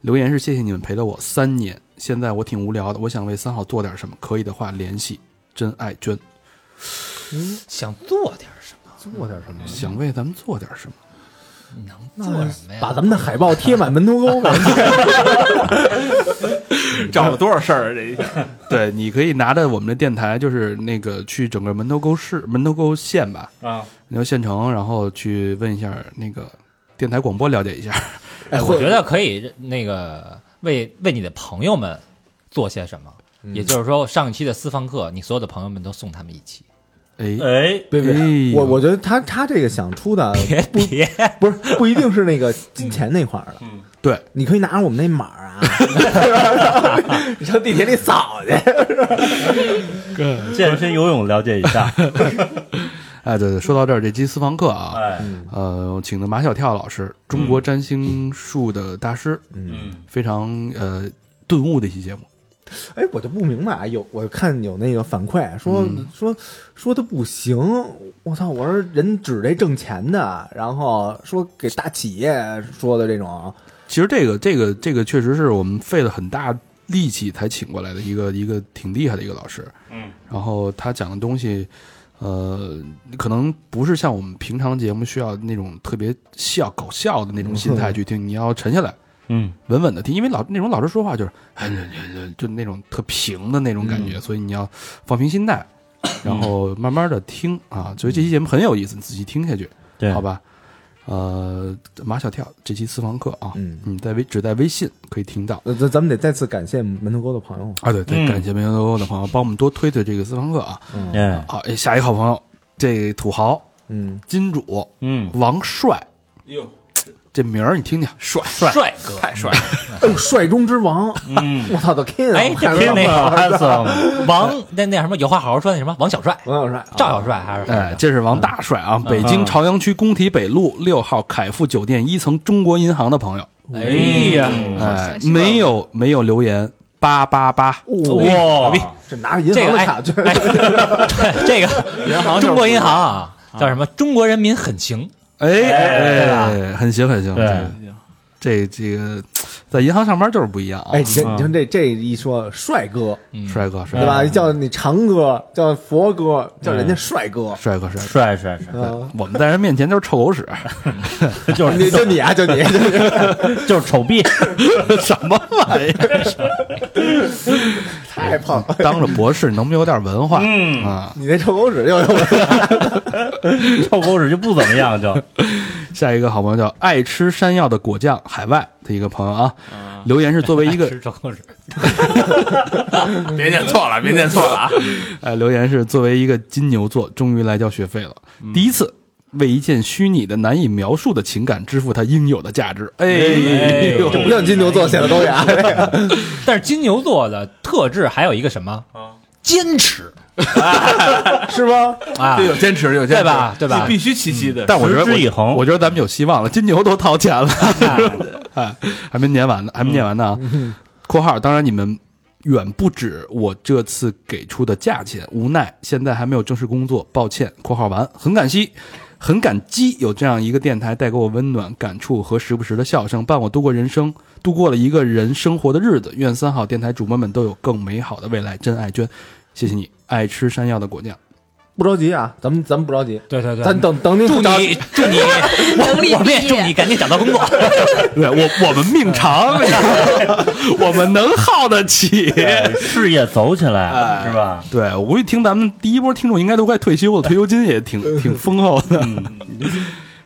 Speaker 2: 留言是谢谢你们陪了我三年，现在我挺无聊的，我想为三好做点什么，可以的话联系真爱娟，
Speaker 5: 想做点什么，
Speaker 3: 做点什么？
Speaker 2: 想为咱们做点什么。
Speaker 5: 做什么呀？
Speaker 3: 把咱们的海报贴满门头沟，
Speaker 7: 找了多少事儿啊？这一下，
Speaker 4: (laughs)
Speaker 2: 对，你可以拿着我们的电台，就是那个去整个门头沟市、门头沟县吧，
Speaker 4: 啊，
Speaker 2: 然后县城，然后去问一下那个电台广播，了解一下。
Speaker 5: 哎，我觉得可以那个为为你的朋友们做些什么，也就是说上一期的私房课，你所有的朋友们都送他们一期，
Speaker 2: 哎，
Speaker 4: (laughs) 哎，
Speaker 3: 别别
Speaker 2: 哎呦，
Speaker 3: 我我觉得他他这个想出的
Speaker 5: 别别，
Speaker 3: 不是不一定是那个金钱那块儿
Speaker 5: 嗯
Speaker 3: 的，
Speaker 2: 对，
Speaker 3: 你可以拿着我们那码儿啊，
Speaker 5: (laughs)
Speaker 3: 你上地铁里扫去。
Speaker 4: 健身游泳了解一下，
Speaker 2: 哎，对对，说到这儿，这期私房课啊，
Speaker 4: (laughs) 哎，
Speaker 2: 呃，我请的马小跳老师，中国占星术的大师，
Speaker 4: 嗯，
Speaker 2: 非常呃顿悟的一期节目。
Speaker 3: 哎，我就不明白啊，有我看有那个反馈说、说说他不行，我操！我说人指这挣钱的，然后说给大企业说的这种，
Speaker 2: 其实这个这个这个确实是我们费了很大力气才请过来的一个一个挺厉害的一个老师。
Speaker 4: 嗯，
Speaker 2: 然后他讲的东西，呃，可能不是像我们平常节目需要那种特别笑搞笑的那种心态去听，你要沉下来。
Speaker 4: 嗯，
Speaker 2: 稳稳的听，因为老那种老师说话就是，哎，就那种特平的那种感觉，所以你要放平心态，然后慢慢的听啊。所以这期节目很有意思，你仔细听下去，
Speaker 4: 对，
Speaker 2: 好，吧？啊、呃，马小跳这期私房课啊，
Speaker 3: 嗯，
Speaker 2: 嗯，在微只在微信可以听到。
Speaker 3: 那呃咱咱们得再次感谢门头沟的朋友，
Speaker 2: 啊，对对，
Speaker 7: 嗯
Speaker 2: 感谢梅头沟的朋友帮我们多推推这个私房课啊。
Speaker 3: 嗯
Speaker 4: 哎，
Speaker 2: 好，哎下一个好朋友，这土豪
Speaker 3: 嗯，
Speaker 2: 金主
Speaker 4: 嗯，
Speaker 2: 王帅，
Speaker 7: 哟，
Speaker 2: 这名儿你听听，
Speaker 7: 帅
Speaker 4: 帅
Speaker 5: 帅哥，
Speaker 7: 太帅了，
Speaker 3: 哎呦，帅中之王，
Speaker 4: 嗯，
Speaker 3: (laughs) 我操，The King，
Speaker 5: 哎，这不是那个
Speaker 3: 王
Speaker 4: 汉森，
Speaker 5: 王那那什么有话好好说，那什么王小帅、
Speaker 3: 王小帅，
Speaker 5: 赵小帅还是什
Speaker 2: 哎
Speaker 5: 么，？
Speaker 2: 这是王大帅啊，北京朝阳区工体北路六号凯富酒店一层中国银行的朋友，
Speaker 5: 哎呀，
Speaker 2: 哎，
Speaker 6: 详细
Speaker 2: 没有没有留言，八八八，
Speaker 5: 哇，
Speaker 3: 哎这拿着银
Speaker 5: 这
Speaker 3: 行
Speaker 5: 个
Speaker 3: 的
Speaker 5: 哎
Speaker 3: 卡，就是
Speaker 5: 哎，这个中国银行啊，叫什么？中国人民很情，
Speaker 2: 哎哎，很行很行，
Speaker 4: 对
Speaker 2: 这这个在银行上班就是不一
Speaker 4: 嗯
Speaker 2: 样啊嗯
Speaker 3: 哎，，嗯你看，你看这这一说帅哥，
Speaker 2: 帅哥帅
Speaker 3: 对吧？
Speaker 4: 嗯
Speaker 3: 叫你长哥，叫佛哥，叫人家帅哥，
Speaker 2: 帅哥帅哥，
Speaker 4: 帅帅帅，
Speaker 3: 嗯，
Speaker 2: 我们在人面前就是臭狗屎，
Speaker 4: (laughs) 就
Speaker 3: 你
Speaker 4: 是
Speaker 3: 就你啊，就
Speaker 4: (laughs)
Speaker 3: 你，就你
Speaker 4: 就是丑逼，
Speaker 2: 什么玩意儿？
Speaker 3: 太胖了，
Speaker 2: 当着博士能不能有点文化？嗯啊，
Speaker 3: 你那臭狗屎又有
Speaker 4: (laughs) 臭狗屎就不怎么样，就
Speaker 2: 下一个好朋友叫爱吃山药的果酱海外的一个朋友啊，留言是作为一个
Speaker 5: 是中国人。
Speaker 2: 嗯
Speaker 7: 别念错了，别念错了啊！
Speaker 2: 呃，留言是作为一个金牛座，终于来交学费了，第一次为一件虚拟的、难以描述的情感支付它应有的价值。哎呦，
Speaker 3: 不像金牛座显得高
Speaker 4: (laughs)
Speaker 3: 雅，
Speaker 5: 但是金牛座的特质还有一个什么？坚持
Speaker 3: 是吗？
Speaker 5: 啊
Speaker 7: 对，，有坚持，有坚持，
Speaker 5: 对吧对吧
Speaker 7: 你必须齐齐的。
Speaker 2: 但我觉得
Speaker 4: 持
Speaker 2: 我
Speaker 4: 之以恒
Speaker 2: 我觉得咱们有希望了，金牛都掏钱了，哎，还没念完呢，还没念完呢啊！括号，当然你们。远不止我这次给出的价钱，无奈现在还没有正式工作，抱歉。（括号完）很感激，很感激有这样一个电台带给我温暖、感触和时不时的笑声，伴我度过人生，度过了一个人生活的日子。愿三好电台主播们都有更美好的未来。真爱娟，谢谢你，爱吃山药的果酱。
Speaker 3: 不着急啊，咱们咱们不着急，
Speaker 5: 对对对，
Speaker 3: 咱等等你
Speaker 5: 祝
Speaker 3: 到 (laughs)
Speaker 5: 你祝你，
Speaker 6: 能力
Speaker 5: 我我们也
Speaker 6: 毕
Speaker 5: 祝
Speaker 6: 业
Speaker 5: 你赶紧找到工作。
Speaker 2: 对我，我们命长， (laughs) 我们能耗得起。
Speaker 4: 哎事业走起来是吧？
Speaker 2: 对，我估计听咱们第一波听众应该都快退休了，退休金也挺挺丰厚的。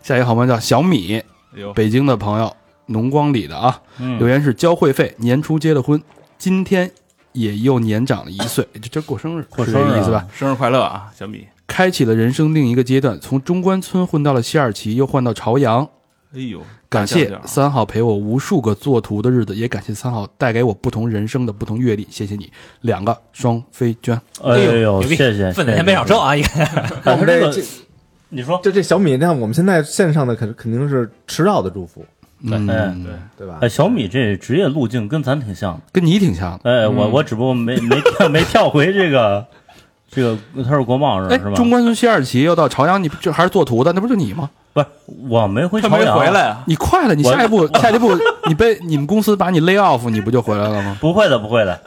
Speaker 2: 下一个好朋友叫小米，
Speaker 7: 有
Speaker 2: 北京的朋友，农光里的啊，留
Speaker 4: 嗯，
Speaker 2: 言是交会费，年初结的婚，今天也又年长了一岁，这这过生日，
Speaker 4: 过
Speaker 2: 是
Speaker 4: 生日
Speaker 2: 这个意思
Speaker 4: 啊
Speaker 2: 吧？
Speaker 7: 生日快乐啊，小米！
Speaker 2: 开启了人生另一个阶段，从中关村混到了西二旗，又换到朝阳，
Speaker 7: 哎呦，
Speaker 2: 感
Speaker 7: 大
Speaker 2: 谢
Speaker 7: 将军啊
Speaker 2: 三好陪我无数个做图的日子，也感谢三好带给我不同人生的不同阅历，谢谢你，两个双飞娟。
Speaker 4: 哎呦，
Speaker 5: 牛逼
Speaker 4: 谢谢，
Speaker 5: 分哪天没少挣啊！一个
Speaker 3: 我们这
Speaker 4: (laughs) 但是那个
Speaker 3: 这
Speaker 4: 你说
Speaker 3: 这这小米，你看我们现在线上的肯肯定是迟到的祝福，
Speaker 2: 嗯，
Speaker 4: 哎
Speaker 3: 对吧
Speaker 4: 哎，？小米这职业路径跟咱挺像的。
Speaker 2: 跟你挺像的。
Speaker 4: 哎，我我只不过没没跳没跳回这个这个，他是国贸是
Speaker 2: 哎，
Speaker 4: 是吧？
Speaker 2: 中关村西二旗又到朝阳，你不就还是做图的，那不就你吗？
Speaker 4: 不是我没回
Speaker 7: 他
Speaker 4: 朝
Speaker 7: 没
Speaker 4: 阳，
Speaker 7: 回来啊？
Speaker 2: 你快了，你
Speaker 4: 我
Speaker 2: 下一步下一步， (laughs) 你被你们公司把你 lay off，你不就回来了
Speaker 4: (laughs)
Speaker 2: 吗？
Speaker 4: 不会的，不会的，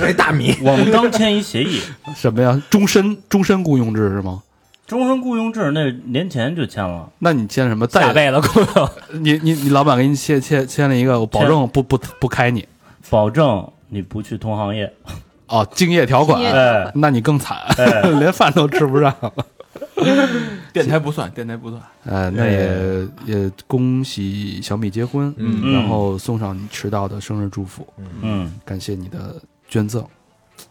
Speaker 3: 哎，大米， (laughs)
Speaker 4: 我们刚签一协议，
Speaker 2: 什么呀？终身终身雇佣制是吗？
Speaker 4: 终身雇佣制那年前就签了，
Speaker 2: 那你签什么？
Speaker 5: 下
Speaker 2: 再
Speaker 5: 辈子工作，
Speaker 2: (laughs) 你你你老板给你签签签了一个，我保证不不不开你
Speaker 4: 保证你不去同行业。
Speaker 2: 哦，竞业条款
Speaker 6: 敬业，
Speaker 4: 哎，
Speaker 2: 那你更惨，
Speaker 4: 哎
Speaker 2: (laughs) 连饭都吃不上。
Speaker 7: 电台不算，电台不算。
Speaker 2: 呃，那也也恭喜小米结婚，
Speaker 3: 嗯
Speaker 2: 然后送上你迟到的生日祝福，
Speaker 4: 嗯
Speaker 2: 感谢你的捐赠。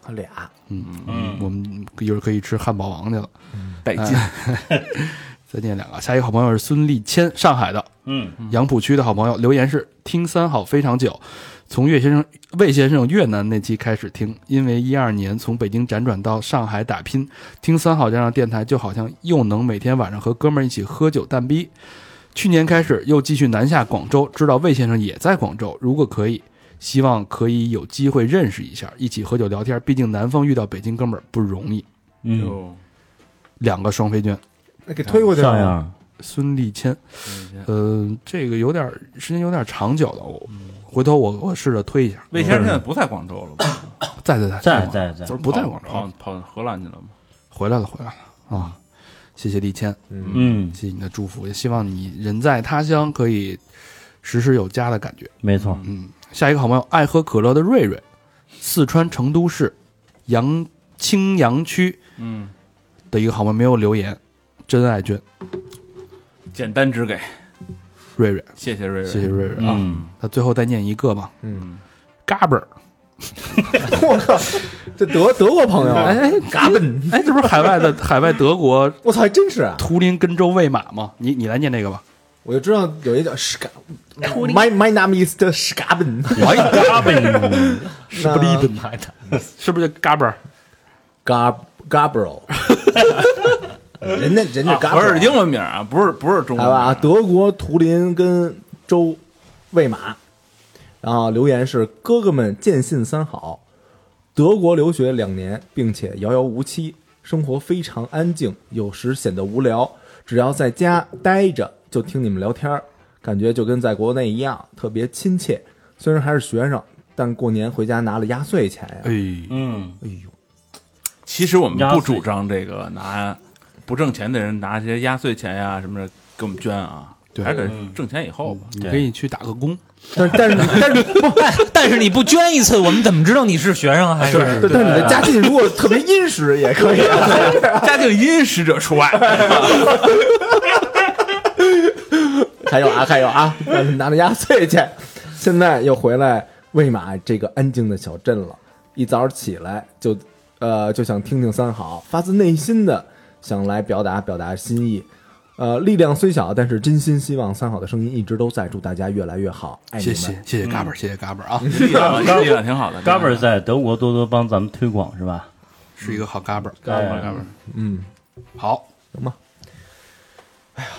Speaker 3: 俩
Speaker 2: 嗯
Speaker 4: 嗯
Speaker 2: 我们一会儿可以吃汉堡王去了。呃
Speaker 7: 带劲，
Speaker 2: (laughs) 再念两个，下一个好朋友是孙立谦，上海的
Speaker 4: 嗯，
Speaker 2: 杨浦区的好朋友，留言是听三好非常久，从岳先生魏先生越南那期开始听，因为一二年从北京辗转到上海打拼，听三好这样的电台就好像又能每天晚上和哥们儿一起喝酒蛋逼。去年开始又继续南下广州，知道魏先生也在广州，如果可以。希望可以有机会认识一下，一起喝酒聊天。毕竟南方遇到北京哥们儿不容易。
Speaker 4: 嗯，
Speaker 7: 哟
Speaker 2: 两个双飞娟，
Speaker 3: 那给推过去
Speaker 4: 像
Speaker 3: 了，
Speaker 4: 样，
Speaker 2: 孙立谦，
Speaker 7: 孙立谦
Speaker 2: 呃，这个有点儿时间有点儿长久了，我回头我我试着推一下。
Speaker 7: 魏先生现在不在广州了吧？
Speaker 2: 在在在
Speaker 4: 在在在
Speaker 2: 不是，不在广
Speaker 7: 跑
Speaker 2: 州，
Speaker 7: 跑荷兰去了吗？
Speaker 2: 回来了回来了啊！谢谢立谦，
Speaker 3: 嗯，
Speaker 4: 嗯，
Speaker 2: 谢谢你的祝福，也希望你人在他乡可以时时有家的感觉。
Speaker 4: 没错，
Speaker 2: 嗯，下一个好朋友爱喝可乐的瑞瑞，四川成都市阳青阳区
Speaker 7: 嗯，
Speaker 2: 的一个好朋友没有留言，真爱娟
Speaker 7: 简单只给，
Speaker 2: 瑞瑞，
Speaker 7: 谢谢瑞瑞，
Speaker 2: 谢谢瑞瑞啊。
Speaker 5: 嗯，
Speaker 2: 那最后再念一个吧，
Speaker 3: 嗯，
Speaker 2: 嘎嘣儿，
Speaker 3: 我靠，这德德国朋友，
Speaker 4: 嗯
Speaker 3: 哎，嘎嘣，
Speaker 2: (laughs) 哎，这不是海外的海外德国
Speaker 3: 我操，还真是啊！
Speaker 2: 图林根州喂马吗？你你来念这个吧。
Speaker 3: 我就知道有一叫 s c a My My name is the s c a b e n
Speaker 2: 哎，嘎嘣，
Speaker 3: 是不是
Speaker 5: 妈
Speaker 2: (laughs)
Speaker 5: 的，
Speaker 2: 是不是叫嘎嘣儿？
Speaker 3: Gab Gabriel？人家人家
Speaker 7: 啊，
Speaker 3: 嘎
Speaker 7: 不是英文名啊，不是不是中文
Speaker 3: 好
Speaker 7: 名
Speaker 3: 吧，
Speaker 7: 啊，
Speaker 3: 德国图林根州魏玛，然后留言是：哥哥们见信三好，德国留学两年，并且遥遥无期，生活非常安静，有时显得无聊。只要在家待着，就听你们聊天儿，感觉就跟在国内一样，特别亲切。虽然还是学生，但过年回家拿了压岁钱呀，
Speaker 2: 哎，
Speaker 4: 嗯，
Speaker 7: 其实我们
Speaker 4: 压
Speaker 7: 不
Speaker 4: 岁
Speaker 7: 主张这个拿不挣钱的人拿这些压岁钱呀、什么的给我们捐啊，
Speaker 2: 对
Speaker 7: 还是得
Speaker 4: 嗯
Speaker 7: 挣钱以后吧。
Speaker 2: 你可以去打个工。
Speaker 3: 但但是但是不，
Speaker 5: 哎，但是你不捐一次，我们怎么知道你是学生啊？还
Speaker 3: 但是你的家境如果特别殷实也可以啊。
Speaker 7: 家境殷实者
Speaker 4: (laughs)
Speaker 7: 除外。
Speaker 3: 还有啊，还有啊， (laughs) 拿着压岁钱，现在又回来喂马这个安静的小镇了。一早起来就，呃，就想听听三好，发自内心的想来表达表达心意。呃，力量虽小，但是真心希望三好的声音一直都在，祝大家越来越好。爱你
Speaker 2: 谢
Speaker 3: 们，嗯
Speaker 2: 谢谢谢嘎嘣儿，谢谢嘎嘣儿啊，
Speaker 7: 力量力量挺好的，
Speaker 4: 嘎嘣儿在德国多多帮咱们推广是 (laughs) 吧？
Speaker 2: 是一个好嘎嘣儿，
Speaker 4: 嘎嘣儿
Speaker 2: 嘎嘣儿。
Speaker 3: 嗯，
Speaker 2: 好，
Speaker 3: 行吧。哎呀，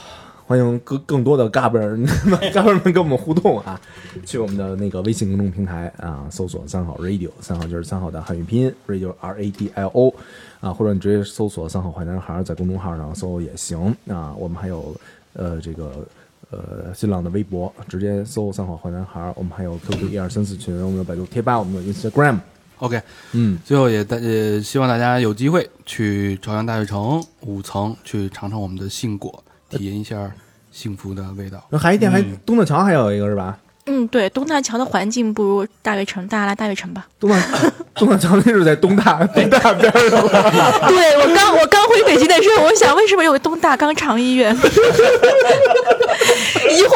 Speaker 3: 欢迎更更多的嘎嘣儿 (laughs) 嘎嘣儿们跟我们互动啊！去我们的那个微信公众平台啊，搜索“三好 radio”，三好就是三好的汉语拼音，radio R A D I O 啊，或者你直接搜索“三好坏男孩”在公众号上搜也行啊。我们还有呃这个呃新浪的微博，直接搜“三好坏男孩”，我们还有 QQ 一二三四群，我们有百度贴吧，我们有 Instagram，
Speaker 2: OK，
Speaker 3: 嗯，
Speaker 2: 最后也大呃，希望大家有机会去朝阳大悦城五层去尝尝我们的杏果，体验一下幸福的味道。
Speaker 3: 然后还有一点还
Speaker 2: 嗯
Speaker 3: 东大桥还有一个是吧？
Speaker 6: 嗯，对，东大桥的环境不如大悦城，大家来大悦城
Speaker 2: (laughs)
Speaker 6: 吧。
Speaker 3: 东大东大桥那是在东大东大边儿上。
Speaker 6: 对我刚我刚回北京的时候，我想为什么有个东大肛肠医院， (laughs) 疑惑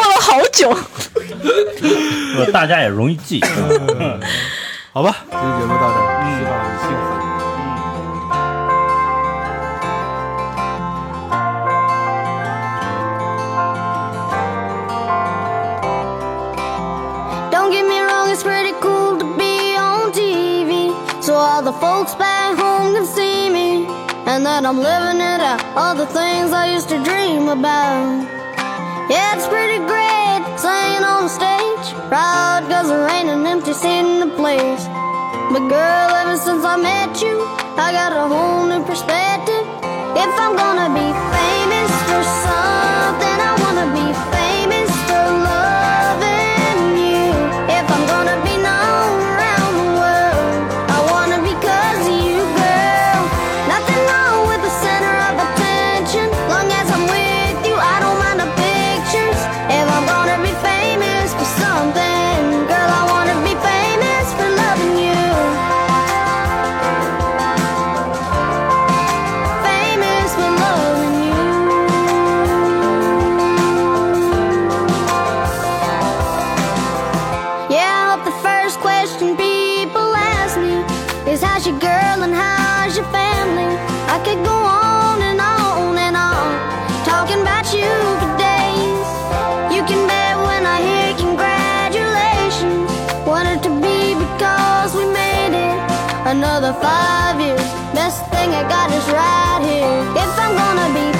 Speaker 6: 了好久。
Speaker 4: 呃大家也容易 (laughs) 记。
Speaker 2: 好吧，今天节目到这儿，希望你幸福。
Speaker 8: Don't get me wrong, it's pretty cool to be on TV. So all the folks back home can see me. And that I'm living it out, all the things I used to dream about. Yeah, it's pretty great singing on stage. Proud cause there ain't an empty seat in the place. But girl, ever since I met you, I got a whole new perspective. If I'm gonna be famous for something, I wanna be famous for loving you. If I'm gonna be known around the world, I wanna be 'cause of you, girl. Nothing wrong with the center of attention. Long as I'm with you, I don't mind the pictures. If I'm gonna be famous for something, girl, I wanna be famous for loving you. famous for loving you. Yeah, I hope the first question people ask me is how's your girl and how's your family? I could go on and on and on talking about you for days. You can bet when I hear congratulations, wanted to be because we made it another five years. Best thing I got is right here. If I'm gonna be